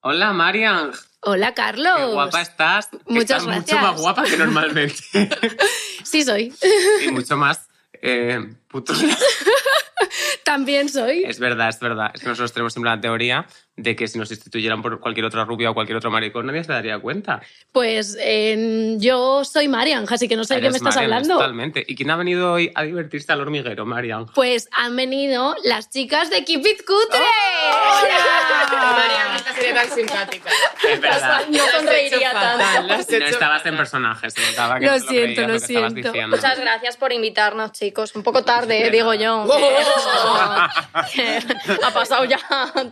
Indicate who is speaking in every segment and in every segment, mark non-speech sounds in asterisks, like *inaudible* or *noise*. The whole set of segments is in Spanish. Speaker 1: Hola, Marian.
Speaker 2: Hola, Carlos.
Speaker 1: Qué guapa estás.
Speaker 2: Muchas
Speaker 1: estás
Speaker 2: gracias.
Speaker 1: mucho más guapa que
Speaker 2: *laughs*
Speaker 1: normalmente.
Speaker 2: Sí soy. *laughs*
Speaker 1: y mucho más eh, puto.
Speaker 2: También soy.
Speaker 1: Es verdad, es verdad. Es que nosotros tenemos siempre la teoría de que si nos sustituyeran por cualquier otra rubia o cualquier otro maricón, nadie se daría cuenta.
Speaker 2: Pues eh, yo soy Marian, así que no sé de qué
Speaker 1: Eres
Speaker 2: me estás
Speaker 1: Marian,
Speaker 2: hablando.
Speaker 1: Totalmente. ¿Y quién ha venido hoy a divertirse al hormiguero,
Speaker 2: *laughs*
Speaker 1: Marian?
Speaker 2: Pues han venido las chicas de Keep It Cutre. *laughs*
Speaker 3: Mariana, esta sería tan simpática.
Speaker 1: Es verdad.
Speaker 2: No
Speaker 3: Lo has
Speaker 2: sonreiría
Speaker 3: hecho fatal,
Speaker 2: tanto.
Speaker 3: lo has
Speaker 1: No
Speaker 3: hecho
Speaker 1: estabas
Speaker 3: fatal.
Speaker 1: en personaje, se notaba que
Speaker 2: Lo
Speaker 1: no te
Speaker 2: siento,
Speaker 1: creías
Speaker 2: lo
Speaker 1: que estabas
Speaker 2: siento.
Speaker 1: diciendo.
Speaker 4: Muchas gracias por invitarnos, chicos. Un poco tarde, eh,
Speaker 1: Sí,
Speaker 4: digo
Speaker 1: nada.
Speaker 4: yo. ha pasado ya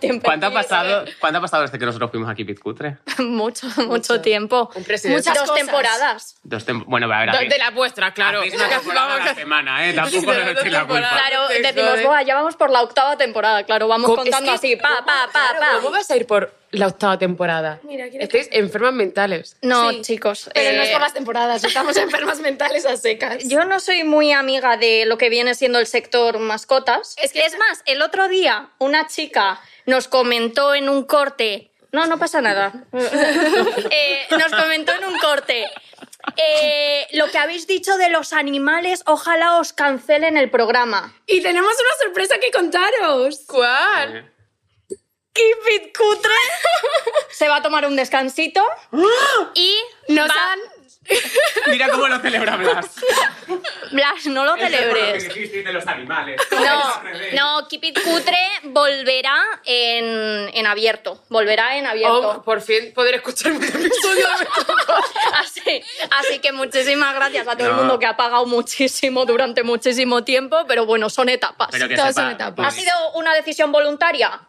Speaker 4: tiempo.
Speaker 1: ¿Cuánto ha pasado, ¿Cuánto ha pasado desde que nosotros fuimos aquí Pitcutre?
Speaker 4: Mucho, mucho, tiempo.
Speaker 3: Un precedente.
Speaker 4: Muchas
Speaker 3: Dos
Speaker 4: dos
Speaker 3: cosas.
Speaker 4: temporadas.
Speaker 1: Dos tem- bueno, va a ver.
Speaker 3: De, de
Speaker 1: hacéis-
Speaker 3: las vuestras,
Speaker 2: *laughs*
Speaker 3: claro.
Speaker 1: hacéis
Speaker 3: *laughs*
Speaker 1: una temporada a la semana, ¿eh? Tampoco
Speaker 3: Sí,
Speaker 1: le
Speaker 3: de
Speaker 1: eché la
Speaker 3: dos temporadas.
Speaker 1: culpa.
Speaker 4: Claro,
Speaker 3: Perfecto,
Speaker 4: decimos,
Speaker 3: ¿eh?
Speaker 4: "Buah, ya vamos por la octava temporada, claro, vamos
Speaker 3: ¿Cómo-
Speaker 4: contando
Speaker 3: es que-
Speaker 4: así, pa, pa, pa,
Speaker 3: Claro,
Speaker 4: pa.
Speaker 3: ¿Cómo vas a ir por la octava temporada?
Speaker 2: Mira, quiere-
Speaker 3: Estáis enfermas mentales.
Speaker 4: No,
Speaker 2: Sí,
Speaker 4: chicos.
Speaker 2: Pero
Speaker 4: eh,
Speaker 2: no es por las temporadas, estamos enfermas *laughs* mentales a secas.
Speaker 4: Yo no soy muy amiga de lo que viene siendo el sector mascotas.
Speaker 2: Es que-
Speaker 4: es más, el otro día una chica nos comentó en un corte. No, no pasa nada. *laughs* Eh, nos comentó en un corte. eh, lo que habéis dicho de los animales, ojalá os cancelen el programa.
Speaker 2: Y tenemos una sorpresa que contaros.
Speaker 1: Eh.
Speaker 3: ¿Cuál?
Speaker 4: Keep it cutre. Se va a tomar un descansito
Speaker 2: ¡Ah!
Speaker 4: y
Speaker 2: Nos
Speaker 4: va-
Speaker 2: han...
Speaker 1: *laughs* Mira cómo lo celebra Blas.
Speaker 4: Blas, no lo celebres.
Speaker 1: de los animales.
Speaker 4: No, no, Keep It Cutre volverá en, en abierto. Volverá en
Speaker 3: Oh,
Speaker 4: abierto.
Speaker 3: por fin poder escuchar un episodio
Speaker 4: *laughs* Así, así que muchísimas gracias a todo el
Speaker 1: No.
Speaker 4: mundo que ha pagado muchísimo durante muchísimo tiempo, pero bueno, son etapas.
Speaker 1: Pero pues. que
Speaker 2: Todas
Speaker 1: sepa,
Speaker 2: son etapas.
Speaker 4: ¿Ha sido una decisión voluntaria?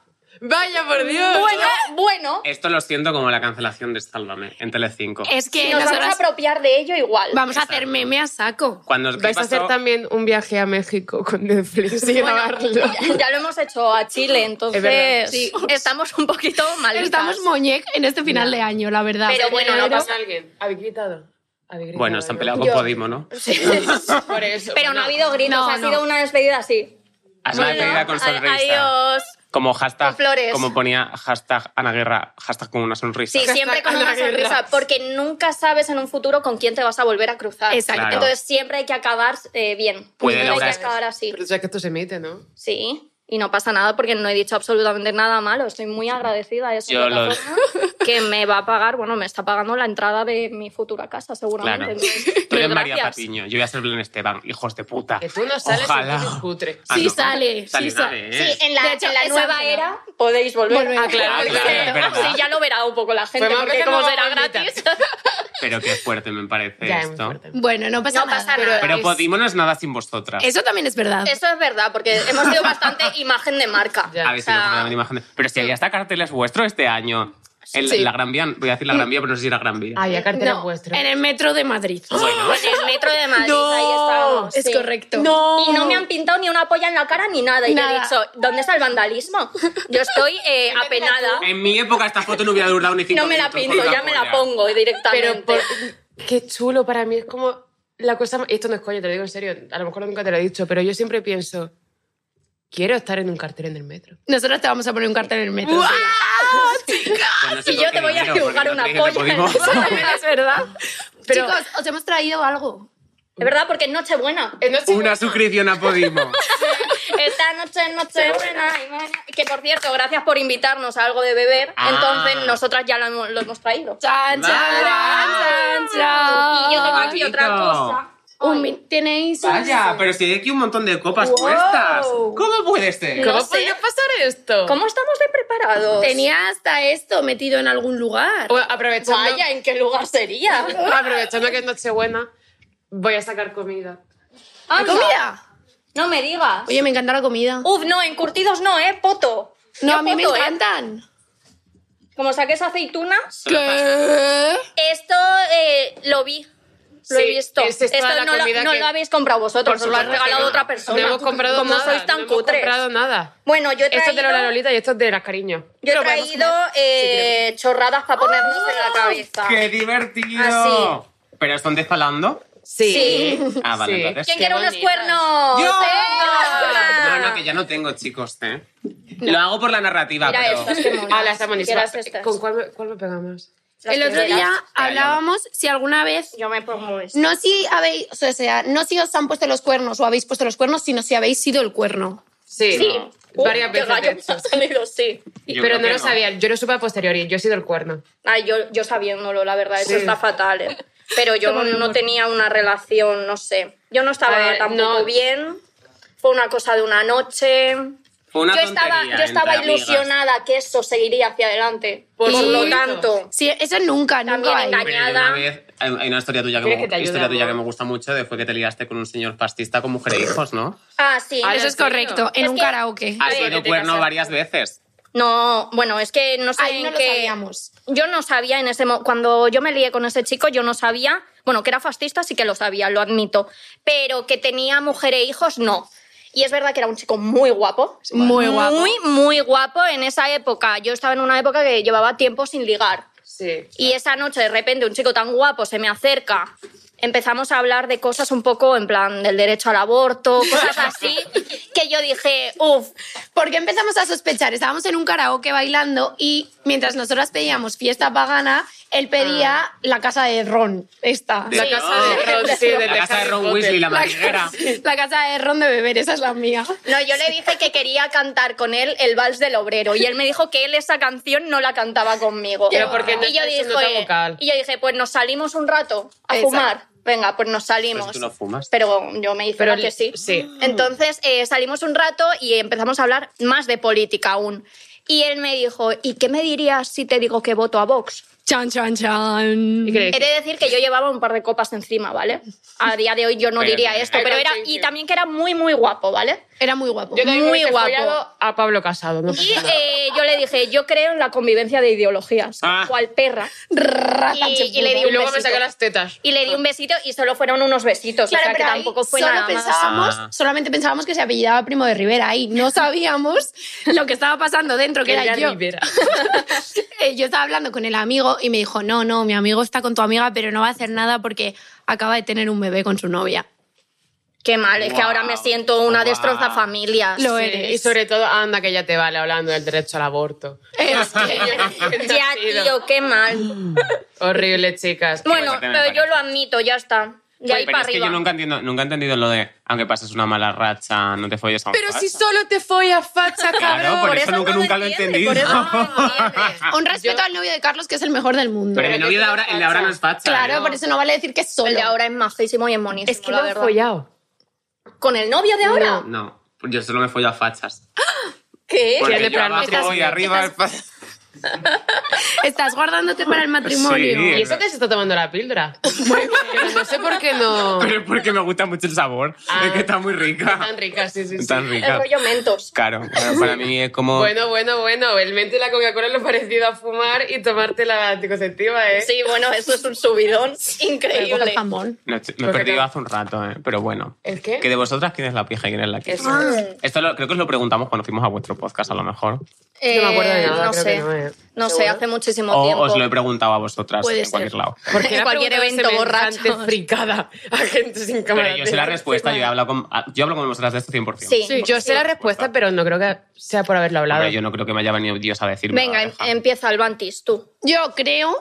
Speaker 3: Vaya, por Dios.
Speaker 4: Bueno, bueno.
Speaker 1: Esto lo siento como la cancelación de Sálvame en Telecinco.
Speaker 2: Es que
Speaker 4: Nos vamos a
Speaker 2: nosotras
Speaker 4: apropiar de ello igual.
Speaker 2: vamos a hacer meme a saco.
Speaker 1: Cuando ¿qué
Speaker 3: Vais a
Speaker 1: pasó?
Speaker 3: hacer también un viaje a México con Netflix y grabarlo.
Speaker 4: Ya, ya lo hemos hecho a Chile, entonces
Speaker 3: verdad.
Speaker 2: Sí.
Speaker 4: estamos un poquito malitas.
Speaker 2: Estamos moñec en este final de año, la verdad.
Speaker 4: Pero bueno, no pasa-
Speaker 3: alguien. ¿Habéis gritado? ¿Habéis gritado,
Speaker 1: Bueno, están
Speaker 3: ¿no? *laughs*
Speaker 1: peleados con
Speaker 4: Yo-
Speaker 1: Podimo, ¿no?
Speaker 3: Por eso. pues
Speaker 4: Pero no ha habido gritos,
Speaker 2: No,
Speaker 4: ha
Speaker 2: no.
Speaker 4: sido una despedida así.
Speaker 1: Haz una
Speaker 4: Bueno,
Speaker 1: despedida con
Speaker 4: a-
Speaker 1: sonrisa.
Speaker 4: Adiós.
Speaker 1: Como hashtag,
Speaker 4: Con flores.
Speaker 1: como ponía hashtag Ana Guerra, hashtag con una sonrisa.
Speaker 4: Sí, siempre con
Speaker 3: a la
Speaker 4: una
Speaker 3: guerra.
Speaker 4: sonrisa, porque nunca sabes en un futuro con quién te vas a volver a cruzar.
Speaker 2: Exacto.
Speaker 1: Claro.
Speaker 4: Entonces siempre hay que acabar eh, bien.
Speaker 1: Pueden
Speaker 4: Siempre hay
Speaker 1: lograr-
Speaker 4: que acabar así.
Speaker 3: Pero tú sabes que esto se emite, ¿no?
Speaker 4: Sí. Y no pasa nada porque no he dicho absolutamente nada malo. Estoy muy agradecida a esa
Speaker 1: Yo lo- *laughs*
Speaker 4: plataforma que me va a pagar, bueno, me está pagando la entrada de mi futura casa, seguramente.
Speaker 1: Claro.
Speaker 4: Entonces,
Speaker 1: Tú eres
Speaker 4: mil
Speaker 1: María
Speaker 4: gracias.
Speaker 1: Patiño, yo voy a ser Belén Esteban, hijos de puta.
Speaker 3: Que tú no sales
Speaker 1: Ojalá.
Speaker 3: y tú cutre.
Speaker 1: Ah,
Speaker 2: Sí
Speaker 1: no.
Speaker 2: sale,
Speaker 1: Sale
Speaker 2: sí
Speaker 1: una
Speaker 2: sale.
Speaker 1: vez.
Speaker 4: Sí, en la,
Speaker 2: De hecho,
Speaker 4: en la
Speaker 2: es
Speaker 4: nueva
Speaker 2: Ángela.
Speaker 4: era podéis volver.
Speaker 2: Volver.
Speaker 4: a aclarar.
Speaker 1: Ah, claro, es verdad.
Speaker 4: Sí, ya lo verá un poco la gente,
Speaker 3: Fue más
Speaker 4: porque
Speaker 3: que
Speaker 4: como
Speaker 3: no
Speaker 4: será
Speaker 3: vamos a
Speaker 4: gratis. *laughs*
Speaker 1: Pero qué fuerte me parece
Speaker 3: Ya, es muy
Speaker 1: esto.
Speaker 3: fuerte.
Speaker 2: Bueno, no pasa
Speaker 4: No
Speaker 2: nada.
Speaker 4: pasa nada.
Speaker 1: Pero
Speaker 3: Es-
Speaker 1: Podimo no es nada sin vosotras.
Speaker 2: Eso también es verdad.
Speaker 4: Eso es verdad, porque hemos sido
Speaker 1: *laughs*
Speaker 4: bastante imagen de marca.
Speaker 3: Ya.
Speaker 1: Habéis sido
Speaker 4: O sea,
Speaker 1: una gran imagen de- Pero si había hasta carteles vuestro este año. En
Speaker 2: Sí.
Speaker 1: la Gran Vía, voy a decir la Gran Vía, pero no sé si era Gran Vía.
Speaker 3: Ay, a cartera
Speaker 2: No,
Speaker 3: vuestra.
Speaker 2: En el metro de Madrid.
Speaker 1: Bueno,
Speaker 4: En el Pues metro de Madrid,
Speaker 3: No,
Speaker 4: ahí estábamos.
Speaker 2: es
Speaker 4: sí.
Speaker 2: correcto.
Speaker 3: No.
Speaker 4: Y no me han pintado ni una polla en la cara ni nada. Y yo he
Speaker 2: Nada.
Speaker 4: dicho, ¿dónde está el vandalismo? Yo estoy
Speaker 1: *laughs*
Speaker 4: eh, apenada.
Speaker 1: En mi época esta foto no hubiera durado ni cinco
Speaker 4: *laughs* No me la
Speaker 1: minutos,
Speaker 4: pinto,
Speaker 1: con
Speaker 4: ya me la
Speaker 1: polla.
Speaker 4: pongo directamente.
Speaker 3: Pero por- qué chulo para mí, es como la cosa... más- Esto no es coño, te lo digo en serio, a lo mejor nunca te lo he dicho, pero yo siempre pienso, quiero estar en un cartel en el metro.
Speaker 2: Nosotros te vamos a poner un cartel en el metro. sí.
Speaker 1: Pues no sé
Speaker 4: Y
Speaker 1: por
Speaker 4: yo
Speaker 1: qué
Speaker 4: te voy a
Speaker 1: dinero, porque
Speaker 4: dibujar
Speaker 1: no
Speaker 4: una
Speaker 1: te dije que
Speaker 4: polla.
Speaker 1: Podimo-
Speaker 4: *laughs* Eso también
Speaker 2: Es verdad.
Speaker 3: Pero-
Speaker 2: Chicos, os hemos traído algo.
Speaker 4: Es verdad, porque es Nochebuena.
Speaker 3: Eh, no sé-
Speaker 1: *laughs* Una suscripción a Podimo.
Speaker 4: Esta noche es Nochebuena. y mañana- Que por cierto, gracias por invitarnos a algo de beber.
Speaker 1: Ah.
Speaker 4: Entonces, nosotras ya lo hemos, lo hemos traído.
Speaker 2: Chan, chan,
Speaker 1: Vale.
Speaker 2: chan, chan,
Speaker 4: Y yo tengo
Speaker 2: chan.
Speaker 4: aquí otra cosa.
Speaker 2: Un min- ¿Tenéis?
Speaker 1: Vaya, pero si hay aquí un montón de copas puestas. ¿Cómo puede ser?
Speaker 3: ¿Cómo
Speaker 4: no sé.
Speaker 3: podría pasar esto?
Speaker 4: ¿Cómo estamos de preparados?
Speaker 2: Tenía hasta esto metido en algún lugar.
Speaker 3: Bueno, aprovechando,
Speaker 4: Vaya, ¿en qué lugar sería?
Speaker 3: aprovechando que es Nochebuena, voy a sacar comida.
Speaker 4: Ah,
Speaker 2: ¿La comida?
Speaker 4: No me digas.
Speaker 2: Oye, me encanta la comida.
Speaker 4: Uf, no, encurtidos no, ¿eh? Poto.
Speaker 2: No,
Speaker 4: Yo
Speaker 2: a mí me
Speaker 4: poto, ¿eh?
Speaker 2: encantan.
Speaker 4: Como saques aceitunas,
Speaker 2: ¿Qué?
Speaker 4: esto eh, lo vi. Lo he
Speaker 3: Sí,
Speaker 4: visto.
Speaker 3: es esta
Speaker 4: esto
Speaker 3: la
Speaker 4: no, lo,
Speaker 3: comida
Speaker 4: no
Speaker 3: que-
Speaker 4: lo habéis comprado vosotros, os lo ha
Speaker 3: supuesto que
Speaker 4: regalado
Speaker 3: no.
Speaker 4: otra persona.
Speaker 3: No hemos comprado
Speaker 4: Como
Speaker 3: nada.
Speaker 4: sois tan
Speaker 3: no
Speaker 4: cutres.
Speaker 3: hemos comprado nada.
Speaker 4: Bueno, yo he
Speaker 3: Esto es de Lola
Speaker 4: traído,
Speaker 3: Lolita y esto es de las cariño.
Speaker 4: yo he
Speaker 3: Pero podemos
Speaker 4: traído eh,
Speaker 3: ¡Oh!
Speaker 4: chorradas para ponernos en la cabeza.
Speaker 1: ¡Qué divertido!
Speaker 4: Así.
Speaker 1: ¿Pero están desfalando?
Speaker 3: Sí.
Speaker 4: Sí.
Speaker 1: Ah, vale,
Speaker 3: Sí.
Speaker 1: entonces.
Speaker 4: ¿Quién
Speaker 1: sí.
Speaker 4: quiere unos
Speaker 5: bonitas.
Speaker 4: cuernos?
Speaker 1: ¡Yo!
Speaker 4: ¡Venga!
Speaker 1: No, no, que ya no tengo, chicos, ¿eh? Lo hago por la narrativa,
Speaker 4: Mira
Speaker 1: pero.
Speaker 4: estas, qué monas.
Speaker 3: Ah, las
Speaker 4: Mira
Speaker 3: amonísimas.
Speaker 4: estas.
Speaker 3: ¿Con cuál me, cuál me pegamos?
Speaker 4: Las
Speaker 5: El otro
Speaker 4: primeras.
Speaker 5: día hablábamos si alguna vez
Speaker 4: Yo me pongo esto.
Speaker 2: No si habéis, o sea, no si os han puesto los cuernos o habéis puesto los cuernos, sino si habéis sido el cuerno.
Speaker 3: Sí.
Speaker 4: Sí. Uh,
Speaker 3: Varias
Speaker 4: qué
Speaker 3: veces.
Speaker 4: gallo
Speaker 3: de hecho.
Speaker 4: me ha salido, sí.
Speaker 1: Yo
Speaker 3: Pero
Speaker 1: creo
Speaker 3: no
Speaker 1: que
Speaker 3: lo sabía. Yo lo supe a posteriori. Yo he sido el cuerno.
Speaker 4: Ay, yo, yo sabiéndolo, la verdad,
Speaker 3: Sí.
Speaker 4: eso está fatal. ¿eh? Pero yo no tenía una relación, no sé. Yo no estaba
Speaker 3: Ah,
Speaker 4: tampoco
Speaker 3: no.
Speaker 4: bien. Fue una cosa de una noche.
Speaker 1: Fue una
Speaker 4: yo estaba,
Speaker 1: tontería
Speaker 4: yo estaba
Speaker 1: entre amigas.
Speaker 4: ilusionada que eso seguiría hacia adelante.
Speaker 3: Por
Speaker 4: Por, lo
Speaker 3: supuesto.
Speaker 4: tanto,
Speaker 2: Sí, eso nunca, nunca
Speaker 4: También
Speaker 2: va a ir.
Speaker 4: engaño.
Speaker 1: Pero yo
Speaker 4: Nada.
Speaker 1: una vez, hay hay una historia tuya que,
Speaker 3: ¿Quieres
Speaker 1: me,
Speaker 3: que te ayude,
Speaker 1: historia tuya que
Speaker 3: amor?
Speaker 1: me gusta mucho, de fue que te liaste con un señor pastista con mujer e hijos, ¿no?
Speaker 4: ah, sí.
Speaker 3: Ah,
Speaker 2: Eso es
Speaker 3: ¿En serio?
Speaker 2: correcto, en
Speaker 4: Es
Speaker 2: un
Speaker 4: que-
Speaker 2: karaoke.
Speaker 1: Has
Speaker 3: ver,
Speaker 1: sido
Speaker 3: te
Speaker 1: cuerno
Speaker 3: casaste.
Speaker 1: varias veces.
Speaker 4: No, bueno, es que no sé
Speaker 2: Ahí no
Speaker 4: en
Speaker 2: lo
Speaker 4: qué-
Speaker 2: sabíamos.
Speaker 4: Yo no sabía en ese momento, cuando yo me lié con ese chico, yo no sabía, bueno, que era fascista sí que lo sabía, lo admito, pero que tenía mujer e hijos, no. Y es verdad que era un chico muy guapo.
Speaker 2: Muy guapo.
Speaker 4: Muy, muy guapo en esa época. Yo estaba en una época que llevaba tiempo sin ligar.
Speaker 3: Sí.
Speaker 4: Y esa noche, de repente, un chico tan guapo se me acerca. Empezamos a hablar de cosas un poco en plan del derecho al aborto, cosas así, que yo dije, "Oh, uff,
Speaker 2: Porque empezamos a sospechar, estábamos en un karaoke bailando y mientras nosotras pedíamos fiesta pagana, él pedía la casa de Ron, esta.
Speaker 1: De
Speaker 3: La
Speaker 1: Sí.
Speaker 3: casa de
Speaker 4: *laughs*
Speaker 3: Ron, sí, de
Speaker 1: La casa de
Speaker 3: Harry
Speaker 1: Ron
Speaker 3: Potter.
Speaker 1: Weasley, la
Speaker 2: *laughs* La
Speaker 1: madriguera.
Speaker 2: casa- la casa de Ron de beber, esa es la mía.
Speaker 4: No, yo le dije que quería cantar con él el vals del obrero y él me dijo que él esa canción no la cantaba conmigo.
Speaker 3: Pero porque no
Speaker 4: y, yo
Speaker 3: está en su
Speaker 4: dije,
Speaker 3: nota vocal.
Speaker 4: y yo dije, pues nos salimos un rato a
Speaker 2: Exacto.
Speaker 4: fumar. Venga, pues nos salimos.
Speaker 1: Pues tú no fumas.
Speaker 4: Pero yo me hice
Speaker 3: Pero
Speaker 4: la que
Speaker 3: le-
Speaker 4: sí.
Speaker 3: sí.
Speaker 4: Entonces eh, salimos un rato y empezamos a hablar más de política aún. Y él me dijo, ¿y qué me dirías si te digo que voto a Vox?
Speaker 2: Chan, chan, chan.
Speaker 3: ¿Y qué le
Speaker 4: He
Speaker 3: dijiste?
Speaker 4: de decir que yo llevaba un par de copas encima, ¿vale? A día de hoy yo no
Speaker 1: Pero-
Speaker 4: diría esto,
Speaker 3: I
Speaker 4: pero
Speaker 3: don't
Speaker 4: era...
Speaker 3: think
Speaker 4: Y
Speaker 3: you.
Speaker 4: también que era muy, muy guapo, ¿vale?
Speaker 2: Era muy guapo.
Speaker 3: Yo también me
Speaker 4: Muy
Speaker 3: hubiese
Speaker 4: guapo.
Speaker 3: follado a Pablo Casado. ¿no?
Speaker 4: Y eh, yo le dije, yo creo en la convivencia de ideologías,
Speaker 1: Ah.
Speaker 4: cual perra.
Speaker 2: Rata
Speaker 4: Y-
Speaker 2: chepuda.
Speaker 4: y le di
Speaker 3: Y luego
Speaker 4: un
Speaker 3: me saqué
Speaker 4: besito.
Speaker 3: las tetas.
Speaker 4: Y le di un besito y solo fueron unos besitos.
Speaker 2: Claro,
Speaker 4: o sea, que
Speaker 2: pero ahí
Speaker 4: tampoco fue
Speaker 2: solo
Speaker 4: nada más.
Speaker 2: pensábamos,
Speaker 1: Ah.
Speaker 2: solamente pensábamos que se apellidaba Primo de Rivera ahí.
Speaker 4: *laughs*
Speaker 2: No sabíamos lo que estaba pasando dentro, que era
Speaker 3: Era
Speaker 2: yo.
Speaker 3: Rivera.
Speaker 2: Eh, yo estaba hablando con el amigo y me dijo, no, no, mi amigo está con tu amiga, pero no va a hacer nada porque acaba de tener un bebé con su novia.
Speaker 4: Qué mal, es que
Speaker 1: Guau,
Speaker 4: ahora me siento una
Speaker 1: guau.
Speaker 4: destroza familia.
Speaker 2: Lo
Speaker 3: Sí,
Speaker 2: eres.
Speaker 3: Y sobre todo, anda que ya te vale hablando del derecho al aborto.
Speaker 2: Es
Speaker 1: *laughs*
Speaker 2: que-
Speaker 4: *laughs* Ya, tío, qué mal.
Speaker 3: Horrible, chicas.
Speaker 4: Bueno,
Speaker 1: Qué
Speaker 4: pero yo
Speaker 1: parece.
Speaker 4: lo admito, ya está. De ahí
Speaker 1: Pero
Speaker 4: para
Speaker 1: es que
Speaker 4: arriba.
Speaker 1: yo nunca, entiendo, nunca he entendido lo de, aunque pases una mala racha, no te folles a un
Speaker 3: Pero si
Speaker 1: facha.
Speaker 3: solo te follas, facha,
Speaker 1: Claro,
Speaker 3: cabrón.
Speaker 1: por eso
Speaker 4: no
Speaker 1: nunca,
Speaker 4: lo
Speaker 1: nunca lo he
Speaker 4: entiende,
Speaker 1: entendido.
Speaker 4: por eso no
Speaker 1: *laughs*
Speaker 4: lo entiende.
Speaker 2: un respeto
Speaker 3: Yo-
Speaker 2: al novio de Carlos, que es el mejor del mundo.
Speaker 1: Pero mi novio de ahora, el de ahora no es facha.
Speaker 2: claro,
Speaker 1: ¿eh?
Speaker 2: por eso no vale decir que es solo.
Speaker 4: El de ahora es majísimo y es monísimo,
Speaker 3: Es que
Speaker 4: la
Speaker 3: lo he
Speaker 4: verdad.
Speaker 3: follado.
Speaker 4: ¿Con el novio de ahora?
Speaker 1: No, yo solo me follo a fachas.
Speaker 4: ¿Qué?
Speaker 3: Sí,
Speaker 1: Porque
Speaker 3: de
Speaker 1: yo
Speaker 3: plan,
Speaker 1: abajo
Speaker 3: estás-
Speaker 1: y arriba es facha.
Speaker 2: Estás guardándote para el matrimonio.
Speaker 1: Sí.
Speaker 3: ¿Y eso que se está tomando
Speaker 1: *laughs*
Speaker 3: la píldora? Pero no sé por qué no...
Speaker 1: *laughs* Pero es porque me gusta mucho el sabor.
Speaker 3: Ah.
Speaker 1: Es que está muy rica.
Speaker 3: *laughs* Tan rica, sí, sí, sí.
Speaker 1: Tan
Speaker 4: El
Speaker 1: rica. *laughs*
Speaker 4: rollo mentos.
Speaker 1: Claro, claro, para mí es como...
Speaker 3: Bueno, bueno, bueno. El mente y la Coca-Cola es lo parecido a fumar y tomarte la anticonceptiva, ¿eh?
Speaker 4: Sí, bueno, eso es un subidón
Speaker 2: Pero coge
Speaker 4: increíble.
Speaker 2: jamón.
Speaker 1: No, ch- me he
Speaker 3: Porque
Speaker 1: perdido
Speaker 3: cada-
Speaker 1: hace un rato, ¿eh? pero bueno.
Speaker 3: ¿El qué?
Speaker 1: Que de vosotras, ¿quién es la pija y quién es la que
Speaker 3: Eso.
Speaker 1: Esto lo- creo que os lo preguntamos cuando fuimos a vuestro podcast, a lo mejor.
Speaker 4: Eh,
Speaker 3: No me acuerdo de nada,
Speaker 4: no
Speaker 3: creo
Speaker 4: sé.
Speaker 3: que no, eh.
Speaker 4: No sé,
Speaker 3: ¿Seguro?
Speaker 4: hace muchísimo
Speaker 1: O
Speaker 4: tiempo.
Speaker 1: os lo he preguntado a vosotras
Speaker 2: Puede
Speaker 1: en
Speaker 2: ser.
Speaker 1: cualquier lado.
Speaker 3: Porque
Speaker 4: En cualquier evento borrachos.
Speaker 3: fricada a gente sin cámara.
Speaker 1: Pero yo sé la respuesta, yo, he hablado con, ah, yo hablo con vosotras de esto 100%.
Speaker 4: Sí. Sí.
Speaker 3: Yo sé la respuesta, pero no creo que sea por haberlo hablado.
Speaker 1: Hombre, yo no creo que me haya venido Dios a decirme.
Speaker 4: Venga, em-
Speaker 1: "Deja".
Speaker 4: empieza Albantis, tú.
Speaker 2: Yo creo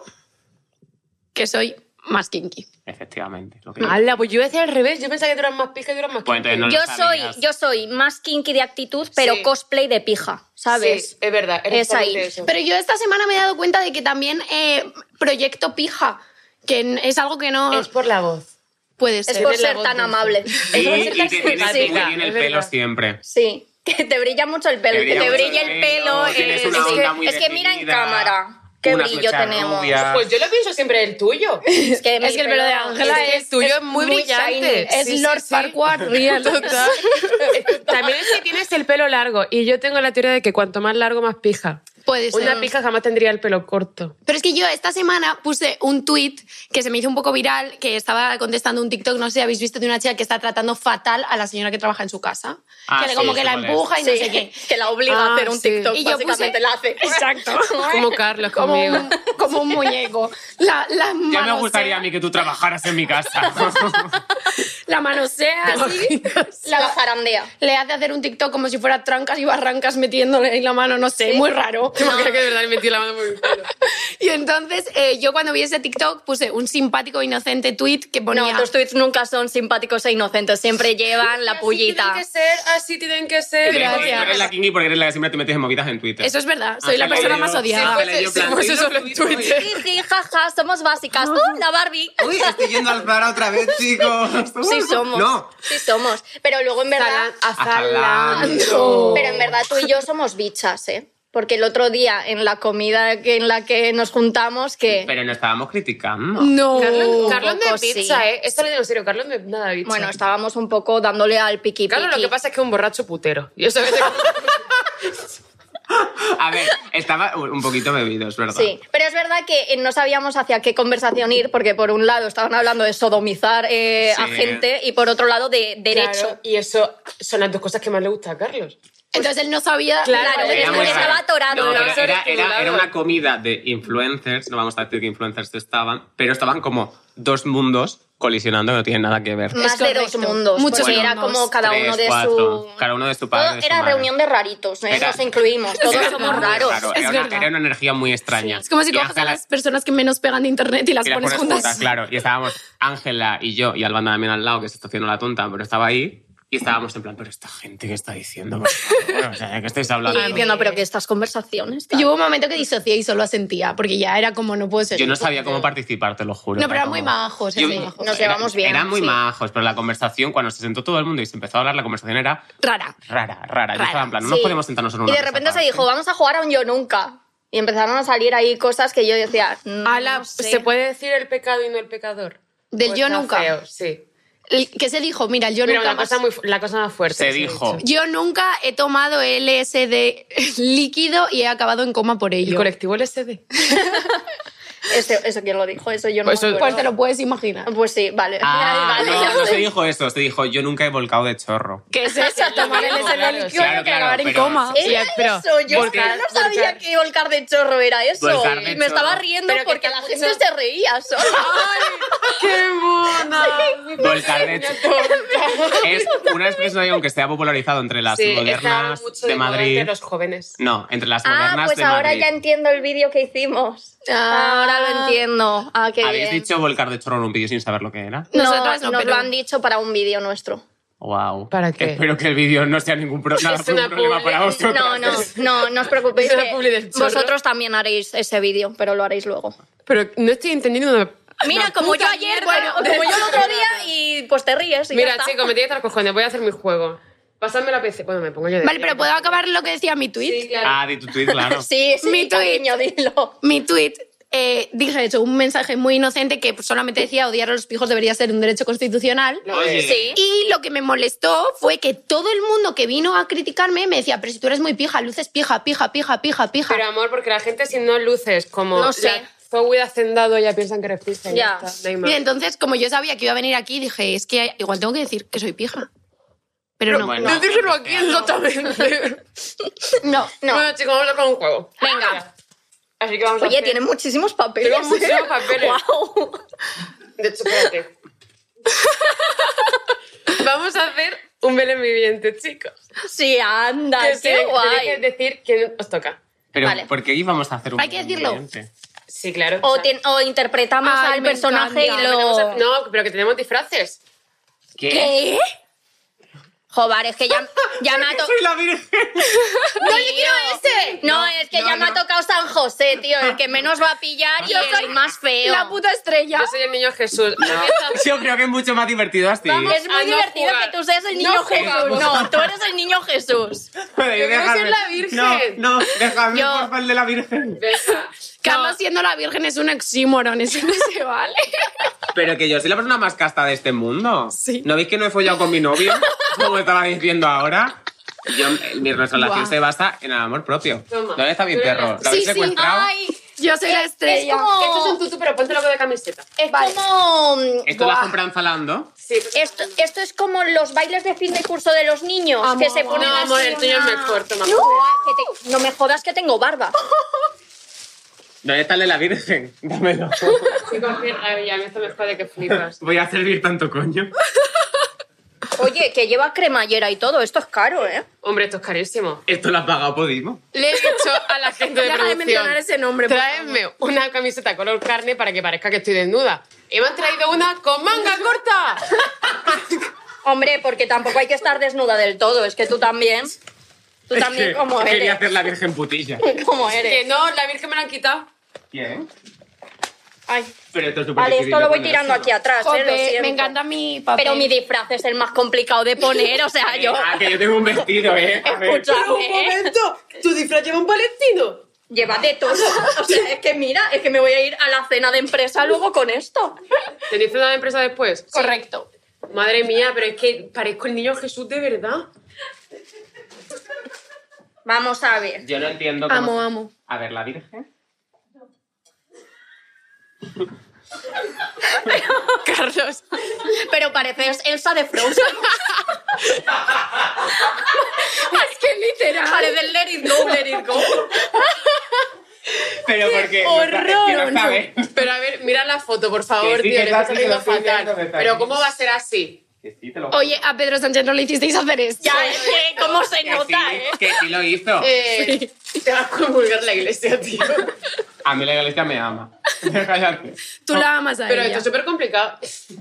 Speaker 2: que soy más kinky.
Speaker 1: Efectivamente. Lo que yo-
Speaker 3: Hala, pues yo decía al revés. Yo pensaba que tú eras más pija y tú eras más
Speaker 1: Pues entonces no
Speaker 4: yo
Speaker 1: lo
Speaker 4: soy,
Speaker 1: sabías.
Speaker 4: yo soy más kinky de actitud, pero
Speaker 3: Sí.
Speaker 4: cosplay de pija, ¿sabes?
Speaker 3: Sí, es verdad. eres
Speaker 4: Es ahí.
Speaker 3: totalmente eso.
Speaker 2: Pero yo esta semana me he dado cuenta de que también eh, proyecto pija, que n- es algo que no
Speaker 3: Es por la voz.
Speaker 2: puede
Speaker 4: Es
Speaker 2: ser.
Speaker 4: por
Speaker 3: Tiene la
Speaker 4: ser
Speaker 3: voz
Speaker 4: tan
Speaker 3: dulce.
Speaker 4: amable.
Speaker 1: Y,
Speaker 4: Es por
Speaker 1: y
Speaker 4: ser
Speaker 1: te
Speaker 4: tan
Speaker 1: tienes
Speaker 4: simpático.
Speaker 1: bien el
Speaker 3: es
Speaker 1: pelo
Speaker 3: verdad.
Speaker 1: siempre.
Speaker 4: Sí, que te brilla mucho el pelo, que
Speaker 1: brilla
Speaker 4: te
Speaker 1: mucho
Speaker 4: brilla el pelo.
Speaker 1: tienes
Speaker 4: es-
Speaker 1: una
Speaker 4: es que-
Speaker 1: onda muy
Speaker 4: es que mira en
Speaker 1: definida,
Speaker 4: cámara. Qué
Speaker 1: una
Speaker 4: brillo
Speaker 1: flecha
Speaker 4: tenemos.
Speaker 1: rubia.
Speaker 3: Pues yo lo pienso siempre el tuyo.
Speaker 4: Es que, mi
Speaker 2: que el pelo de Ángela
Speaker 3: es- el tuyo es muy brillante.
Speaker 4: shiny.
Speaker 2: Es
Speaker 3: Sí, sí,
Speaker 2: Lord
Speaker 3: sí.
Speaker 2: Farquaad
Speaker 3: *laughs*
Speaker 2: real.
Speaker 3: También es que tienes el pelo largo. Y yo tengo la teoría de que cuanto más largo, más pija.
Speaker 2: Puede ser.
Speaker 3: Una pija jamás tendría el pelo corto.
Speaker 2: Pero es que yo esta semana puse un tweet que se me hizo un poco viral, que estaba contestando un TikTok, no sé si habéis visto, de una chica que está tratando fatal a la señora que trabaja en su casa.
Speaker 1: Ah,
Speaker 2: que le-
Speaker 1: sí,
Speaker 2: como
Speaker 1: sé
Speaker 2: que la
Speaker 1: cuál es.
Speaker 2: empuja y no sé
Speaker 4: *laughs*
Speaker 2: qué.
Speaker 4: que la obliga
Speaker 3: Ah,
Speaker 4: a hacer un
Speaker 3: sí.
Speaker 4: TikTok,
Speaker 2: Y yo puse-
Speaker 4: básicamente la hace.
Speaker 2: Exacto.
Speaker 3: Como Carlos
Speaker 2: como
Speaker 3: *laughs* conmigo.
Speaker 2: un, como como un muñeco. La, la
Speaker 1: Ya me
Speaker 2: manosea-
Speaker 1: gustaría a mí que tú trabajaras en mi casa.
Speaker 2: La manosea así.
Speaker 4: La,
Speaker 2: la-
Speaker 4: zarandea.
Speaker 2: le hace hacer un TikTok como si fuera trancas y barrancas metiéndole ahí la mano, no sé, muy raro.
Speaker 3: Te imaginas que de verdad le metí la mano por el culo.
Speaker 2: Y entonces eh, yo cuando vi ese TikTok puse un simpático inocente tweet que ponía...
Speaker 4: No, tus tweets nunca son simpáticos e inocentes, siempre llevan la
Speaker 3: Así
Speaker 4: pullita.
Speaker 3: tienen que ser, así tienen que ser.
Speaker 1: Tú
Speaker 2: Gracias.
Speaker 1: eres la Kingi porque eres la que siempre te metes en movidas en Twitter.
Speaker 2: Eso es verdad, soy la
Speaker 1: Ángela
Speaker 2: persona
Speaker 1: y
Speaker 2: más
Speaker 1: yo-
Speaker 2: odiada.
Speaker 1: Ángela y yo, en plan,
Speaker 3: Pues
Speaker 1: "Uy,
Speaker 3: eso
Speaker 1: no,
Speaker 3: solo en
Speaker 1: Twitter".
Speaker 3: Twitter.
Speaker 4: Jiji, jaja, somos básicas. ¡Uh, la Barbie!
Speaker 1: Uy, estoy yendo al bar otra vez, chicos.
Speaker 4: Sí somos.
Speaker 1: No.
Speaker 4: Sí somos. Pero luego en verdad...
Speaker 1: Azalando.
Speaker 4: Pero en verdad tú y yo somos bichas, ¿eh? Porque el otro día en la comida que, en la que nos juntamos que...
Speaker 1: Pero no estábamos criticando.
Speaker 2: No.
Speaker 3: Carlos,
Speaker 4: Un
Speaker 3: Carlos no
Speaker 4: poco
Speaker 3: es pizza,
Speaker 4: sí.
Speaker 3: ¿eh? Esto le digo en serio, Carlos no es nada de pizza.
Speaker 4: Bueno, estábamos un poco dándole al piqui
Speaker 3: Carlos lo
Speaker 4: piqui.
Speaker 3: que pasa es que es un borracho putero. Y eso que te-
Speaker 1: A ver, estaba un poquito bebido, es verdad.
Speaker 4: Sí, pero es verdad que eh, no sabíamos hacia qué conversación ir, porque por un lado estaban hablando de sodomizar eh, a
Speaker 1: Sí.
Speaker 4: gente y por otro lado de derecho.
Speaker 3: Claro, y eso son las dos cosas que más le gusta a Carlos.
Speaker 2: Entonces él no sabía...
Speaker 3: Claro,
Speaker 2: Claro,
Speaker 1: Era
Speaker 4: Estaba
Speaker 1: muy raro.
Speaker 4: atorado.
Speaker 1: No, pero
Speaker 3: Estaba
Speaker 1: era, era,
Speaker 3: atorado.
Speaker 1: era una comida de influencers, no vamos a decir que influencers estaban, pero estaban como dos mundos colisionando que no tienen nada que ver.
Speaker 4: Más
Speaker 2: Es
Speaker 4: de dos
Speaker 2: correcto.
Speaker 4: mundos.
Speaker 2: Muchos
Speaker 4: porque era
Speaker 2: mundos.
Speaker 4: como Mm, cada
Speaker 1: Tres,
Speaker 4: uno de
Speaker 1: cuatro.
Speaker 4: su.
Speaker 1: Cada uno de su padre.
Speaker 4: Todo
Speaker 1: de su
Speaker 4: era
Speaker 1: madre.
Speaker 4: reunión de raritos, ¿no?
Speaker 1: Era-
Speaker 4: Nos incluimos. Todos
Speaker 1: Era
Speaker 4: somos
Speaker 1: muy
Speaker 4: raros.
Speaker 1: raro,
Speaker 2: Es
Speaker 1: Era, una,
Speaker 2: verdad.
Speaker 1: era una energía muy extraña.
Speaker 2: Es como si
Speaker 1: Y
Speaker 2: coges a
Speaker 1: Ángela-
Speaker 2: las personas que menos pegan de internet y las
Speaker 1: y las
Speaker 2: pones
Speaker 1: pones
Speaker 2: juntas.
Speaker 1: juntas, Claro, y estábamos Ángela y yo y Alba también al lado, que se está haciendo la tonta, pero estaba ahí y estábamos en plan, pero esta gente que está diciendo, Por favor, o sea, ¿de qué estáis
Speaker 4: Y
Speaker 1: hablando?
Speaker 4: yo diciendo, pero que estas conversaciones. tal.
Speaker 2: Y hubo un momento que disocié y solo asentía, porque ya era como no puedo ser.
Speaker 1: Yo no sabía cómo participar, te lo juro.
Speaker 2: No, pero
Speaker 1: Era
Speaker 2: eran muy
Speaker 1: como-
Speaker 2: majos, eran muy majos.
Speaker 1: era-
Speaker 4: Nos llevamos bien,
Speaker 1: Eran muy
Speaker 4: sí.
Speaker 1: majos, pero la conversación, cuando se sentó todo el mundo y se empezó a hablar, la conversación era
Speaker 2: Rara.
Speaker 1: rara, rara. Yo
Speaker 2: Rara,
Speaker 1: estaba en plan, no nos
Speaker 4: Sí.
Speaker 1: podemos sentarnos en una
Speaker 4: Y de
Speaker 1: mesa
Speaker 4: repente se
Speaker 1: aparte.
Speaker 4: dijo, vamos a jugar a un yo nunca. Y empezaron a salir ahí cosas que yo decía. "Mm,
Speaker 3: Ala,
Speaker 4: no sé".
Speaker 3: ¿se puede decir el pecado y no el pecador?
Speaker 2: Del
Speaker 3: Pues
Speaker 2: yo
Speaker 3: está
Speaker 2: nunca.
Speaker 3: feo, sí.
Speaker 2: El- ¿Qué se dijo? Mira, yo
Speaker 3: Pero
Speaker 2: nunca
Speaker 3: una
Speaker 2: más-
Speaker 3: cosa muy, fu- la cosa más fuerte.
Speaker 1: Se
Speaker 3: que he
Speaker 1: dijo.
Speaker 3: dicho.
Speaker 2: Yo nunca he tomado LSD *laughs* líquido y he acabado en coma por
Speaker 3: El
Speaker 2: ello.
Speaker 3: colectivo
Speaker 2: *laughs*
Speaker 3: LSD.
Speaker 4: Eso, este, eso quién lo dijo, eso yo no
Speaker 3: Pues
Speaker 4: me
Speaker 3: eso-
Speaker 2: Pues te
Speaker 4: acuerdo.
Speaker 2: lo puedes imaginar.
Speaker 4: Pues sí, vale.
Speaker 1: Ah,
Speaker 4: Vale,
Speaker 1: no,
Speaker 4: vale.
Speaker 1: no se dijo eso, se dijo, yo nunca he volcado de chorro.
Speaker 2: ¿Qué es eso? Tomar
Speaker 3: Claro,
Speaker 2: LSD
Speaker 3: claro,
Speaker 2: líquido
Speaker 1: claro,
Speaker 2: y acabar en
Speaker 1: pero-
Speaker 2: coma.
Speaker 1: Sí,
Speaker 4: *laughs* Era
Speaker 3: pero
Speaker 4: eso, yo
Speaker 1: volcar,
Speaker 4: no sabía
Speaker 3: volcar.
Speaker 4: que volcar de chorro era eso.
Speaker 1: Volcar de
Speaker 4: me
Speaker 1: chorro.
Speaker 4: estaba riendo
Speaker 3: Pero que
Speaker 4: porque
Speaker 3: te
Speaker 4: la
Speaker 3: escucho.
Speaker 4: gente se reía sola.
Speaker 3: ¡Qué mona!
Speaker 1: Volcar de Es una expresión, aunque sea popularizado entre las
Speaker 3: Sí, está
Speaker 1: modernas
Speaker 3: mucho
Speaker 1: de,
Speaker 3: de moda
Speaker 1: Madrid.
Speaker 3: entre los jóvenes.
Speaker 1: No, entre las
Speaker 4: ah,
Speaker 1: modernas
Speaker 4: pues
Speaker 1: de
Speaker 4: ahora
Speaker 1: Madrid.
Speaker 4: ya entiendo el vídeo que hicimos.
Speaker 2: Ah.
Speaker 4: ahora lo entiendo. Ah, qué
Speaker 1: Habéis
Speaker 4: bien.
Speaker 1: dicho volcar de chorro en un vídeo sin saber lo que era.
Speaker 4: No,
Speaker 2: Nosotras no,
Speaker 4: nos
Speaker 2: pero-
Speaker 4: lo han dicho para un vídeo nuestro.
Speaker 1: Wow.
Speaker 3: ¿Para qué?
Speaker 1: Espero que el vídeo no sea ningún pro- nada,
Speaker 3: Es
Speaker 1: ningún
Speaker 3: una
Speaker 1: problema
Speaker 3: publi-
Speaker 1: para vosotros.
Speaker 4: *laughs* No, no, no, no os preocupéis.
Speaker 3: Es una
Speaker 4: que
Speaker 3: publi del chorro.
Speaker 4: vosotros también haréis ese vídeo, pero lo haréis luego.
Speaker 3: Pero no estoy entendiendo una...
Speaker 4: Mira, como yo ayer, bueno, como yo el otro día y pues te ríes. y ya
Speaker 3: Mira,
Speaker 4: está.
Speaker 3: chicos, me tiene que estar cojones. Voy a hacer mi juego. Pasadme la PC. Bueno, me pongo yo de...
Speaker 2: Vale, pero ¿puedo acabar lo que decía mi tweet?
Speaker 3: Sí, claro.
Speaker 1: Ah, di tu tweet, claro.
Speaker 4: *laughs* Sí, sí,
Speaker 2: Mi tweet.
Speaker 4: cariño, dilo.
Speaker 2: mi tweet eh, dije eso, un mensaje muy inocente que pues, solamente decía odiar a los pijos debería ser un derecho constitucional.
Speaker 1: Oye,
Speaker 4: Sí.
Speaker 2: Y lo que me molestó fue que todo el mundo que vino a criticarme me decía, pero si tú eres muy pija, luces pija, pija, pija, pija, pija.
Speaker 3: Pero amor, porque la gente si no luces como
Speaker 4: No sé.
Speaker 3: la Zoe de Hacendado ya piensan que eres pizza.
Speaker 4: Ya.
Speaker 3: Ya. está, no hay más.
Speaker 2: y entonces, como yo sabía que iba a venir aquí, dije, es que igual tengo que decir que soy pija. Pero, no,
Speaker 1: bueno.
Speaker 2: no,
Speaker 3: Díselo aquí exactamente.
Speaker 2: no.
Speaker 4: No.
Speaker 3: Bueno, chicos, vamos a con un juego.
Speaker 4: Venga.
Speaker 3: Así que vamos a
Speaker 4: Oye,
Speaker 3: hacer
Speaker 4: tienen muchísimos papeles.
Speaker 3: Tengo muchísimos
Speaker 4: ¿eh?
Speaker 3: papeles.
Speaker 4: Guau.
Speaker 3: de
Speaker 4: *laughs*
Speaker 3: chocolate. vamos a hacer un Belén viviente, chicos.
Speaker 4: Sí, anda,
Speaker 3: Que
Speaker 4: qué
Speaker 3: se- tenéis que
Speaker 4: guay.
Speaker 3: decir quién os toca.
Speaker 1: Pero
Speaker 4: Vale.
Speaker 1: ¿por qué íbamos a hacer un
Speaker 2: Hay que decirlo.
Speaker 1: ambiente?
Speaker 3: Sí, claro.
Speaker 4: O,
Speaker 3: sea,
Speaker 4: ten- o interpretamos
Speaker 2: Ay,
Speaker 4: al
Speaker 2: me
Speaker 4: personaje
Speaker 2: encanta.
Speaker 4: y
Speaker 3: vamos a-
Speaker 4: lo...
Speaker 3: No, pero que tenemos disfraces.
Speaker 1: ¿Qué?
Speaker 4: *laughs* ¿Qué? Joder, es que ya, ya me ha tocado...
Speaker 1: Soy la virgen. *laughs*
Speaker 4: ¡No, yo quiero ese! No, es que ya me ha tocado San José, tío. El que menos va a pillar y el más feo.
Speaker 2: La puta estrella.
Speaker 3: Yo soy el niño Jesús.
Speaker 1: Yo creo que es mucho más divertido así.
Speaker 4: es muy
Speaker 3: a no
Speaker 4: divertido
Speaker 3: jugar.
Speaker 4: que tú seas el
Speaker 3: No
Speaker 4: niño Jesús.
Speaker 3: jugamos.
Speaker 4: No, tú eres el niño Jesús.
Speaker 1: Podéis
Speaker 3: quiero
Speaker 1: dejarme.
Speaker 3: ser la virgen.
Speaker 1: No, no, déjame
Speaker 4: Yo-
Speaker 1: por el de la virgen.
Speaker 3: *laughs* Venga.
Speaker 4: *laughs*
Speaker 2: Carlos siendo la virgen es un oxímoron, eso no se vale.
Speaker 1: Pero que yo soy la persona más casta de este mundo.
Speaker 2: Sí.
Speaker 1: ¿No veis que no he follado con mi novio? Como estaba diciendo ahora. Yo, mi relación
Speaker 2: Guau.
Speaker 1: se basa en el amor propio.
Speaker 3: Toma.
Speaker 1: ¿Dónde está mi
Speaker 3: Tú eres
Speaker 1: perro?
Speaker 3: la-
Speaker 1: ¿Lo habéis
Speaker 2: Sí, sí.
Speaker 1: secuestrado?
Speaker 4: Ay,
Speaker 2: Yo soy la estrella.
Speaker 4: como-
Speaker 3: Esto es un tutú, pero ponte loco de camiseta.
Speaker 4: es como...
Speaker 1: Esto lo
Speaker 4: Buah.
Speaker 1: compran Zalando.
Speaker 3: Sí, pero-
Speaker 4: Esto, esto es como los bailes de fin de curso de los niños que se ponen
Speaker 3: No,
Speaker 4: así
Speaker 3: amor, el tuyo es
Speaker 4: una-
Speaker 3: mejor, toma.
Speaker 4: No, que te- no me jodas que tengo barba.
Speaker 1: ¿Dónde está el de la Virgen? *laughs* Dámelo.
Speaker 3: Sí, confía, ay, ya, esto me jode que flipas.
Speaker 1: Voy a servir tanto coño.
Speaker 4: Oye, que lleva cremallera y todo, esto es caro, ¿eh?
Speaker 3: Hombre, esto es carísimo.
Speaker 1: Esto lo has pagado Podimo.
Speaker 3: Le he dicho *laughs* a la gente de
Speaker 2: Deja de
Speaker 3: producción,
Speaker 2: mencionar ese nombre. por favor.
Speaker 3: tráeme una camiseta color carne para que parezca que estoy desnuda. Y me han traído una con manga corta.
Speaker 4: Hombre, porque tampoco hay que estar desnuda del todo, es que tú también. Tú también,
Speaker 1: Es que
Speaker 4: como
Speaker 1: Quería
Speaker 4: eres.
Speaker 1: hacer la Virgen putilla.
Speaker 4: Como
Speaker 3: Que
Speaker 4: eres.
Speaker 3: no, la Virgen me la han quitado.
Speaker 1: ¿Quién?
Speaker 4: Ay.
Speaker 1: Pero esto es súper
Speaker 4: Vale,
Speaker 1: difícil
Speaker 4: esto
Speaker 1: de
Speaker 4: lo voy
Speaker 1: poner.
Speaker 4: tirando aquí atrás, eh,
Speaker 2: Jope,
Speaker 4: lo siento.
Speaker 2: me encanta mi papel.
Speaker 4: Pero mi disfraz es el más complicado de poner, o sea, yo.
Speaker 1: Ah, que yo tengo un vestido, ¿eh? A ver.
Speaker 4: Escúchame, ¿eh?
Speaker 3: ¿Tu disfraz lleva un palestino?
Speaker 4: Lleva de todo. *laughs* O sea, es que mira, es que me voy a ir a la cena de empresa luego con esto.
Speaker 3: ¿Tenéis una empresa después?
Speaker 2: Correcto.
Speaker 3: Madre mía, pero es que parezco el niño Jesús de verdad.
Speaker 4: Vamos
Speaker 2: *laughs*
Speaker 4: a ver.
Speaker 1: Yo no entiendo cómo...
Speaker 2: Amo, amo.
Speaker 1: A ver, la Virgen.
Speaker 4: Carlos. Pero pareces Elsa de Frozen.
Speaker 2: *laughs*
Speaker 4: *laughs* es que literal. Parece el Let It Go, Let It Go.
Speaker 1: Pero porque...
Speaker 3: horror!
Speaker 1: No sabes.
Speaker 3: Pero a ver, mira la foto, por favor,
Speaker 1: Que sí,
Speaker 3: tío,
Speaker 1: que
Speaker 3: le
Speaker 1: está
Speaker 3: está saliendo
Speaker 1: haciendo
Speaker 3: fatal.
Speaker 1: cinco detalles.
Speaker 3: Pero ¿cómo va a ser así?
Speaker 1: Que sí, te lo
Speaker 2: Oye, a Pedro Sánchez no le hicisteis hacer esto.
Speaker 4: Ya, es que cómo se
Speaker 1: que
Speaker 4: nota,
Speaker 1: sí,
Speaker 4: ¿eh?
Speaker 1: que sí lo hizo.
Speaker 3: Eh, Te vas a comulgar la iglesia, tío.
Speaker 1: A mí la iglesia me ama. *laughs* Cállate.
Speaker 2: Tú la amas a
Speaker 3: Pero
Speaker 2: ella.
Speaker 3: esto es súper complicado.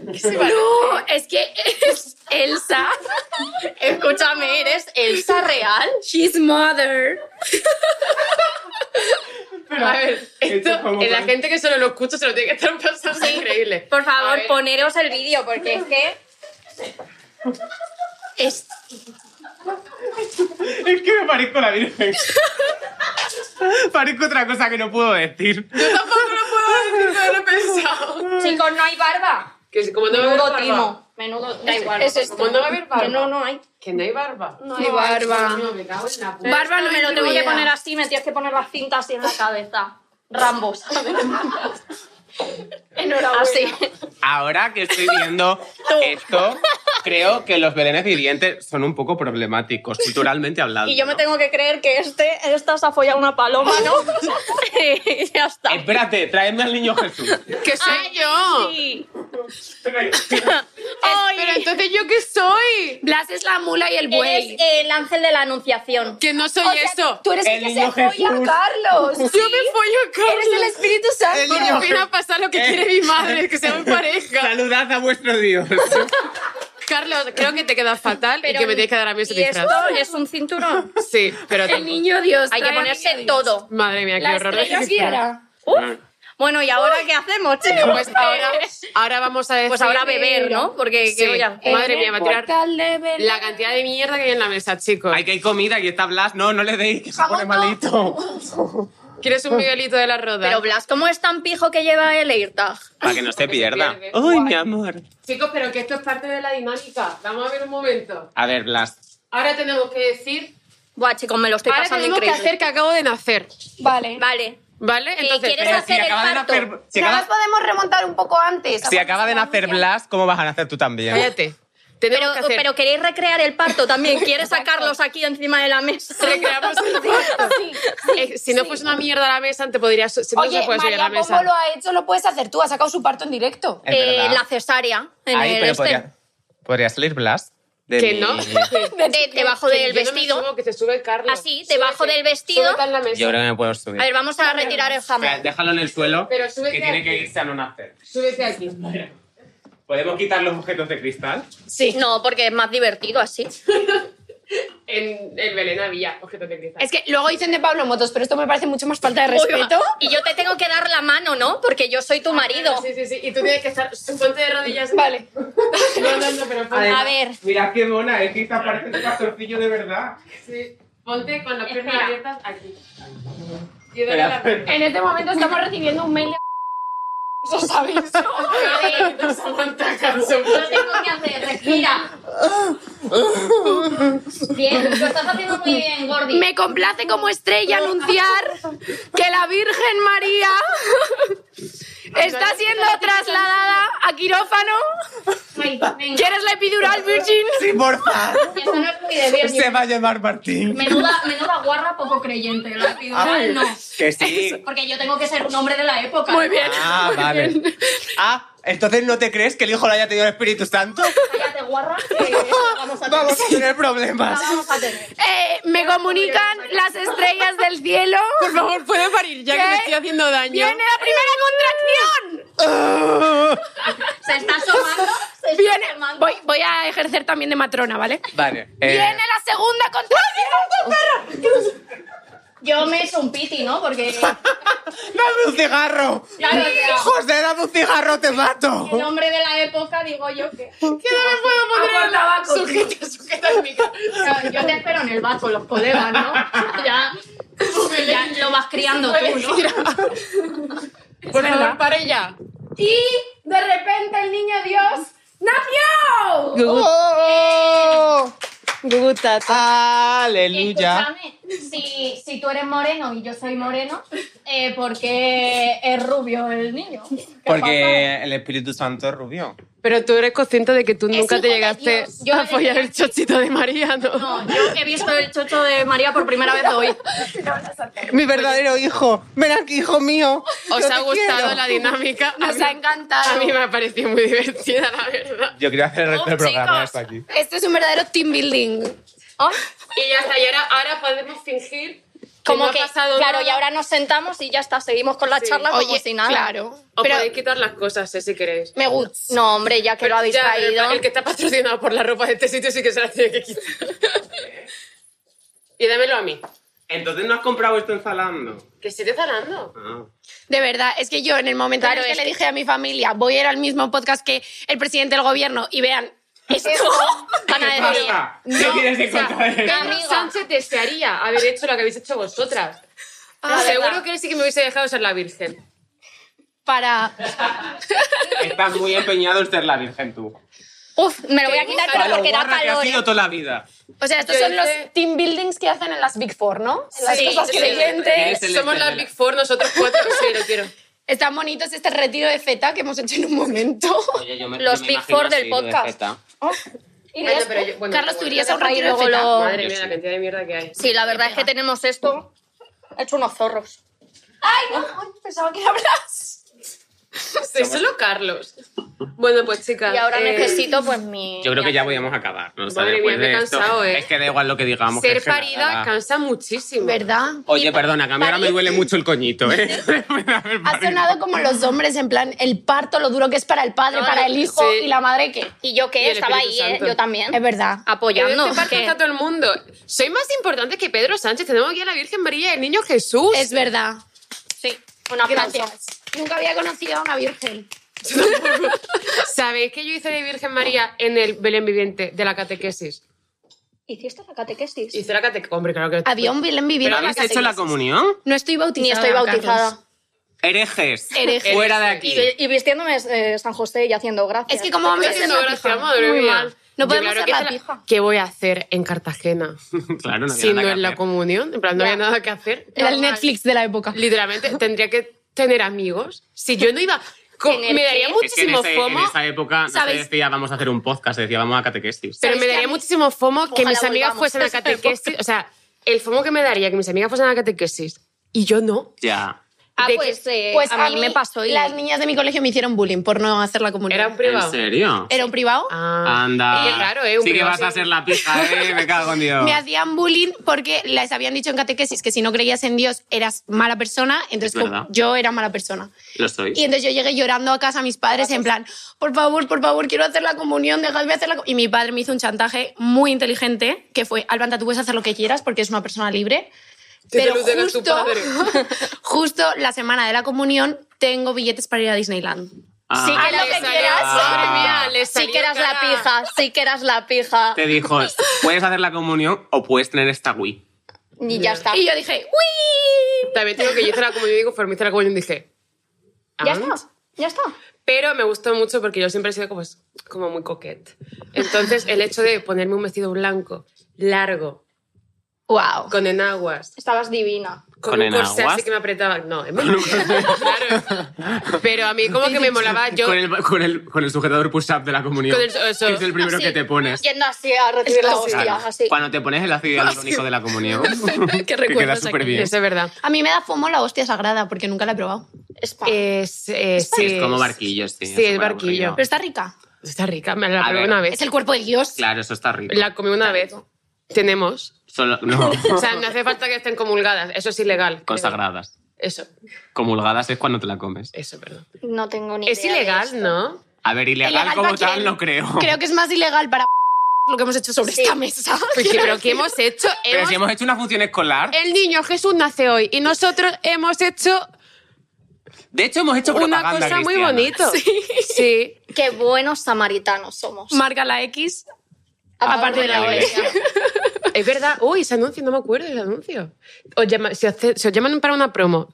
Speaker 2: No, es que es Elsa.
Speaker 4: Escúchame, eres Elsa real.
Speaker 2: She's mother.
Speaker 3: A ver,
Speaker 1: Esto
Speaker 3: esto,
Speaker 1: es como
Speaker 3: eh, la
Speaker 1: para-
Speaker 3: gente que solo lo escucha se lo tiene que estar pasando increíble.
Speaker 4: Por
Speaker 3: A
Speaker 4: favor,
Speaker 3: ver.
Speaker 4: poneros el vídeo porque es que.
Speaker 2: Es-
Speaker 1: *laughs* Es que me parezco la Virgen. parezco otra cosa que no puedo decir.
Speaker 3: Yo tampoco lo puedo decir, no lo he pensado.
Speaker 4: Chicos, no hay barba.
Speaker 3: Que si- como no va a haber
Speaker 4: Menudo
Speaker 3: barba.
Speaker 4: timo. Menudo. Da igual.
Speaker 2: es esto.
Speaker 3: Como no va a haber barba.
Speaker 4: Que no, no hay.
Speaker 3: Que no hay barba.
Speaker 4: No
Speaker 2: Ay, barba.
Speaker 3: No, me cago en la puta.
Speaker 2: Barba no
Speaker 4: me lo tengo que
Speaker 2: incluida.
Speaker 4: poner así, me tienes que poner las cintas así en la cabeza. Rambo, *laughs* ¿sabes?
Speaker 2: Enhorabuena.
Speaker 4: Así.
Speaker 1: Ahora que estoy viendo esto, creo que los belenes vivientes son un poco problemáticos, culturalmente hablando.
Speaker 4: Y yo me
Speaker 1: ¿no?
Speaker 4: tengo que creer que este, esta se ha follado una paloma, *laughs* ¿no? y ya está.
Speaker 3: Eh,
Speaker 1: Espérate, tráeme al niño Jesús.
Speaker 3: Que soy Ah, yo.
Speaker 4: Sí.
Speaker 3: Pero
Speaker 4: Ay,
Speaker 3: entonces, ¿yo qué soy?
Speaker 2: Blas es la mula y el buey.
Speaker 4: eres el ángel de la anunciación.
Speaker 3: Que no soy
Speaker 2: O sea,
Speaker 3: eso.
Speaker 2: Tú eres el,
Speaker 1: El
Speaker 2: que
Speaker 1: niño
Speaker 2: se
Speaker 1: Jesús.
Speaker 2: folla a Carlos.
Speaker 3: Yo me follo a Carlos.
Speaker 2: Eres el Espíritu Santo.
Speaker 1: El niño
Speaker 3: Por fin ha pasado lo que
Speaker 1: Eh.
Speaker 3: quiere mi madre, que seamos pareja.
Speaker 1: Saludad a vuestro Dios.
Speaker 3: Carlos, creo que te quedas fatal y
Speaker 4: Pero-
Speaker 3: que me tienes que dar a mí ese
Speaker 4: ¿Y
Speaker 3: disfraz.
Speaker 4: esto es un cinturón?
Speaker 3: Sí, pero
Speaker 2: El
Speaker 3: tampoco.
Speaker 2: niño Dios.
Speaker 4: *laughs* Hay que
Speaker 2: trae al
Speaker 4: ponerse
Speaker 2: niño Dios.
Speaker 4: todo.
Speaker 3: Madre mía, qué
Speaker 2: La
Speaker 3: horror. de
Speaker 2: estrella
Speaker 3: disfraz.
Speaker 2: guiara.
Speaker 4: Bueno, ¿y ahora qué hacemos, chicos?
Speaker 3: Pues
Speaker 4: *laughs*
Speaker 3: ahora, *laughs* ahora vamos a decir...
Speaker 4: Pues ahora beber, ¿no? Porque ¿qué
Speaker 3: Sí.
Speaker 4: voy a hacer?
Speaker 3: Madre mía, va a tirar
Speaker 2: Portal de Belén.
Speaker 3: la cantidad de mierda que hay en la mesa, chicos.
Speaker 1: Hay que hay comida y está Blas. No, no le deis, que se pone malito.
Speaker 3: ¿Quieres un Miguelito de la Roda?
Speaker 4: Pero Blas, ¿cómo es tan pijo que lleva el AirTag?
Speaker 1: Para que no se pierda.
Speaker 3: pierde.
Speaker 1: Uy, mi amor.
Speaker 3: Chicos, pero que esto es parte de la dinámica. Vamos a ver un momento.
Speaker 1: A ver, Blas.
Speaker 3: Ahora tenemos que decir...
Speaker 4: Buah, chicos, me lo estoy
Speaker 3: ahora
Speaker 4: pasando
Speaker 3: tenemos
Speaker 4: increíble.
Speaker 3: que hacer que acabo de nacer.
Speaker 2: Vale.
Speaker 4: Vale.
Speaker 3: ¿Vale? Entonces,
Speaker 4: quieres hacer el
Speaker 1: acaba de
Speaker 4: parto.
Speaker 1: nacer- si
Speaker 2: Nada
Speaker 1: acaba-
Speaker 2: más podemos remontar un poco antes.
Speaker 1: si acaba de nacer Blas, ¿cómo vas a nacer tú también?
Speaker 3: cállate. Tenemos
Speaker 4: Pero,
Speaker 3: que hacer...
Speaker 4: pero queréis recrear el parto
Speaker 3: *laughs*
Speaker 4: también. ¿Quieres a Carlos aquí encima de la mesa?
Speaker 3: Recreamos el parto. Eh, si no fuese una mierda la mesa, te podrías, si no se
Speaker 2: Oye,
Speaker 3: puede subir a la
Speaker 2: María,
Speaker 3: mesa.
Speaker 2: ¿cómo lo ha hecho? Lo puedes hacer tú. Ha sacado su parto en directo.
Speaker 1: Es
Speaker 4: Eh,
Speaker 1: verdad.
Speaker 4: la cesárea en
Speaker 1: Ay,
Speaker 4: el
Speaker 1: pero
Speaker 4: este.
Speaker 1: podría, podría salir Blas. de
Speaker 3: Que
Speaker 1: mi-
Speaker 3: no. Que-
Speaker 4: De- debajo
Speaker 3: que yo
Speaker 4: del
Speaker 3: no me
Speaker 4: vestido.
Speaker 3: subo, que se sube Carlos.
Speaker 4: Así, debajo
Speaker 3: Súbete,
Speaker 4: del vestido.
Speaker 3: súbete en la mesa.
Speaker 1: *laughs* Yo creo que me puedo subir.
Speaker 4: a ver, vamos a retirar el
Speaker 1: Espera,
Speaker 4: jamón.
Speaker 1: Déjalo en el suelo,
Speaker 3: Pero súbete
Speaker 1: que tiene
Speaker 3: aquí.
Speaker 1: que irse a no nacer.
Speaker 3: Súbete aquí.
Speaker 1: ¿Podemos quitar los objetos de cristal?
Speaker 2: Sí.
Speaker 4: No, porque es más
Speaker 3: *laughs*
Speaker 4: divertido así.
Speaker 3: En el Belén había objetos de cristal.
Speaker 2: Es que luego dicen de Pablo Motos, pero esto me parece mucho más *laughs* falta de respeto.
Speaker 4: Y yo te tengo que dar la mano, ¿no? Porque yo soy tu marido.
Speaker 3: Ah, Sí, sí, sí. Y tú tienes que estar... Ponte de rodillas.
Speaker 2: Vale.
Speaker 3: *laughs* No, no, no, pero ponte.
Speaker 4: A ver.
Speaker 1: Mira qué mona, eh, es que esta parece un castorcillo de verdad.
Speaker 3: Sí. Ponte con las piernas
Speaker 4: Espera.
Speaker 3: abiertas aquí. Y dale la
Speaker 1: Espera. *laughs*
Speaker 2: En este momento estamos recibiendo un mail de... Eso sabéis.
Speaker 3: Samantha Carson.
Speaker 4: Lo tengo que hacer, *laughs* respira. Bien, lo estás haciendo muy bien, Gordi.
Speaker 2: Me complace como estrella anunciar que la Virgen María *laughs* está siendo trasladada a quirófano
Speaker 4: Ay, venga.
Speaker 2: ¿Quieres la epidural, Virgin?
Speaker 1: Sí, porfa.
Speaker 4: Eso no puede ver.
Speaker 1: Se va a llevar Martín.
Speaker 4: Menuda, menuda guarra poco creyente. La epidural no.
Speaker 1: Que sí.
Speaker 4: Porque yo tengo que ser un hombre de la
Speaker 2: *laughs*
Speaker 4: época.
Speaker 2: Muy bien.
Speaker 1: Ah, vale. Ah, entonces no te crees que el hijo le haya tenido el Espíritu Santo.
Speaker 4: Cállate, guarra.
Speaker 1: *laughs*
Speaker 4: que vamos a tener.
Speaker 1: Vamos a tener problemas.
Speaker 4: Vamos a tener.
Speaker 2: Eh, me comunican las estrellas del cielo.
Speaker 3: Por favor, puede parir, ya que me
Speaker 2: ¿Qué?
Speaker 3: estoy haciendo daño.
Speaker 2: ¡Viene la primera contracción!
Speaker 4: Se está asomando. Se está
Speaker 2: ¡Viene!
Speaker 4: asomando.
Speaker 2: Voy, voy a ejercer también de matrona, ¿vale?
Speaker 1: Vale. eh,
Speaker 2: ¡Viene la segunda contracción!
Speaker 4: Yo me he hecho un piti, ¿no? Porque
Speaker 1: ¡Dame un cigarro!
Speaker 4: Claro, ya.
Speaker 1: ¡José, dame un cigarro, te mato!
Speaker 4: el hombre de la época digo yo que...
Speaker 3: poner
Speaker 4: Agua, tabaco.
Speaker 3: Sujeta, sujeta el micro.
Speaker 4: Claro, Yo te espero en el bar con los colegas, ¿no? Ya, ya lo vas criando tú, ¿no?
Speaker 3: Por favor, pare ya.
Speaker 4: Y de repente el niño Dios nació.
Speaker 1: ¡Oh!
Speaker 3: Gugu Tata. Eh,
Speaker 1: ¡Aleluya!
Speaker 4: Escúchame, si, si tú eres moreno y yo soy moreno, eh, ¿por qué es rubio el niño? ¿Qué pasa?
Speaker 1: Porque el Espíritu Santo es rubio.
Speaker 3: Pero tú eres consciente de que tú nunca
Speaker 4: hijo
Speaker 3: te
Speaker 4: de
Speaker 3: llegaste
Speaker 4: Dios. Yo
Speaker 3: a
Speaker 4: le
Speaker 3: follar
Speaker 4: dije-
Speaker 3: el chochito de María, ¿no?
Speaker 4: No, yo he visto el chocho de María por primera vez hoy.
Speaker 1: Mi verdadero hijo. Ven aquí, hijo mío.
Speaker 3: ¿Os
Speaker 1: Yo te
Speaker 3: ha gustado
Speaker 1: quiero.
Speaker 3: la dinámica? *laughs* A
Speaker 2: Nos
Speaker 3: mí,
Speaker 2: ha
Speaker 3: a
Speaker 2: encantado.
Speaker 3: mí me ha parecido muy divertida, la verdad.
Speaker 1: Yo quería hacer el
Speaker 4: Oh,
Speaker 1: resto del programa
Speaker 2: Chicos,
Speaker 1: hasta aquí.
Speaker 2: Esto es un verdadero team building.
Speaker 4: Ay,
Speaker 3: Y ya está, y ahora, ahora podemos fingir que
Speaker 2: Como
Speaker 3: no ha
Speaker 2: que,
Speaker 3: pasado
Speaker 2: claro,
Speaker 3: nada.
Speaker 2: y ahora
Speaker 4: nos sentamos y ya está, seguimos con la
Speaker 3: Sí.
Speaker 4: charla Ah, como
Speaker 2: Oye,
Speaker 4: si nada.
Speaker 2: claro.
Speaker 3: Os
Speaker 2: Pero
Speaker 3: podéis quitar las cosas, eh, si queréis.
Speaker 2: me gusta.
Speaker 4: No, hombre, ya que lo habéis
Speaker 3: Ya, pero el
Speaker 4: traído.
Speaker 3: pa- El que está patrocinado por la ropa de este sitio sí que se la tiene que quitar. *laughs* y dámelo a mí.
Speaker 1: Entonces no has comprado esto Ah. en Zalando.
Speaker 3: Que estoy zalando.
Speaker 2: De verdad, es que yo en el momento
Speaker 4: Claro,
Speaker 2: en el
Speaker 4: es
Speaker 2: que le
Speaker 4: que-
Speaker 2: dije a mi familia, voy a ir al mismo podcast que el presidente del gobierno y vean
Speaker 4: *laughs*
Speaker 2: esto, van a decir,
Speaker 1: ¿Qué tienes que contar?
Speaker 3: Pedro Sánchez desearía haber hecho lo que habéis hecho vosotras.
Speaker 2: Ah,
Speaker 3: Seguro
Speaker 2: verdad.
Speaker 3: que él sí que me hubiese dejado ser la virgen.
Speaker 2: para...
Speaker 1: Estás muy empeñado en ser la virgen tú.
Speaker 2: Uf,
Speaker 4: Me lo voy a quitar pero porque da
Speaker 1: guarra que has
Speaker 4: calor. eh.
Speaker 1: sido toda la vida.
Speaker 2: O sea, estos
Speaker 3: Yo
Speaker 2: son los
Speaker 3: hice-
Speaker 2: team buildings que hacen en las Big Four, ¿no? En las
Speaker 4: Sí,
Speaker 2: cosas
Speaker 4: sí.
Speaker 2: creyentes.
Speaker 1: Es el
Speaker 3: Somos
Speaker 1: este
Speaker 3: las
Speaker 1: de la-
Speaker 3: Big Four, nosotros cuatro. *laughs* Sí, lo quiero.
Speaker 2: Están bonitos este retiro de feta que hemos hecho en un momento.
Speaker 1: Oye, yo me-
Speaker 4: Los
Speaker 1: yo me
Speaker 4: Big
Speaker 1: imagino
Speaker 4: Four del
Speaker 1: así, tú de
Speaker 4: podcast.
Speaker 1: feta.
Speaker 3: Bueno, pero yo-
Speaker 4: ¿eh?
Speaker 3: bueno,
Speaker 2: Carlos,
Speaker 3: bueno,
Speaker 2: tú irías
Speaker 3: bueno.
Speaker 2: a un retiro de
Speaker 4: Luego
Speaker 2: feta.
Speaker 4: lo-
Speaker 3: Madre
Speaker 1: Yo
Speaker 3: mía,
Speaker 1: sí.
Speaker 3: la cantidad de mierda que
Speaker 2: *laughs*
Speaker 3: hay.
Speaker 4: Sí, la verdad es que tenemos esto. hecho unos zorros.
Speaker 2: Pensaba que hablas.
Speaker 3: Sí, solo Carlos. Bueno, pues chicas.
Speaker 4: Y ahora
Speaker 3: eh,
Speaker 4: necesito, pues, mi.
Speaker 1: Yo creo que
Speaker 4: mi
Speaker 1: ya podíamos acabar. ¿no? O sea,
Speaker 3: Madre
Speaker 1: después
Speaker 3: mía, me he
Speaker 1: de esto,
Speaker 3: cansado, ¿eh?
Speaker 1: Es que da igual lo que digamos. que
Speaker 3: Ser
Speaker 1: es que la-
Speaker 3: parida
Speaker 1: la-
Speaker 3: cansa muchísimo.
Speaker 2: ¿Verdad?
Speaker 1: Oye, perdona, que a mí ahora me
Speaker 2: Parir-
Speaker 1: duele mucho el coñito, ¿eh? *laughs*
Speaker 3: *laughs*
Speaker 1: Me da el
Speaker 2: Ha
Speaker 1: parir.
Speaker 2: sonado como los hombres, en plan, el parto, lo duro que es para el padre,
Speaker 3: Ay,
Speaker 2: para el hijo
Speaker 3: sí.
Speaker 2: y la madre que...
Speaker 4: Y yo
Speaker 3: Y
Speaker 4: que
Speaker 3: el
Speaker 4: estaba ahí,
Speaker 3: Espíritu
Speaker 4: ¿eh?
Speaker 3: Santo.
Speaker 4: yo también.
Speaker 2: Es verdad.
Speaker 3: En
Speaker 4: Apoyando.
Speaker 3: este parque
Speaker 4: que-
Speaker 3: está todo el mundo. Soy más importante que Pedro Sánchez. Tenemos aquí a la Virgen María y el niño Jesús.
Speaker 2: Es verdad.
Speaker 4: Sí, una aplauso.
Speaker 2: Gracias. Nunca había conocido a una virgen.
Speaker 3: ¿Sabéis que yo hice de Virgen María en el Belén Viviente de la catequesis?
Speaker 4: ¿Hiciste la catequesis?
Speaker 3: Hice la catequesis. Hombre, claro que
Speaker 2: Había un Belén
Speaker 1: ¿Pero
Speaker 2: viviendo en la
Speaker 1: habéis hecho la
Speaker 2: catequesis.
Speaker 1: comunión?
Speaker 2: No estoy bautizada.
Speaker 4: Ni estoy bautizada. Eh,
Speaker 2: Carlos.
Speaker 1: Herejes.
Speaker 3: Eh,
Speaker 2: *laughs* Herejes.
Speaker 1: Fuera de
Speaker 4: Y,
Speaker 1: aquí.
Speaker 4: y vistiéndome eh, San José y haciendo gracias.
Speaker 2: Es que como vamos a hacer
Speaker 3: Haciendo
Speaker 2: la
Speaker 3: gracia,
Speaker 2: pija.
Speaker 3: madre
Speaker 2: Muy
Speaker 3: mía.
Speaker 2: mal. No
Speaker 3: Yo
Speaker 2: podemos
Speaker 3: claro
Speaker 2: hacer
Speaker 3: que
Speaker 2: la
Speaker 3: hice
Speaker 2: pija.
Speaker 3: ¿Qué voy a hacer en Cartagena?
Speaker 1: *laughs* claro, no había
Speaker 3: si no
Speaker 1: nada que
Speaker 3: en la
Speaker 1: hacer.
Speaker 3: comunión. En plan, no había nada que hacer.
Speaker 2: Era el
Speaker 4: Normal.
Speaker 2: Netflix de la época.
Speaker 3: Literalmente tendría que tener amigos. Si yo no iba. con-
Speaker 4: ¿En el
Speaker 3: me daría
Speaker 4: qué?
Speaker 1: Es que en,
Speaker 3: muchísimo
Speaker 1: ese- en
Speaker 3: fomo.
Speaker 1: esa época no se
Speaker 2: ¿Sabéis?
Speaker 1: decía vamos a hacer un podcast, se decía vamos a catequesis.
Speaker 3: Pero
Speaker 4: ¿Sabéis
Speaker 3: me
Speaker 4: qué?
Speaker 3: daría
Speaker 4: A mí-
Speaker 3: muchísimo fomo que
Speaker 4: Ojalá
Speaker 3: mis amigas
Speaker 4: volvamos. *laughs*
Speaker 3: fuesen a catequesis. O sea, el fomo que me daría que mis amigas fuesen a catequesis y yo no.
Speaker 1: Ya.
Speaker 4: Ah,
Speaker 3: de
Speaker 4: pues, eh,
Speaker 2: Pues
Speaker 4: a, mí, me pasó y.
Speaker 2: Las niñas de mi colegio me hicieron bullying por no hacer la comunión.
Speaker 3: Era un
Speaker 1: ¿En
Speaker 3: privado.
Speaker 1: serio?
Speaker 2: Era un privado.
Speaker 3: Ah.
Speaker 1: Anda.
Speaker 3: Qué raro, ¿eh? Un
Speaker 1: sí que
Speaker 3: privado
Speaker 1: vas a
Speaker 3: así.
Speaker 1: ser la pija,
Speaker 3: *laughs*
Speaker 1: ¿eh? Me cago en Dios.
Speaker 2: Me hacían bullying porque les habían dicho en catequesis que si no creías en Dios eras mala persona, entonces
Speaker 1: Es verdad.
Speaker 2: como yo era mala persona.
Speaker 1: Lo soy.
Speaker 2: Y entonces yo llegué llorando a casa a mis padres en plan, por favor, por favor, quiero hacer la comunión, dejadme hacer la comunión. Y mi padre me hizo un chantaje muy inteligente que fue, Alvanta, tú puedes hacer lo que quieras porque es una persona libre.
Speaker 3: Que te
Speaker 2: Pero
Speaker 3: lo diga tu
Speaker 2: justo,
Speaker 3: padre.
Speaker 2: *laughs* justo la semana de la comunión tengo billetes para ir a Disneyland.
Speaker 1: Ah.
Speaker 4: Sí que
Speaker 2: Haz lo
Speaker 4: la-
Speaker 2: que
Speaker 4: salió-
Speaker 2: quieras.
Speaker 3: Madre mía, le
Speaker 4: Sí
Speaker 3: salió
Speaker 4: que eras la
Speaker 3: cara.
Speaker 4: pija, sí que eras la pija.
Speaker 1: Te
Speaker 3: *laughs*
Speaker 1: dijo, puedes hacer la comunión o puedes tener esta Wii.
Speaker 4: Y ya está.
Speaker 2: Y yo dije, ¡uy!
Speaker 3: También tengo que yo hice la comunión y conforme hice la comunión dije. "Ah".
Speaker 4: Ya está, ya está.
Speaker 3: Pero me gustó mucho porque yo siempre he sido como, como muy coquette. Entonces, el hecho de ponerme un vestido blanco, largo,
Speaker 2: Wow.
Speaker 3: Con enaguas.
Speaker 5: Estabas divina.
Speaker 3: Con,
Speaker 1: ¿Con
Speaker 3: un corsé
Speaker 1: enaguas?
Speaker 3: así que me apretaba. No,
Speaker 1: *laughs*
Speaker 3: es Claro. Pero a mí como que me molaba yo...
Speaker 1: Con, el, con, el, con el sujetador push-up de la comunión.
Speaker 3: Con el- eso.
Speaker 1: que es el primero
Speaker 4: Así,
Speaker 1: que te pones.
Speaker 4: Yendo así a recibir la
Speaker 2: Claro.
Speaker 4: hostia, así.
Speaker 1: Cuando te pones el ácido hialurónico de la comunión, que queda
Speaker 2: recuerdos
Speaker 1: súper
Speaker 2: aquí.
Speaker 1: bien.
Speaker 3: Eso es verdad.
Speaker 2: A mí me da fomo la hostia sagrada porque nunca la he probado.
Speaker 4: Spa.
Speaker 3: Es, eh, sí,
Speaker 1: es como barquillos, sí.
Speaker 3: Sí, es
Speaker 1: súper
Speaker 3: barquillo.
Speaker 1: aburrido.
Speaker 2: Pero está rica.
Speaker 3: Está rica, me la
Speaker 1: A
Speaker 3: probé
Speaker 1: ver.
Speaker 3: una vez.
Speaker 2: Es el cuerpo del dios.
Speaker 1: Claro, eso está rico.
Speaker 3: La comí una vez. Tenemos.
Speaker 1: Solo, no,
Speaker 3: O sea, no hace falta que estén comulgadas. Eso es ilegal.
Speaker 1: *laughs* consagradas.
Speaker 3: Eso,
Speaker 1: Comulgadas es cuando te la comes.
Speaker 3: eso, perdón.
Speaker 4: No tengo ni
Speaker 3: Es
Speaker 4: idea de esto.
Speaker 3: ilegal, ¿no?
Speaker 1: A ver, ilegal,
Speaker 2: Ilegal
Speaker 1: como
Speaker 2: para quién.
Speaker 1: tal no creo.
Speaker 2: Creo que es más ilegal para *laughs* lo que hemos hecho sobre
Speaker 4: Sí.
Speaker 2: esta mesa.
Speaker 3: Pues que, pero ¿qué hemos hecho?
Speaker 1: Pero
Speaker 3: Hemos- Eh,
Speaker 1: si hemos hecho una función escolar...
Speaker 3: El niño Jesús nace hoy y nosotros hemos hecho
Speaker 1: De hecho, hemos hecho
Speaker 3: una
Speaker 1: propaganda
Speaker 3: cosa muy
Speaker 1: cristiana.
Speaker 3: bonita. Sí. sí.
Speaker 4: Qué buenos samaritanos somos.
Speaker 2: *laughs* Marca la X.
Speaker 4: Aparte
Speaker 2: de la
Speaker 1: iglesia.
Speaker 3: Es verdad. Uy, ese anuncio, no me acuerdo del anuncio. Os llama- si, hace- si os llaman para una promo,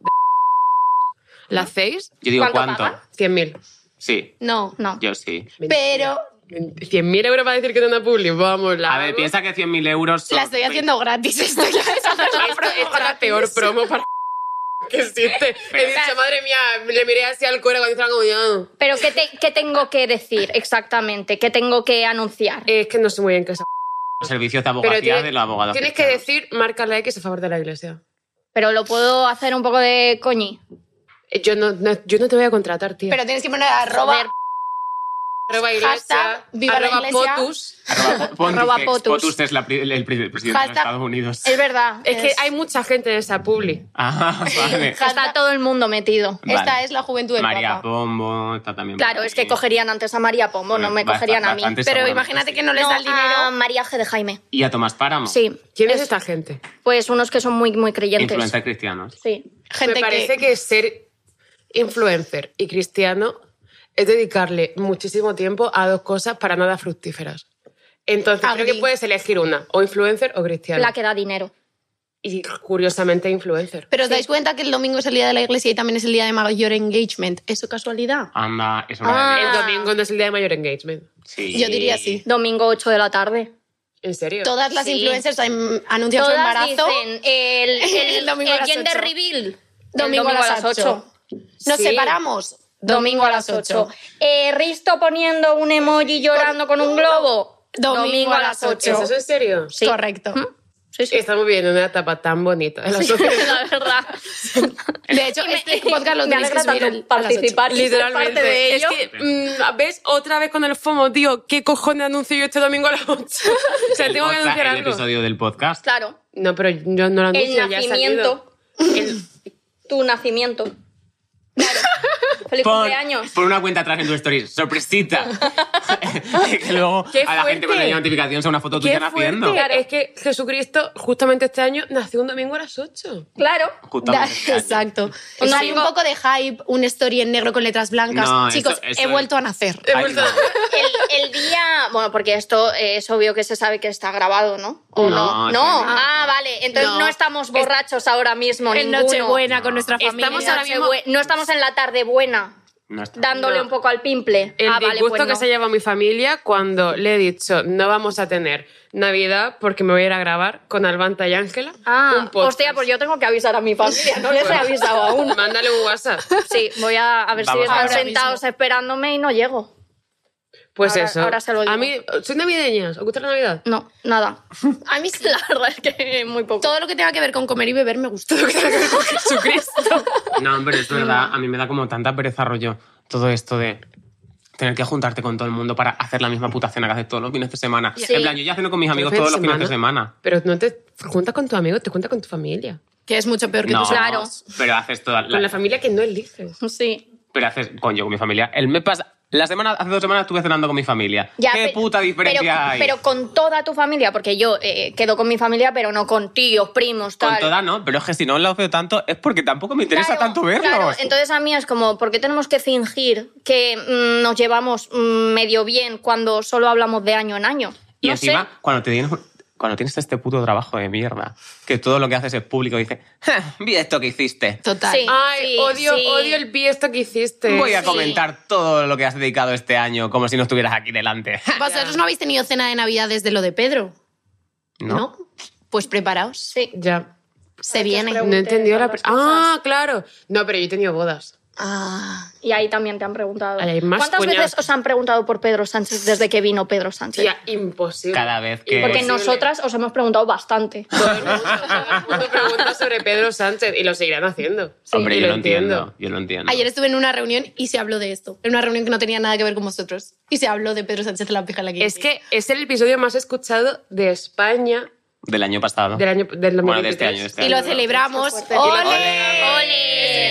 Speaker 3: ¿la hacéis?
Speaker 1: Yo digo,
Speaker 4: ¿Cuánto
Speaker 1: ¿cuánto?
Speaker 4: pagan?
Speaker 3: 100.000.
Speaker 1: Sí,
Speaker 2: No.
Speaker 4: No.
Speaker 1: yo sí.
Speaker 2: Pero
Speaker 3: 100.000 euros para decir que no una publi. Vamos, la
Speaker 1: A ver,
Speaker 3: hago.
Speaker 1: piensa que 100.000 euros son...
Speaker 2: la estoy haciendo gratis. *laughs* Estoy haciendo
Speaker 1: *laughs*
Speaker 3: Esto es la peor promo para *laughs* que existe. He dicho, madre mía, le miré así al cura cuando hizo la comunión.
Speaker 4: *laughs* Pero ¿qué, te- qué tengo que decir exactamente? ¿Qué tengo que anunciar?
Speaker 3: Es que no sé muy bien qué es.
Speaker 1: Servicios de
Speaker 3: Pero
Speaker 1: abogacía
Speaker 3: tiene-
Speaker 1: de los abogados.
Speaker 3: tienes que
Speaker 1: cristianos.
Speaker 3: decir, marca la X a favor de la iglesia.
Speaker 4: Pero lo puedo hacer un poco de coñi.
Speaker 3: Eh, Yo no, no- yo no te voy a contratar, tío.
Speaker 2: Pero tienes que poner arroba.
Speaker 4: Joder.
Speaker 3: arroba iglesia,
Speaker 2: hashtag viva la
Speaker 3: arroba
Speaker 2: iglesia.
Speaker 3: potus.
Speaker 1: Arroba Pontifex.
Speaker 4: Arroba POTUS.
Speaker 1: POTUS es la pri- el, el pri- presidente de
Speaker 2: Hashtag-
Speaker 1: los Estados Unidos.
Speaker 4: Es verdad.
Speaker 3: Es que hay mucha gente en esa publi.
Speaker 1: *laughs* Ah, vale.
Speaker 4: Está todo el mundo metido.
Speaker 1: Vale.
Speaker 2: Esta es la juventud del
Speaker 1: María
Speaker 2: Papa.
Speaker 1: Pombo está también.
Speaker 4: Claro,
Speaker 1: por
Speaker 4: es que
Speaker 1: ahí.
Speaker 4: cogerían antes a María Pombo, no me
Speaker 1: Basta-
Speaker 4: cogerían a mí.
Speaker 1: bastante
Speaker 2: Pero
Speaker 1: seguramente
Speaker 2: imagínate
Speaker 1: sí.
Speaker 2: que no les
Speaker 4: No,
Speaker 2: da el
Speaker 4: a
Speaker 2: dinero.
Speaker 4: María G. de Jaime.
Speaker 1: Y a Tomás Páramo.
Speaker 4: Sí.
Speaker 3: ¿Quién es
Speaker 4: Es-
Speaker 3: esta gente?
Speaker 4: Pues unos que son muy, muy creyentes.
Speaker 1: Influencers cristianos.
Speaker 4: Sí.
Speaker 2: Gente
Speaker 3: Me parece que... ser influencer y cristiano es dedicarle muchísimo tiempo a dos cosas para nada fructíferas. Entonces creo
Speaker 2: Agree.
Speaker 3: que puedes elegir una, o influencer o cristiano.
Speaker 4: La que da dinero.
Speaker 3: Y curiosamente influencer.
Speaker 2: Pero os dais cuenta que el domingo es el día de la iglesia y también es el día de mayor engagement. ¿Eso casualidad?
Speaker 1: Anda, es una de
Speaker 4: Ah.
Speaker 3: El domingo no es el día de mayor engagement.
Speaker 1: Sí.
Speaker 2: Yo diría sí.
Speaker 4: Domingo 8 de la tarde.
Speaker 3: ¿En serio?
Speaker 2: Todas las
Speaker 4: Sí.
Speaker 2: influencers an- anuncian su
Speaker 4: Todas
Speaker 2: embarazo.
Speaker 4: dicen
Speaker 2: *laughs*
Speaker 4: el, el,
Speaker 2: El domingo
Speaker 4: el
Speaker 2: a las
Speaker 4: gender
Speaker 2: ocho.
Speaker 4: reveal. el
Speaker 2: Domingo, a las 8.
Speaker 4: ocho.
Speaker 2: Nos
Speaker 3: Sí.
Speaker 2: separamos.
Speaker 4: Domingo a las 8. Eh, Risto poniendo un emoji llorando con un globo.
Speaker 2: Domingo a las ocho.
Speaker 3: ¿Eso es en serio?
Speaker 4: Sí. ¿Mm?
Speaker 2: Correcto.
Speaker 4: Sí, sí.
Speaker 3: Estamos viviendo en una etapa tan bonita. de la
Speaker 4: *laughs*
Speaker 3: sociedad.
Speaker 4: La verdad.
Speaker 2: *laughs* De hecho, este podcast lo
Speaker 4: *laughs* me
Speaker 2: tenéis que
Speaker 4: alegra
Speaker 2: subir
Speaker 4: tanto
Speaker 2: el- a las ocho.
Speaker 4: participar y ser
Speaker 3: Literalmente.
Speaker 4: parte de ello.
Speaker 3: Es que, mm, ¿ves? Otra vez con el FOMO, tío. ¿Qué cojones anuncio yo este domingo a las 8? *laughs* o sea,
Speaker 1: El
Speaker 3: tengo que
Speaker 1: podcast-
Speaker 3: anunciar
Speaker 1: el
Speaker 3: algo.
Speaker 1: episodio del podcast.
Speaker 4: Claro.
Speaker 3: No, pero yo no lo
Speaker 4: El
Speaker 3: anuncio, ya ha
Speaker 4: nacimiento.
Speaker 3: salido. El-
Speaker 4: Tu nacimiento. Claro. Feliz
Speaker 1: Pon,
Speaker 4: cumpleaños.
Speaker 1: pon una cuenta atrás en tu story. ¡Sorpresita! que luego
Speaker 3: ¡Qué
Speaker 1: a la
Speaker 3: fuerte!
Speaker 1: gente cuando le llega notificación sea una foto
Speaker 3: ¡Qué
Speaker 1: tuya
Speaker 3: fuerte!
Speaker 1: naciendo.
Speaker 3: Es que Jesucristo justamente este año nació un domingo a las 8.
Speaker 4: Claro.
Speaker 2: *laughs*
Speaker 1: Justamente.
Speaker 2: Da- Exacto. No hay un
Speaker 4: domingo-
Speaker 2: poco de hype, un story en negro con letras blancas.
Speaker 1: No, eso-
Speaker 2: Chicos,
Speaker 1: eso
Speaker 2: he
Speaker 1: es-
Speaker 2: vuelto a nacer.
Speaker 1: Ahí
Speaker 3: vuelto-
Speaker 1: va.
Speaker 4: El, el día. Bueno, porque esto eh, es obvio que se sabe que está grabado, ¿no? ¿O
Speaker 1: No,
Speaker 4: no? No.
Speaker 1: sí, no.
Speaker 4: Ah, vale. Entonces
Speaker 3: No.
Speaker 4: no, estamos borrachos ahora mismo.
Speaker 2: En
Speaker 4: ninguno.
Speaker 2: Nochebuena con nuestra familia.
Speaker 3: Estamos ahora mismo-
Speaker 4: Nochebue- No estamos en la tarde buena,
Speaker 1: No está.
Speaker 4: dándole
Speaker 3: No.
Speaker 4: un poco al pimple.
Speaker 3: El
Speaker 4: ah, vale,
Speaker 3: disgusto
Speaker 4: pues no.
Speaker 3: que se lleva mi familia cuando le he dicho no vamos a tener Navidad porque me voy a ir a grabar con Albanta y Ángela.
Speaker 4: Ah,
Speaker 3: un podcast.
Speaker 4: hostia, pues yo tengo que avisar a mi familia, no les he avisado aún.
Speaker 3: Mándale un WhatsApp.
Speaker 4: Sí, voy a, a ver
Speaker 1: Vamos
Speaker 4: si están
Speaker 1: ahora
Speaker 4: sentados esperándome y no llego.
Speaker 3: Pues
Speaker 4: Ahora-
Speaker 3: eso.
Speaker 4: ahora se lo digo.
Speaker 3: A mí, ¿sois navideñas? ¿Os gusta la Navidad?
Speaker 4: No, nada.
Speaker 2: A mí sí.
Speaker 4: La verdad es que muy poco.
Speaker 2: Todo lo que tenga que ver con comer y beber me gusta.
Speaker 3: Jesucristo.
Speaker 1: No, pero
Speaker 4: *laughs*
Speaker 1: es verdad, a mí me da como tanta pereza rollo todo esto de tener que juntarte con todo el mundo para hacer la misma puta cena que haces todos los fines de semana.
Speaker 4: Sí.
Speaker 1: En plan, yo ya ceno con mis amigos
Speaker 3: Pero
Speaker 1: todos los
Speaker 3: fin de
Speaker 1: fines de semana.
Speaker 3: Pero no te juntas con tus amigos, te juntas con tu familia.
Speaker 2: *laughs* que es mucho peor que
Speaker 1: No,
Speaker 2: tú.
Speaker 4: Claro.
Speaker 1: pero haces toda la,
Speaker 3: Con la familia que no eliges.
Speaker 4: Sí.
Speaker 1: Pero haces, coño, con mi familia. El mes pas- la semana, hace dos semanas estuve cenando con mi familia.
Speaker 4: Ya,
Speaker 1: ¿Qué
Speaker 4: pe-
Speaker 1: puta diferencia
Speaker 4: pero,
Speaker 1: hay?
Speaker 4: Pero con toda tu familia, porque yo eh, quedo con mi familia, pero no con tíos, primos, tal.
Speaker 1: Con toda no, pero es que si no los veo tanto es porque tampoco me interesa
Speaker 4: Claro,
Speaker 1: tanto verlos.
Speaker 4: claro. Entonces a mí es como, ¿por qué tenemos que fingir que mm, nos llevamos mm, medio bien cuando solo hablamos de año en año?
Speaker 1: y
Speaker 4: No
Speaker 1: encima,
Speaker 4: sé.
Speaker 1: cuando te tienes... Cuando tienes este puto trabajo de mierda, que todo lo que haces es público, dices, "Ja, vi esto que hiciste.
Speaker 2: Total.
Speaker 4: Sí.
Speaker 3: Ay, odio,
Speaker 4: sí.
Speaker 3: odio el vi esto que hiciste.
Speaker 1: Voy a
Speaker 4: Sí.
Speaker 1: comentar todo lo que has dedicado este año como si no estuvieras aquí delante. *laughs*
Speaker 2: Vosotros no habéis tenido cena de Navidad desde lo de Pedro.
Speaker 1: No.
Speaker 2: Pues preparaos.
Speaker 4: Sí.
Speaker 3: Ya.
Speaker 2: Se vienen.
Speaker 5: preguntas.
Speaker 3: No he entendido la... pre-
Speaker 5: Pregunté todas las
Speaker 3: Ah, claro. No, pero yo he tenido bodas.
Speaker 2: Ah,
Speaker 4: Y ahí también te han preguntado.
Speaker 3: Ahí hay más
Speaker 4: ¿Cuántas
Speaker 3: cuñados.
Speaker 4: veces os han preguntado por Pedro Sánchez desde que vino Pedro Sánchez?
Speaker 3: Tía, imposible.
Speaker 1: Cada vez que...
Speaker 4: Porque
Speaker 3: Imposible.
Speaker 4: nosotras os hemos preguntado bastante.
Speaker 3: Todo el *laughs* mundo, todo el mundo pregunta sobre Pedro Sánchez y lo seguirán haciendo.
Speaker 1: Hombre,
Speaker 3: Y
Speaker 1: yo lo entiendo. Yo lo entiendo.
Speaker 2: ayer estuve en una reunión y se habló de esto. En una reunión que no tenía nada que ver con vosotros. Y se habló de Pedro Sánchez la pija la
Speaker 3: Es que es el episodio más escuchado de España
Speaker 1: Del año pasado.
Speaker 3: del año del 2023.
Speaker 1: Bueno, de este año, de este
Speaker 2: Y
Speaker 1: año.
Speaker 2: lo celebramos.
Speaker 5: fuerte.
Speaker 2: ¡Ole!
Speaker 4: ¡Ole!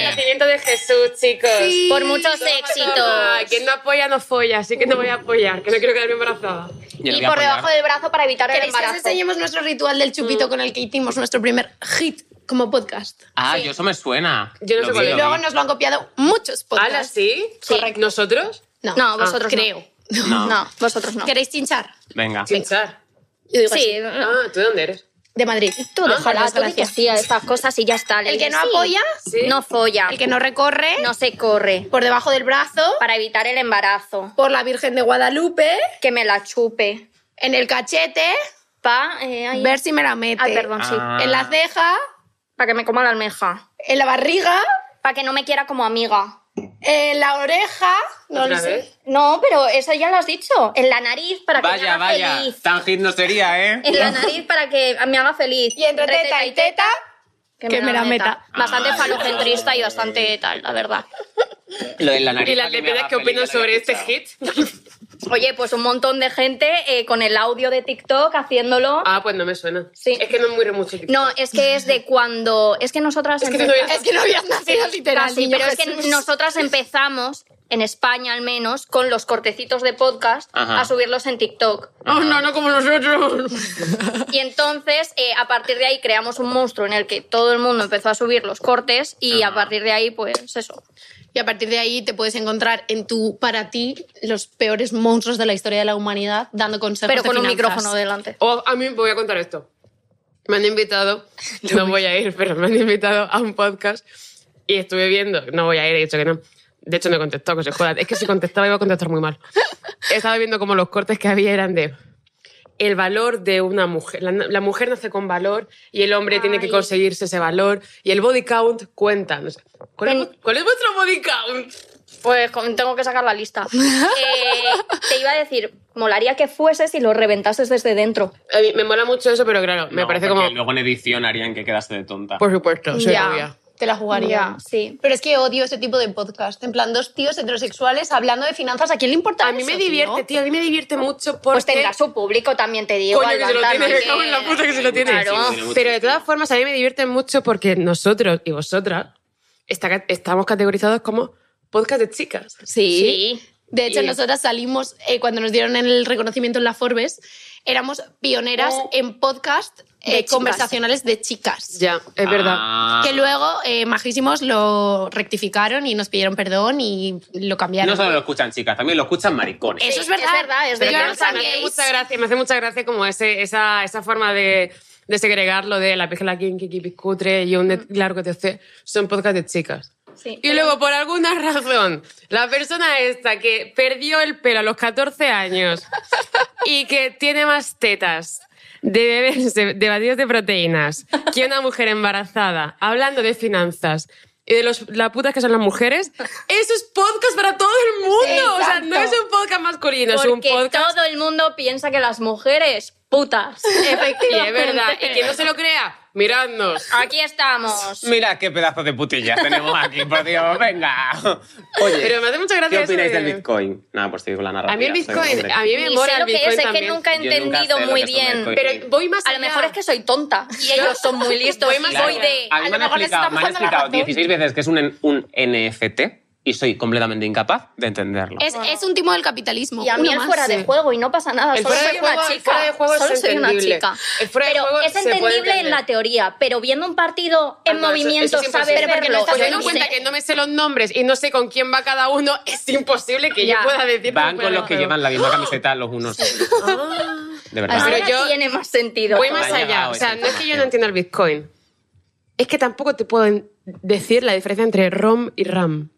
Speaker 3: nacimiento de Jesús, chicos.
Speaker 2: Sí.
Speaker 4: Por muchos
Speaker 3: Ah,
Speaker 4: éxitos.
Speaker 3: Quien no apoya no folla, así que no voy a apoyar, que no quiero quedarme embarazada.
Speaker 1: Yo lo
Speaker 4: Y
Speaker 1: voy a
Speaker 4: por
Speaker 1: apoyar.
Speaker 4: debajo del brazo para evitar el
Speaker 2: ¿Queréis que os
Speaker 4: embarazo.
Speaker 2: enseñemos nuestro ritual del chupito con el que hicimos nuestro primer hit como podcast?
Speaker 1: Ah, yo eso me suena.
Speaker 3: Yo no sé
Speaker 1: Lo
Speaker 3: cuál
Speaker 1: vi,
Speaker 3: es.
Speaker 1: lo
Speaker 2: Luego
Speaker 1: vi.
Speaker 2: nos lo han copiado muchos podcasts.
Speaker 3: ¿Hala, sí?
Speaker 4: Sí.
Speaker 3: Correcto. ¿Nosotros?
Speaker 2: No,
Speaker 4: No, vosotros no.
Speaker 2: Ah, creo.
Speaker 4: No. vosotros no.
Speaker 2: ¿Queréis chinchar?
Speaker 1: Venga.
Speaker 3: Pinchar.
Speaker 2: Yo digo
Speaker 4: Sí,
Speaker 2: así.
Speaker 3: Ah, ¿tú de dónde eres?
Speaker 2: De Madrid. Ah,
Speaker 4: tú déjala,
Speaker 2: Muchas
Speaker 4: tú
Speaker 2: gracias.
Speaker 4: hacía estas cosas y ya está.
Speaker 2: El que
Speaker 4: Lili,
Speaker 2: no
Speaker 4: sí.
Speaker 2: apoya,
Speaker 4: no folla,
Speaker 2: el que no recorre,
Speaker 4: no se corre,
Speaker 2: por debajo del brazo,
Speaker 4: para evitar el embarazo,
Speaker 2: por la Virgen de Guadalupe,
Speaker 4: que me la chupe,
Speaker 2: en el cachete,
Speaker 4: pa, eh, ay,
Speaker 2: ver si me la mete.
Speaker 4: Ay, perdón, sí.
Speaker 1: Ah.
Speaker 2: En la ceja,
Speaker 4: para que me coma la almeja,
Speaker 2: en la barriga,
Speaker 4: para que no me quiera como amiga.
Speaker 2: en la oreja, no lo
Speaker 3: ¿Otra
Speaker 2: sé.
Speaker 3: vez?
Speaker 4: No, pero eso ya lo has dicho, en la nariz para que me
Speaker 1: Vaya,
Speaker 4: haga
Speaker 1: vaya.
Speaker 4: feliz.
Speaker 1: Tan hit no sería,
Speaker 4: *laughs*
Speaker 1: ¿eh?
Speaker 4: En la nariz para que me haga feliz.
Speaker 2: Y entre teta y teta, que me la meta.
Speaker 4: Bastante
Speaker 1: Ay.
Speaker 4: falocentrista y bastante tal, la verdad.
Speaker 1: Lo de la nariz.
Speaker 3: *laughs* ¿Y las
Speaker 1: que me
Speaker 3: leperas
Speaker 1: haga
Speaker 3: qué
Speaker 1: feliz, ¿eh?
Speaker 3: opinan
Speaker 1: ya lo había
Speaker 3: sobre este
Speaker 1: escuchado.
Speaker 3: hit?
Speaker 1: *laughs*
Speaker 4: Oye, pues un montón de gente eh, con el audio de TikTok haciéndolo.
Speaker 3: Ah, pues no me suena.
Speaker 4: Sí.
Speaker 3: Es que no muero mucho.
Speaker 4: No, es que es de cuando. Es que nosotras.
Speaker 3: Es que
Speaker 4: empe-
Speaker 3: no había-
Speaker 2: Es que no habías nacido literal.
Speaker 4: Casi,
Speaker 2: niño
Speaker 4: pero es
Speaker 2: Jesús.
Speaker 4: que nosotras empezamos, en España al menos, con los cortecitos de podcast
Speaker 1: Ajá.
Speaker 4: a subirlos en TikTok.
Speaker 3: Ah, no, no como nosotros.
Speaker 4: *laughs* Y entonces, eh, a partir de ahí, creamos un monstruo en el que todo el mundo empezó a subir los cortes y a partir de ahí, pues eso.
Speaker 2: Y a partir de ahí te puedes encontrar en tu, para ti, los peores monstruos de la historia de la humanidad, dando consejos
Speaker 4: Pero
Speaker 2: de
Speaker 4: con un
Speaker 2: finanzas.
Speaker 4: micrófono delante.
Speaker 3: O Oh, a mí voy a contar esto. Me han
Speaker 4: *laughs*
Speaker 3: invitado, no voy a ir, pero me han invitado a un podcast y estuve viendo, no voy a ir, he dicho que no. De hecho, no he contestado, que se jodan. Es que si contestaba iba a contestar muy
Speaker 4: *laughs*
Speaker 3: mal. Estaba viendo como los cortes que había eran de el valor de una mujer. La, la mujer nace con valor y el hombre tiene que
Speaker 4: Ay.
Speaker 3: conseguirse ese valor y el body count cuenta. No sé. ¿Cuál, es,
Speaker 4: Ten-
Speaker 3: vu- cuál es vuestro body count?
Speaker 4: Pues con- tengo que sacar la lista. *laughs* Eh, te iba a decir, molaría que fueses y lo reventases desde dentro.
Speaker 3: A mí me mola mucho eso, pero claro, me
Speaker 1: No,
Speaker 3: parece
Speaker 1: porque
Speaker 3: como... Pues
Speaker 1: Luego en edición harían que quedaste de tonta.
Speaker 3: Por supuesto, soy
Speaker 4: Ya.
Speaker 3: obvia.
Speaker 2: Te la jugaría.
Speaker 4: Ya, sí.
Speaker 2: Pero es que odio ese tipo de podcast. En plan, dos tíos heterosexuales hablando de finanzas. ¿A quién le importa
Speaker 3: A mí
Speaker 2: eso,
Speaker 3: me
Speaker 2: tío?
Speaker 3: divierte, tío, a mí me divierte mucho porque...
Speaker 4: Pues tendrá su público también, te digo.
Speaker 3: Coño, que se lo
Speaker 4: Alban,
Speaker 3: tiene,
Speaker 4: también.
Speaker 3: me cago en la puta que se lo tiene.
Speaker 4: Claro.
Speaker 1: Sí,
Speaker 3: Pero de todas formas, a mí me divierte mucho porque nosotros y vosotras está- estamos categorizados como podcast de chicas.
Speaker 2: Sí.
Speaker 4: Sí.
Speaker 2: De hecho,
Speaker 3: Y-
Speaker 2: nosotras salimos, eh, cuando nos dieron el reconocimiento en la Forbes, éramos pioneras en podcast eh,
Speaker 4: De chicas.
Speaker 2: conversacionales de chicas.
Speaker 3: Ya, es verdad.
Speaker 1: Ah.
Speaker 2: Que luego, eh, majísimos, lo rectificaron y nos pidieron perdón y lo cambiaron.
Speaker 1: No solo lo escuchan chicas, también lo escuchan maricones.
Speaker 2: Eso
Speaker 4: Sí,
Speaker 2: es verdad.
Speaker 4: es verdad, es
Speaker 2: Pero
Speaker 4: verdad.
Speaker 2: yo no
Speaker 4: Pero
Speaker 3: me,
Speaker 2: sabía
Speaker 3: hace
Speaker 2: eso.
Speaker 3: mucha gracia, me hace mucha gracia como ese, esa, esa forma de, de segregarlo de la pijela King, Kiki Piscutre y un net largo TC. Son podcast de chicas.
Speaker 4: Sí.
Speaker 3: Y luego, por alguna razón, la persona esta que perdió el pelo a los 14 años y que tiene más tetas de bebés, de, de batidos de proteínas, que una mujer embarazada, hablando de finanzas y de los, la putas que son las mujeres, eso es podcast para todo el mundo. o sea, no es un podcast masculino, es un
Speaker 4: Porque
Speaker 3: podcast...
Speaker 4: todo el mundo piensa que las mujeres putas.
Speaker 3: *laughs* Y es
Speaker 4: Efectivamente.
Speaker 3: verdad. Y quien no se lo crea, miradnos.
Speaker 4: Aquí estamos.
Speaker 1: Mira qué pedazo de putillas tenemos aquí, *laughs* por Dios, venga. Oye,
Speaker 3: Pero me hace mucha gracia
Speaker 1: ¿qué
Speaker 3: eso
Speaker 1: opináis
Speaker 3: de-
Speaker 1: del Bitcoin? Nada, pues digo la narrativa.
Speaker 3: A mí el
Speaker 1: soy hombre.
Speaker 3: Bitcoin, a mí me
Speaker 4: Ni
Speaker 3: mola
Speaker 4: sé
Speaker 3: el
Speaker 4: lo que
Speaker 3: Bitcoin
Speaker 4: es, es que
Speaker 3: también.
Speaker 4: nunca he
Speaker 1: Yo nunca sé
Speaker 4: entendido
Speaker 1: lo que
Speaker 4: muy
Speaker 1: es un Bitcoin.
Speaker 4: bien.
Speaker 3: Pero voy más
Speaker 4: A lo
Speaker 3: allá.
Speaker 4: mejor es que soy tonta y ellos son muy listos
Speaker 3: Voy
Speaker 4: y
Speaker 3: más
Speaker 4: voy
Speaker 3: allá.
Speaker 4: de...
Speaker 1: A mí me han explicado, me han explicado 16 veces que es un, N- un NFT y soy completamente incapaz de entenderlo.
Speaker 3: Eh,
Speaker 2: Es, es un timo del capitalismo.
Speaker 4: Y a mí
Speaker 2: uno
Speaker 4: el
Speaker 2: más.
Speaker 4: fuera de juego y no pasa nada.
Speaker 3: El
Speaker 4: solo
Speaker 3: fuera de
Speaker 4: soy
Speaker 3: juego-
Speaker 4: una
Speaker 3: el
Speaker 4: chica.
Speaker 3: fuera de juego es
Speaker 4: solo soy una
Speaker 3: entendible.
Speaker 4: chica.
Speaker 3: El fuera de
Speaker 4: pero
Speaker 3: juego se
Speaker 4: es
Speaker 3: puede
Speaker 4: entendible en
Speaker 3: entender.
Speaker 4: la teoría, pero viendo un partido en
Speaker 3: Ah, no, eso-
Speaker 4: movimiento,
Speaker 3: eso es
Speaker 4: sabes
Speaker 3: imposible.
Speaker 2: Pero porque no
Speaker 4: verlo.
Speaker 2: estás
Speaker 4: Yo
Speaker 3: teniendo en
Speaker 4: ni
Speaker 3: cuenta
Speaker 4: sé.
Speaker 3: que no me sé los nombres y no sé con quién va cada uno, *laughs* es imposible que yo
Speaker 4: Ya.
Speaker 3: pueda decir.
Speaker 1: Van con los que llevan la misma camiseta los unos.
Speaker 4: Ah.
Speaker 1: De verdad.
Speaker 3: Pero
Speaker 4: Ahora
Speaker 3: yo-
Speaker 4: tiene más sentido.
Speaker 3: Voy más
Speaker 1: Ha
Speaker 3: allá.
Speaker 1: llegado
Speaker 3: O
Speaker 1: esa
Speaker 3: sea, no es que yo
Speaker 1: información.
Speaker 3: no entienda el Bitcoin. Es que tampoco te puedo en- decir la diferencia entre ROM y RAM.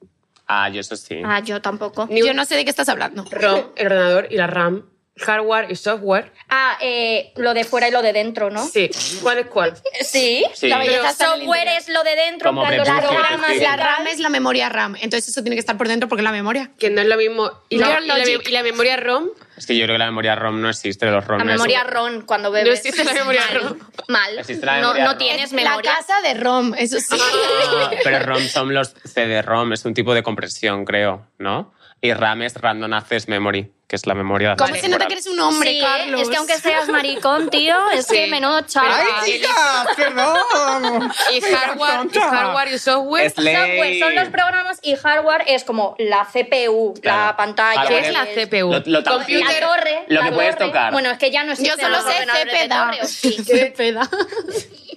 Speaker 1: Ah, yo eso sí.
Speaker 4: Ah, yo tampoco.
Speaker 2: Yo no sé de qué estás hablando.
Speaker 3: ROM, el ordenador, y la RAM, hardware y software.
Speaker 4: Ah, eh, lo de fuera y lo de dentro, ¿no?
Speaker 3: Sí, ¿cuál es cuál?
Speaker 4: Sí.
Speaker 1: Sí.
Speaker 2: La belleza
Speaker 4: Pero
Speaker 2: está en el
Speaker 4: software
Speaker 2: interior.
Speaker 4: es lo de dentro, en
Speaker 1: Como
Speaker 4: plan, los
Speaker 1: prepúcio,
Speaker 4: programas
Speaker 1: sí.
Speaker 4: y
Speaker 2: La
Speaker 4: tal.
Speaker 2: RAM es la memoria RAM, entonces eso tiene que estar por dentro porque es la memoria.
Speaker 3: Que no es lo mismo. ¿Y, la, y la-
Speaker 2: Logic.
Speaker 3: y la memoria ROM?
Speaker 1: Es que yo creo que la memoria ROM no existe, los ROM
Speaker 4: La
Speaker 1: es-
Speaker 4: memoria RON cuando bebes.
Speaker 3: No existe la memoria
Speaker 4: Mal,
Speaker 3: ron.
Speaker 4: Mal.
Speaker 1: Existe la
Speaker 4: no,
Speaker 1: memoria
Speaker 4: no
Speaker 1: ron.
Speaker 4: tienes
Speaker 2: la
Speaker 4: memoria.
Speaker 2: casa de ROM, eso sí.
Speaker 1: Ah, pero ROM son los CD-ROM, es un tipo de compresión, creo, ¿no? Y RAM es Random Access Memory, que es la memoria.
Speaker 2: *laughs* ¿Cómo
Speaker 1: temporal.
Speaker 2: se nota que eres un hombre,
Speaker 4: Sí, ¿eh?
Speaker 2: Carlos?
Speaker 4: Es que aunque seas maricón, tío, es que
Speaker 3: Sí.
Speaker 4: menudo chaval.
Speaker 3: Pero- Ay,
Speaker 6: chicas! ¡Perdón!
Speaker 4: *laughs*
Speaker 3: ¿Y hardware, y,
Speaker 6: tonta.
Speaker 3: hardware y software?
Speaker 1: Es ley.
Speaker 4: Software son los programas y hardware es como la CPU, la
Speaker 1: Claro.
Speaker 4: pantalla.
Speaker 1: Hardware
Speaker 3: ¿Qué es la
Speaker 4: el-
Speaker 3: CPU?
Speaker 1: Lo- lo-
Speaker 4: La
Speaker 3: Computer.
Speaker 4: torre.
Speaker 1: Lo
Speaker 4: la
Speaker 1: que puedes
Speaker 4: torre.
Speaker 1: tocar.
Speaker 4: Bueno, es que ya no
Speaker 2: Yo
Speaker 4: existen
Speaker 2: solo
Speaker 4: los
Speaker 2: sé
Speaker 4: ordenadores de
Speaker 2: Cepeda.
Speaker 4: torre, ¿o sí?
Speaker 2: Cepeda.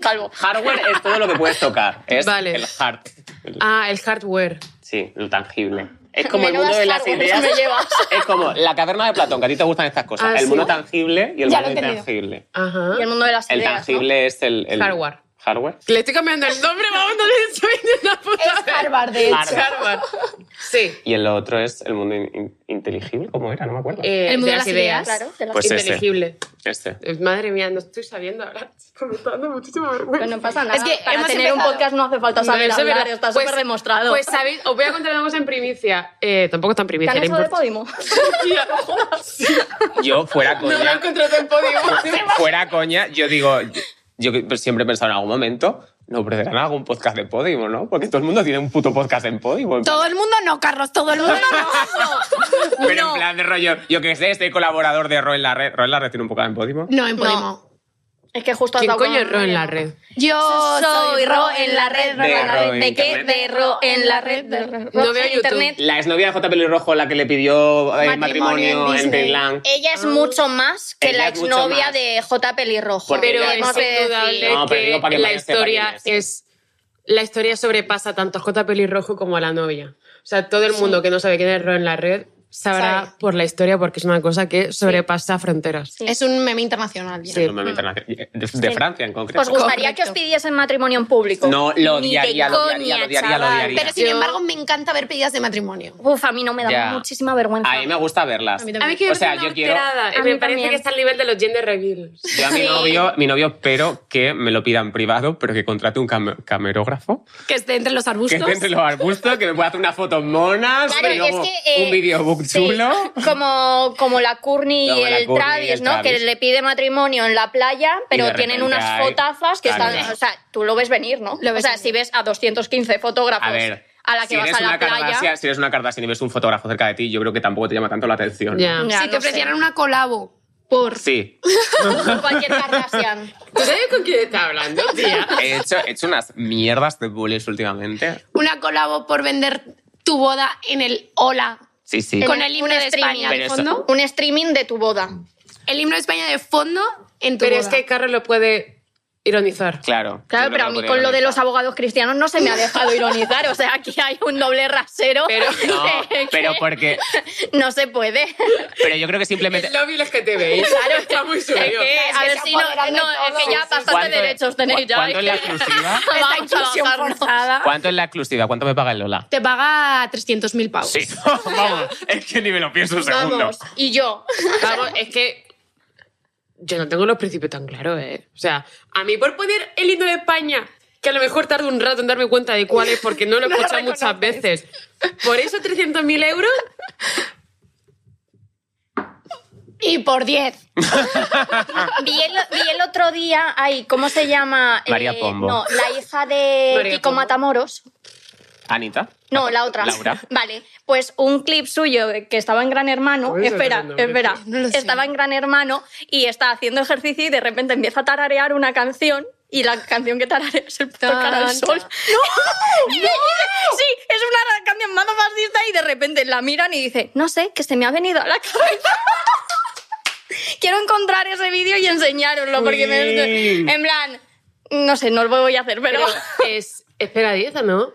Speaker 4: Calvo.
Speaker 1: Hardware es todo lo que puedes tocar, es
Speaker 3: Vale.
Speaker 1: el hard, el-
Speaker 3: Ah, el hardware.
Speaker 1: sí, lo tangible. Es como el
Speaker 4: Menudas
Speaker 1: mundo de las
Speaker 4: hardware
Speaker 1: ideas.
Speaker 4: *laughs* me llevas.
Speaker 1: Es como la caverna de Platón, que a ti te gustan estas cosas.
Speaker 3: Ah,
Speaker 1: el
Speaker 3: ¿sí?
Speaker 1: mundo tangible y el
Speaker 2: Ya lo
Speaker 1: mundo
Speaker 2: he entendido.
Speaker 1: intangible.
Speaker 3: Ajá.
Speaker 4: Y el mundo de las
Speaker 1: El
Speaker 4: ideas.
Speaker 1: tangible es el, el-
Speaker 3: Hardware.
Speaker 1: Hardware.
Speaker 3: Que Le estoy cambiando el nombre, vamos, no le estoy viendo una puta
Speaker 2: *laughs* Es
Speaker 3: vez.
Speaker 2: Harvard, de hecho.
Speaker 1: Hardware.
Speaker 3: Hardware. Sí. eh,
Speaker 1: Y el otro es el mundo in- in- inteligible, ¿cómo era? No me acuerdo.
Speaker 3: Eh,
Speaker 2: El mundo de las
Speaker 4: ¿no?
Speaker 2: ideas.
Speaker 4: Claro, de las
Speaker 1: Pues ese.
Speaker 3: Inteligible.
Speaker 1: Este.
Speaker 3: Eh, Madre mía, no estoy sabiendo hablar. Me está dando muchísima vergüenza.
Speaker 4: Pues no pasa nada.
Speaker 2: Es que
Speaker 4: para
Speaker 2: hemos
Speaker 4: tener
Speaker 2: empezado.
Speaker 4: un podcast no hace falta
Speaker 3: No,
Speaker 4: saber
Speaker 3: eso es
Speaker 4: hablar,
Speaker 3: verdad.
Speaker 4: está
Speaker 3: Pues-
Speaker 4: súper demostrado.
Speaker 3: Pues sabéis, os voy a contar una cosa en primicia. Eh, tampoco es tan
Speaker 4: ¿Te
Speaker 3: primicia.
Speaker 4: han
Speaker 3: era
Speaker 4: hecho de
Speaker 3: import-
Speaker 4: Podimo?
Speaker 3: *laughs* Tía, no jodas.
Speaker 1: Yo fuera
Speaker 3: No me
Speaker 1: coña.
Speaker 3: han contratado
Speaker 1: *laughs*
Speaker 3: en Podimo.
Speaker 1: fuera coña, yo digo, yo que- siempre he pensado en algún momento, no perderán algún podcast de Podimo, ¿no? Porque todo el mundo tiene un puto podcast en Podimo.
Speaker 2: Todo el mundo no, Carlos, todo el mundo no.
Speaker 1: Pero en plan de rollo, yo que sé, estoy colaborador de Roy en la red. ¿Roy en la red tiene un podcast en Podimo?
Speaker 2: No, en Podemo.
Speaker 4: Es que justo has
Speaker 3: ¿Quién
Speaker 4: dado
Speaker 3: coño
Speaker 4: con-
Speaker 3: es Ro en la red?
Speaker 2: Yo
Speaker 4: Soy Ro en la red, Ro
Speaker 1: De
Speaker 4: en la red.
Speaker 1: Ro en
Speaker 4: ¿De qué?
Speaker 1: internet.
Speaker 4: De Ro en la red. de Ro
Speaker 3: No veo
Speaker 4: en internet.
Speaker 1: La exnovia de J. Pelirrojo, la que le pidió eh,
Speaker 2: Matrimonio en
Speaker 1: matrimonio en
Speaker 2: Disney. Eh,
Speaker 1: Greenland.
Speaker 4: Ella es mucho más que
Speaker 1: Ella
Speaker 4: la
Speaker 1: es Ah. mucho
Speaker 4: exnovia
Speaker 1: más.
Speaker 4: de J. Pelirrojo.
Speaker 1: Porque
Speaker 3: Pero
Speaker 1: ella
Speaker 4: Hemos
Speaker 3: es
Speaker 4: de decir-
Speaker 3: indudable
Speaker 1: No, pero digo para
Speaker 3: que
Speaker 1: que
Speaker 3: la
Speaker 1: Mario sepa
Speaker 3: historia
Speaker 1: quién
Speaker 3: es... La historia sobrepasa tanto a J. Pelirrojo como a la novia. O sea, todo el mundo que no sabe quién es Ro en la red sabrá
Speaker 2: Sabe.
Speaker 3: por la historia porque es una cosa que sobrepasa fronteras.
Speaker 4: Sí.
Speaker 2: Es un meme internacional. ya.
Speaker 3: Sí.
Speaker 1: Es un meme internacional. De, de Francia en concreto.
Speaker 4: ¿Os gustaría que os
Speaker 2: Correcto.
Speaker 4: pidiesen matrimonio en público?
Speaker 1: No, lo
Speaker 4: Ni
Speaker 1: odiaría,
Speaker 4: de
Speaker 1: lo odiaría,
Speaker 4: coña,
Speaker 1: lo odiaría, lo
Speaker 4: chaval.
Speaker 1: odiaría.
Speaker 2: Pero sin
Speaker 3: Yo-
Speaker 2: embargo, me encanta ver pedidas de matrimonio.
Speaker 4: Uf, a mí no me da
Speaker 1: Ya.
Speaker 4: muchísima vergüenza.
Speaker 1: A mí me gusta verlas.
Speaker 2: A mí
Speaker 3: A mí que
Speaker 1: O sea, yo quiero...
Speaker 4: A mí
Speaker 3: Me parece
Speaker 4: también.
Speaker 3: que está al nivel de los gender reveals.
Speaker 1: Yo a mi novio, mi novio espero que me lo pida en privado, pero que contrate un cam- camerógrafo
Speaker 2: Que esté entre los
Speaker 1: que
Speaker 2: arbustos.
Speaker 1: esté entre los arbustos, que me pueda hacer unas fotos monas,
Speaker 4: Claro,
Speaker 1: y luego
Speaker 4: es que, eh,
Speaker 1: un videobook
Speaker 4: Sí,
Speaker 1: chulo.
Speaker 4: *laughs* Como, como la Courtney y
Speaker 1: Como la
Speaker 4: el
Speaker 1: Courtney y
Speaker 4: Travis,
Speaker 1: el
Speaker 4: ¿no?
Speaker 1: Travis.
Speaker 4: Que le pide matrimonio en la playa,
Speaker 1: Y
Speaker 4: pero
Speaker 1: de
Speaker 4: tienen
Speaker 1: repente
Speaker 4: unas
Speaker 1: hay-
Speaker 4: fotazas que
Speaker 1: Claro.
Speaker 4: están. O sea, tú lo ves venir, ¿no?
Speaker 2: Lo ves
Speaker 4: o sea,
Speaker 2: venir.
Speaker 4: si ves a 215 fotógrafos
Speaker 1: A
Speaker 4: a,
Speaker 1: ver,
Speaker 4: la que
Speaker 1: si,
Speaker 4: vas
Speaker 1: eres
Speaker 4: a la
Speaker 1: una
Speaker 4: playa.
Speaker 1: Kardashian, si eres una Kardashian y ves un fotógrafo cerca de ti, yo creo que tampoco te llama tanto la atención. ¿no?
Speaker 3: Ya.
Speaker 4: Ya,
Speaker 2: si te
Speaker 4: no sé.
Speaker 2: ofrecieran una colabo por...
Speaker 4: *laughs*
Speaker 1: Sí.
Speaker 4: Cualquier Kardashian.
Speaker 3: ¿Tú sabes con quién está hablando,
Speaker 4: *laughs*
Speaker 3: tía?
Speaker 1: He hecho, he hecho unas mierdas de bullies últimamente.
Speaker 2: Una colabo por vender tu boda en el Hola.
Speaker 1: Sí, sí.
Speaker 2: Con el himno
Speaker 4: Un
Speaker 2: de
Speaker 4: streaming.
Speaker 2: España de
Speaker 1: Pero
Speaker 2: fondo.
Speaker 4: Un streaming de tu boda.
Speaker 2: El himno de España de fondo en tu
Speaker 3: Pero es
Speaker 2: boda.
Speaker 3: que Carlos lo puede ironizar.
Speaker 1: Claro.
Speaker 4: Claro,
Speaker 1: Yo
Speaker 4: pero
Speaker 1: no
Speaker 4: a mí
Speaker 1: podría
Speaker 4: con lo de
Speaker 1: analizar.
Speaker 4: los abogados cristianos no se me ha dejado ironizar. O sea, aquí hay un doble rasero.
Speaker 3: Pero-
Speaker 4: *laughs*
Speaker 1: No, pero porque.
Speaker 4: No se puede.
Speaker 1: Pero yo creo que
Speaker 4: *laughs*
Speaker 1: simplemente.
Speaker 3: *laughs* El lobby que te veis. Claro, está muy
Speaker 4: Es
Speaker 3: subido.
Speaker 4: que, a
Speaker 2: se
Speaker 4: ver si no,
Speaker 2: apoderan de
Speaker 4: no, es que
Speaker 2: todo.
Speaker 4: ya bastante
Speaker 1: ¿Cuánto-
Speaker 4: derechos tenéis ya. ¿eh?
Speaker 1: ¿Cuánto es la
Speaker 4: es que-
Speaker 1: exclusiva?
Speaker 4: *laughs* Vamos a bajarnos.
Speaker 1: ¿Cuánto es la exclusiva? ¿Cuánto me paga el Lola?
Speaker 2: Te paga 300.000 pavos.
Speaker 1: Sí. *laughs* Vamos, es que ni me lo pienso un segundo.
Speaker 4: Vamos, y yo.
Speaker 3: Vamos, es que yo no tengo los principios tan claros, ¿eh? O sea, a mí por poner el himno de España, que a lo mejor tardo un rato en darme cuenta de cuál es porque *laughs* no lo he escuchado muchas veces, por eso 300.000 euros,
Speaker 2: Y por 10.
Speaker 1: Ah.
Speaker 4: Vi el, vi el otro día, ay, ¿cómo se llama? Eh,
Speaker 1: María Pombo.
Speaker 4: No, la hija de
Speaker 3: María
Speaker 4: Kiko
Speaker 3: Pombo.
Speaker 4: Matamoros.
Speaker 1: Anita.
Speaker 4: No, la otra.
Speaker 1: Laura.
Speaker 4: *laughs* Vale, pues un clip suyo de que estaba en Gran Hermano.
Speaker 3: Pues eso
Speaker 4: Espera,
Speaker 3: es verdad,
Speaker 4: espera.
Speaker 2: no lo sé.
Speaker 4: estaba en Gran Hermano y está haciendo ejercicio y de repente empieza a tararear una canción y la canción que tararea es el puto
Speaker 2: Tan,
Speaker 4: cara al sol. *laughs*
Speaker 2: tan.
Speaker 4: ¡No! Sí, es una canción más fascista y de repente la miran y dice, no sé, que se me ha venido a la cabeza. *laughs* Quiero encontrar ese vídeo y enseñároslo porque
Speaker 1: Uy.
Speaker 4: me, en plan, no sé, no lo voy a hacer, pero...
Speaker 3: pero es espera dieta, ¿no?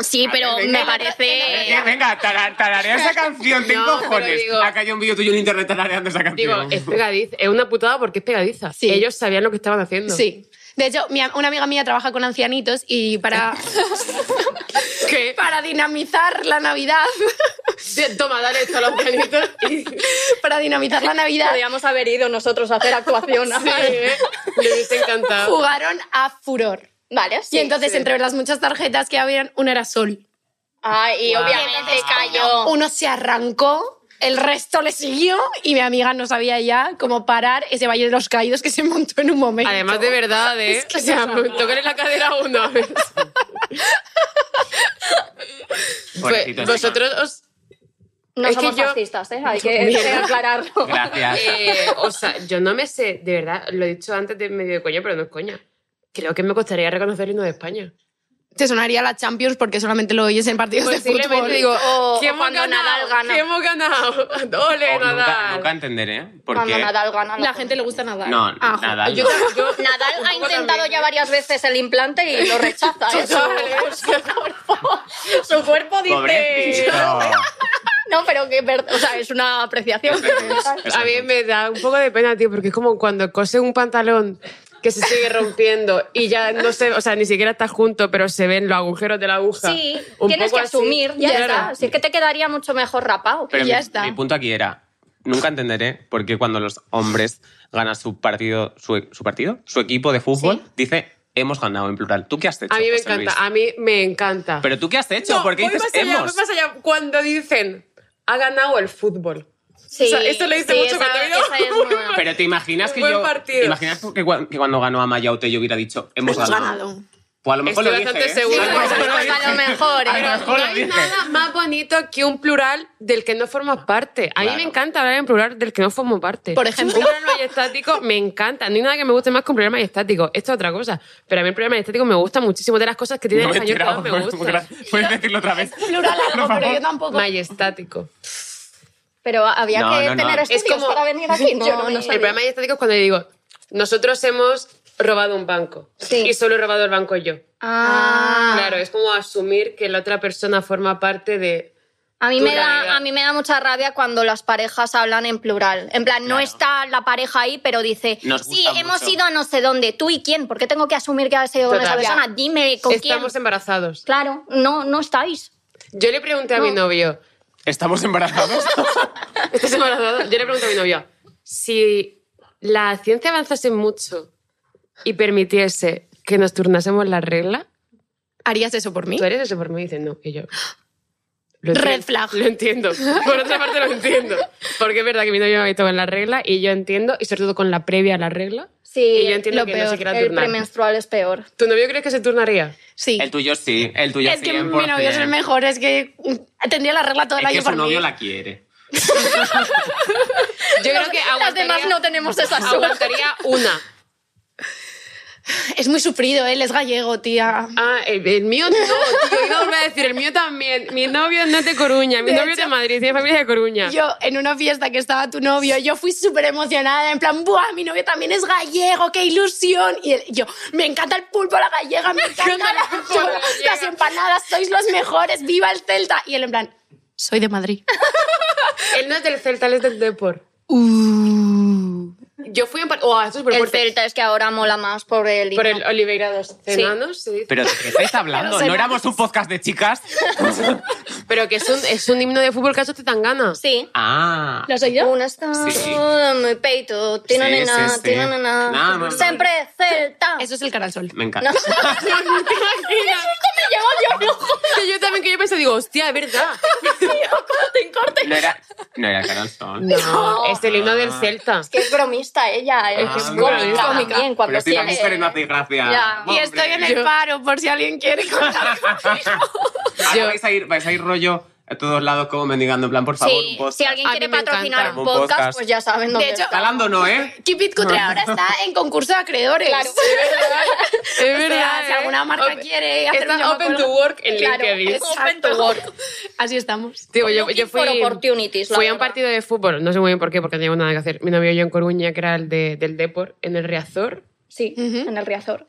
Speaker 4: Sí, pero
Speaker 1: venga.
Speaker 4: me parece...
Speaker 1: Eh, venga,
Speaker 3: *laughs*
Speaker 1: tara- tararea esa canción, ten
Speaker 3: No, pero
Speaker 1: cojones.
Speaker 3: digo-
Speaker 1: Acá hay un vídeo tuyo en internet tarareando esa
Speaker 3: Digo, eh,
Speaker 1: canción.
Speaker 3: es pegadiza, es una putada porque es pegadiza.
Speaker 2: Sí.
Speaker 3: Ellos sabían lo que estaban haciendo.
Speaker 2: Sí. De hecho, mi am- una amiga mía trabaja con
Speaker 4: *laughs*
Speaker 2: ancianitos y para,
Speaker 3: Que
Speaker 2: para dinamizar la Navidad *laughs*
Speaker 3: Toma, dale esto a los *laughs* pianitos. Y-
Speaker 2: Para dinamizar la Navidad,
Speaker 4: Podríamos haber ido nosotros a
Speaker 3: *laughs*
Speaker 4: hacer actuación.
Speaker 3: Sí, ¿eh? Le hubiese encantado.
Speaker 2: jugaron a furor.
Speaker 4: Vale, sí.
Speaker 2: y entonces,
Speaker 3: sí.
Speaker 2: entre las muchas tarjetas que habían, una era sol.
Speaker 4: Ah, y
Speaker 3: Guau.
Speaker 4: obviamente cayó.
Speaker 2: Uno se arrancó, el resto le siguió y mi amiga no sabía ya cómo parar ese Valle de los Caídos que se montó en un momento.
Speaker 3: Además, de verdad, ¿eh?
Speaker 2: Es que
Speaker 3: o sea,
Speaker 2: no.
Speaker 3: tocarle la cadera a uno.
Speaker 1: *laughs*
Speaker 3: Fue-
Speaker 1: Pobrecitos.
Speaker 3: vosotros os...
Speaker 1: *laughs*
Speaker 4: No
Speaker 3: Es que
Speaker 4: somos
Speaker 3: yo-
Speaker 4: fascistas, ¿eh? Hay que *laughs* aclararlo.
Speaker 1: Gracias.
Speaker 3: eh, o sea, yo no me sé, de verdad, lo he dicho antes de medio de coña, pero no es coña. Creo que me costaría reconocer el himno de España.
Speaker 2: Te sonaría la Champions porque solamente lo oyes en partidos de fútbol.
Speaker 3: Posiblemente Pues digo,
Speaker 2: "Oh,
Speaker 3: oh,
Speaker 4: O-
Speaker 3: ¿qué
Speaker 4: o
Speaker 3: hemos
Speaker 4: cuando
Speaker 3: ganado?
Speaker 4: Nadal gana.
Speaker 3: ¿Qué hemos ganado? *laughs* ¡Ole,
Speaker 1: O Oh, nunca,
Speaker 3: Nadal!
Speaker 1: nunca entenderé.
Speaker 4: Cuando
Speaker 1: Porque.
Speaker 4: Nadal gana.
Speaker 2: la gente le gusta nadar.
Speaker 1: No,
Speaker 2: Ah, jo.
Speaker 1: Nadal.
Speaker 3: Yo-
Speaker 1: no.
Speaker 3: yo-
Speaker 4: *laughs* Nadal
Speaker 3: un
Speaker 4: ha
Speaker 3: poco
Speaker 4: intentado
Speaker 3: también,
Speaker 4: ya
Speaker 3: ¿eh?
Speaker 4: varias veces el implante y lo rechaza. *laughs* ¿eh?
Speaker 3: Total,
Speaker 4: su, su cuerpo, *laughs* su cuerpo dice...
Speaker 1: Pobrecito.
Speaker 4: *laughs* No, pero que ver- o sea, es una apreciación.
Speaker 1: Eso
Speaker 3: A mí
Speaker 1: es.
Speaker 3: me da un poco de pena, tío, porque es como cuando cose un pantalón que se sigue rompiendo y ya no sé, o sea, ni siquiera está junto, pero se ven los agujeros de la aguja.
Speaker 4: Sí,
Speaker 3: Un
Speaker 4: tienes que
Speaker 3: poco así.
Speaker 4: asumir, ya
Speaker 3: Claro.
Speaker 4: está. Si es que te quedaría mucho mejor rapado.
Speaker 1: Pero
Speaker 2: Y ya
Speaker 1: mi,
Speaker 2: está.
Speaker 1: mi punto aquí era, nunca entenderé por qué cuando los hombres ganan su partido, su, su partido, su equipo de fútbol, dice hemos ganado en plural. ¿Tú qué has hecho?
Speaker 3: A mí me
Speaker 1: José
Speaker 3: encanta,
Speaker 1: Luis?
Speaker 3: a mí me encanta.
Speaker 1: Pero tú qué has hecho?
Speaker 3: No,
Speaker 1: ¿Por qué
Speaker 3: voy
Speaker 1: dices
Speaker 3: más allá,
Speaker 1: hemos?
Speaker 3: voy más allá. Cuando dicen, ha ganado el fútbol.
Speaker 4: Sí,
Speaker 3: O sea, esto lo dice
Speaker 4: sí,
Speaker 3: mucho
Speaker 4: esa-
Speaker 3: cuando digo, *laughs*
Speaker 4: esa es nueva.
Speaker 1: Pero te imaginas
Speaker 3: Un
Speaker 1: que
Speaker 3: buen
Speaker 1: yo.
Speaker 3: partido.
Speaker 1: ¿te imaginas que, cua- que cuando ganó a Mayaute yo hubiera dicho hemos
Speaker 2: Hemos
Speaker 1: ganado?
Speaker 2: ganado.
Speaker 1: Pues a lo mejor
Speaker 3: Estoy
Speaker 1: lo dije.
Speaker 3: bastante
Speaker 1: ¿eh?
Speaker 3: segura.
Speaker 1: A lo mejor lo
Speaker 4: Pues a lo
Speaker 1: dije.
Speaker 4: mejor,
Speaker 1: A lo
Speaker 4: ¿eh?
Speaker 1: mejor
Speaker 3: no
Speaker 1: lo
Speaker 3: hay
Speaker 1: dije.
Speaker 3: nada más bonito que un plural del que no formas parte. A mí
Speaker 1: Claro.
Speaker 3: me encanta hablar en plural del que no formo parte.
Speaker 2: Por ejemplo.
Speaker 3: Un plural majestático me encanta. No hay nada que me guste más que un plural majestático. Esto es otra cosa. Pero a mí el plural majestático me gusta muchísimo. De las cosas que tiene
Speaker 1: No me
Speaker 3: el
Speaker 1: he
Speaker 3: español que
Speaker 1: enterado.
Speaker 3: más me
Speaker 1: *laughs*
Speaker 3: gusta.
Speaker 1: Puedes decirlo otra vez.
Speaker 2: Plural algo, pero yo tampoco.
Speaker 3: Majestático.
Speaker 4: Pero había
Speaker 1: No,
Speaker 4: que
Speaker 1: no, no.
Speaker 4: tener
Speaker 1: Es
Speaker 4: estudios
Speaker 3: como-
Speaker 4: para venir aquí. *laughs* No,
Speaker 3: Yo
Speaker 4: no
Speaker 3: no- el
Speaker 4: sabía.
Speaker 3: problema de estático es cuando yo digo, nosotros hemos robado un banco
Speaker 4: Sí.
Speaker 3: y solo he robado el banco yo.
Speaker 4: Ah,
Speaker 3: Claro, es como asumir que la otra persona forma parte de...
Speaker 4: A mí,
Speaker 3: Tu
Speaker 4: me da,
Speaker 3: realidad.
Speaker 4: a mí me da mucha rabia cuando las parejas hablan en plural. En plan, no
Speaker 1: Claro.
Speaker 4: está la pareja ahí, pero dice,
Speaker 1: Nos
Speaker 4: sí,
Speaker 1: gusta
Speaker 4: hemos
Speaker 1: mucho".
Speaker 4: ido a no sé dónde. ¿Tú y quién? ¿Por qué tengo que asumir que has sido con esa
Speaker 3: Total.
Speaker 4: persona? Dime con
Speaker 3: Estamos
Speaker 4: quién.
Speaker 3: embarazados.
Speaker 4: Claro, no, no estáis.
Speaker 3: Yo le pregunté a mi
Speaker 4: *laughs*
Speaker 3: novio,
Speaker 1: ¿Estamos embarazados?
Speaker 3: ¿estás embarazado? Yo le pregunté a mi novio, si la ciencia avanzase mucho y permitiese que nos turnásemos la regla,
Speaker 2: ¿Harías eso por mí?
Speaker 3: ¿tú harías eso por mí? Y dice, no, y yo... lo
Speaker 2: Red
Speaker 3: entiendo,
Speaker 2: flag.
Speaker 3: Lo entiendo. Por otra parte, lo entiendo. Porque es verdad que mi novio me ha visto con la regla y yo entiendo, y sobre todo con la previa a la regla,
Speaker 4: Sí,
Speaker 3: y yo entiendo
Speaker 2: lo
Speaker 3: que no
Speaker 2: peor,
Speaker 3: se quiera
Speaker 4: el
Speaker 3: turnar.
Speaker 4: premenstrual es peor.
Speaker 3: ¿Tu novio crees que se turnaría?
Speaker 2: Sí.
Speaker 1: El tuyo sí. El tuyo
Speaker 2: es
Speaker 1: sí.
Speaker 2: que mi novio es el mejor, es que mm, tendría la regla todo el
Speaker 1: Es
Speaker 2: año
Speaker 1: que su
Speaker 2: por mí.
Speaker 1: novio la quiere.
Speaker 3: Yo creo que
Speaker 4: Las
Speaker 3: aguantaría,
Speaker 4: demás
Speaker 1: *laughs*
Speaker 4: no tenemos esa suerte.
Speaker 3: aguantaría una.
Speaker 2: Es muy sufrido, él es gallego, tía.
Speaker 3: Ah, el, el mío no, tío. Iba a volver a decir, el mío también. Mi novio no es de Coruña, mi
Speaker 2: De
Speaker 3: novio es
Speaker 2: hecho,
Speaker 3: de Madrid, tiene familia de
Speaker 2: *laughs*
Speaker 3: Coruña.
Speaker 2: Yo, en una fiesta que estaba tu novio, yo fui súper emocionada, en plan, ¡buah, mi novio también es gallego, qué ilusión! Y él- yo, me encanta el pulpo a la gallega, *laughs* me encanta
Speaker 3: encanta
Speaker 2: la-
Speaker 3: el pulpo a la gallega".
Speaker 2: las empanadas, sois los mejores, ¡viva el Celta! Y él en plan, soy de Madrid.
Speaker 3: Él no es del Celta, él es del Depor.
Speaker 2: Uh.
Speaker 3: Yo fui en... par- Oh, esto es súper
Speaker 4: El
Speaker 3: fuerte.
Speaker 4: Celta es que ahora mola más por el...
Speaker 3: Por
Speaker 4: himno.
Speaker 3: el Oliveira dos Cenanos, se dice.
Speaker 1: Pero ¿de qué estáis hablando?
Speaker 2: Pero
Speaker 1: ¿No éramos un podcast de chicas?
Speaker 3: Pero que es un, es un himno de fútbol que ha hecho Zetangana.
Speaker 4: Sí.
Speaker 1: Ah.
Speaker 2: ¿Lo soy yo?
Speaker 4: Una está
Speaker 1: Sí.
Speaker 4: muy peito,
Speaker 1: Sí,
Speaker 4: tinanena,
Speaker 1: sí, sí.
Speaker 4: tinanena.
Speaker 1: No, no, no.
Speaker 4: Siempre celta.
Speaker 2: Eso es el Canal Sol.
Speaker 1: Me encanta.
Speaker 3: *laughs* Que yo *laughs* también, que yo pensé, digo, hostia, es verdad.
Speaker 1: No era, no era Canal Sol.
Speaker 3: *laughs* No, es el himno del Celta.
Speaker 4: Que es bromista ella, es que es
Speaker 1: Ah,
Speaker 4: cómica
Speaker 1: bromista.
Speaker 4: también cuando
Speaker 1: Pero si las
Speaker 4: sigue.
Speaker 1: mujeres no hacéis gracia.
Speaker 4: Ya.
Speaker 2: Y
Speaker 1: Hombre.
Speaker 2: estoy en el paro, por si alguien quiere contar.
Speaker 1: Ahora
Speaker 3: Yo-
Speaker 1: vais, a ir, vais a ir rollo a todos lados como mendigando, en plan, por favor, un
Speaker 4: Sí,
Speaker 1: podcast.
Speaker 4: si alguien
Speaker 3: A
Speaker 4: quiere
Speaker 3: mí me
Speaker 4: patrocinar
Speaker 3: encanta.
Speaker 4: un podcast,
Speaker 1: Podcast.
Speaker 4: pues ya saben dónde
Speaker 2: De hecho,
Speaker 4: está.
Speaker 1: Calando no, ¿eh?
Speaker 2: Keep It Cutre ahora está en concurso de acreedores. *laughs*
Speaker 4: Claro.
Speaker 3: *laughs* Es
Speaker 2: O sea,
Speaker 3: verdad.
Speaker 2: si
Speaker 3: ¿eh?
Speaker 2: alguna marca
Speaker 3: Open-
Speaker 2: quiere hacer un
Speaker 3: Está
Speaker 2: llamado
Speaker 3: Open
Speaker 2: con-
Speaker 3: to Work en
Speaker 2: Claro,
Speaker 3: LinkedIn.
Speaker 2: exacto. Así estamos.
Speaker 3: Tío, yo,
Speaker 4: Looking
Speaker 3: yo fui,
Speaker 4: for opportunities, la
Speaker 3: fui a un
Speaker 4: verdad.
Speaker 3: partido de fútbol, no sé muy bien por qué, porque no tenía nada que hacer. Mi novio y yo en Coruña, que era el de- del Depor, en el Reazor.
Speaker 4: Sí, en el Riazor.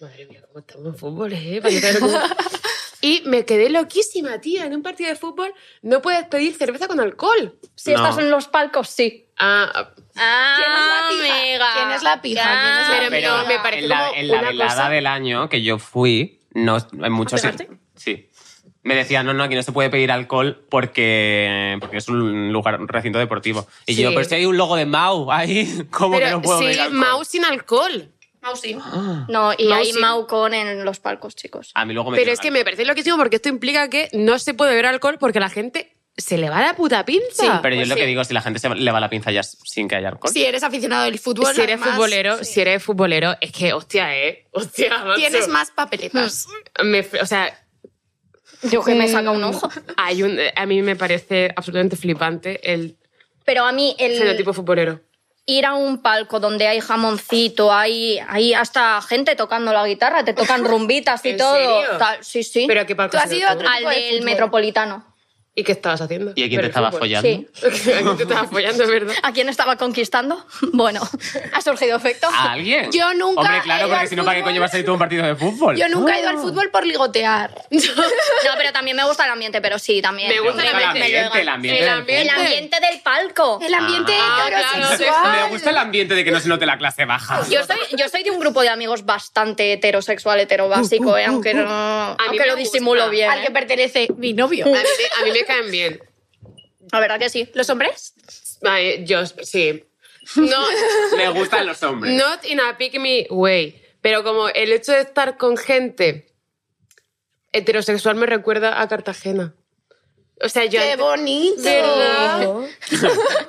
Speaker 3: Madre mía, cómo estamos en fútbol, ¿eh? Para que te lo- *laughs* y me quedé loquísima, tía. En un partido de fútbol no puedes pedir cerveza con alcohol.
Speaker 4: Si
Speaker 1: No.
Speaker 4: estás en Ah. los palcos, sí.
Speaker 3: Ah,
Speaker 4: Ah,
Speaker 2: ¿Quién es la pija?
Speaker 4: amiga.
Speaker 2: ¿Quién es la pija? ¿Quién es la
Speaker 4: Ah,
Speaker 3: Pero
Speaker 1: Pero
Speaker 3: no, me parece
Speaker 1: en la,
Speaker 3: como
Speaker 1: en la
Speaker 3: una
Speaker 1: velada
Speaker 3: cosa-
Speaker 1: del año que yo fui, no, en muchos...
Speaker 2: pegaste?
Speaker 1: Sí. me decían, no, no, aquí no se puede pedir alcohol porque, porque es un lugar, un recinto deportivo. Y
Speaker 3: Sí.
Speaker 1: yo, pero si hay un logo de Mau ahí, *laughs* ¿cómo que no puedo
Speaker 3: sí,
Speaker 1: pedir alcohol?
Speaker 3: Mau sin alcohol.
Speaker 4: No, y
Speaker 3: Mau
Speaker 4: hay
Speaker 3: sí.
Speaker 4: Maucon en los palcos, chicos.
Speaker 1: A mí luego me "Ah,
Speaker 3: Pero
Speaker 1: dieron
Speaker 3: es que
Speaker 1: alcohol.
Speaker 3: me parece loquísimo porque esto implica que no se puede beber alcohol porque la gente se le va la puta pinza.
Speaker 1: Pero yo lo que digo, si la gente se le va la pinza ya sin que haya alcohol.
Speaker 2: Si eres aficionado del fútbol,
Speaker 3: si eres
Speaker 2: además,
Speaker 3: futbolero,
Speaker 2: sí,
Speaker 3: si eres futbolero, es que hostia, eh. Hostia, macho.
Speaker 2: tienes más papeletas.
Speaker 3: Me fl- o sea,
Speaker 4: Yo que me saca un ojo.
Speaker 3: hay un, a mí me parece absolutamente flipante el
Speaker 4: Pero a mí el
Speaker 3: fenotipo futbolero.
Speaker 4: ir a un palco donde hay jamoncito, hay, hay hasta gente tocando la guitarra, te tocan rumbitas y
Speaker 3: ¿En
Speaker 4: todo.
Speaker 3: serio?
Speaker 4: Tal, Sí, sí.
Speaker 3: Pero qué palco
Speaker 2: ¿Tú has
Speaker 3: será
Speaker 2: ido a
Speaker 3: tú?
Speaker 2: otro?
Speaker 4: Al
Speaker 2: tipo de
Speaker 4: del
Speaker 2: fútbol.
Speaker 4: metropolitano.
Speaker 3: ¿Y qué estabas haciendo?
Speaker 1: ¿Y a quién
Speaker 3: Pero
Speaker 1: te estabas
Speaker 3: fútbol.
Speaker 1: follando?
Speaker 4: Sí.
Speaker 3: *laughs* ¿A quién te estabas follando, es verdad?
Speaker 4: ¿A quién estaba conquistando? *laughs* Bueno, *laughs* ha surgido efecto.
Speaker 1: ¿A alguien?
Speaker 2: Yo nunca
Speaker 1: Hombre,
Speaker 2: he
Speaker 1: claro,
Speaker 2: ido
Speaker 1: porque
Speaker 2: al
Speaker 1: si no, ¿para qué
Speaker 2: fútbol?
Speaker 1: coño vas a ir tú a un partido de fútbol?
Speaker 2: Yo nunca he ido al fútbol por ligotear.
Speaker 1: *laughs*
Speaker 4: No, pero también me gusta el ambiente, pero sí, también.
Speaker 3: Me gusta el
Speaker 1: el
Speaker 3: ambiente,
Speaker 1: ambiente, el ambiente. del
Speaker 3: ambiente.
Speaker 4: El ambiente del palco.
Speaker 2: El ambiente
Speaker 3: Ah,
Speaker 2: heterosexual.
Speaker 3: claro,
Speaker 1: fútbol. Me gusta el ambiente de que no se note la clase baja.
Speaker 4: Yo soy, yo soy de un grupo de amigos bastante heterosexual, heterobásico, eh, aunque, no, aunque
Speaker 3: me
Speaker 4: lo
Speaker 3: gusta.
Speaker 4: disimulo bien.
Speaker 2: Al que
Speaker 4: eh.
Speaker 2: pertenece mi novio.
Speaker 3: A mí, me- a mí me caen bien.
Speaker 4: eh. La verdad que sí.
Speaker 2: ¿Los hombres?
Speaker 3: Vale, yo sí. No,
Speaker 1: Me gustan los hombres.
Speaker 3: Not in a pick me way. Pero como el hecho de estar con gente heterosexual me recuerda a Cartagena. O sea, yo.
Speaker 2: ¡Qué
Speaker 3: antes-
Speaker 2: bonito!
Speaker 3: ¿Verdad?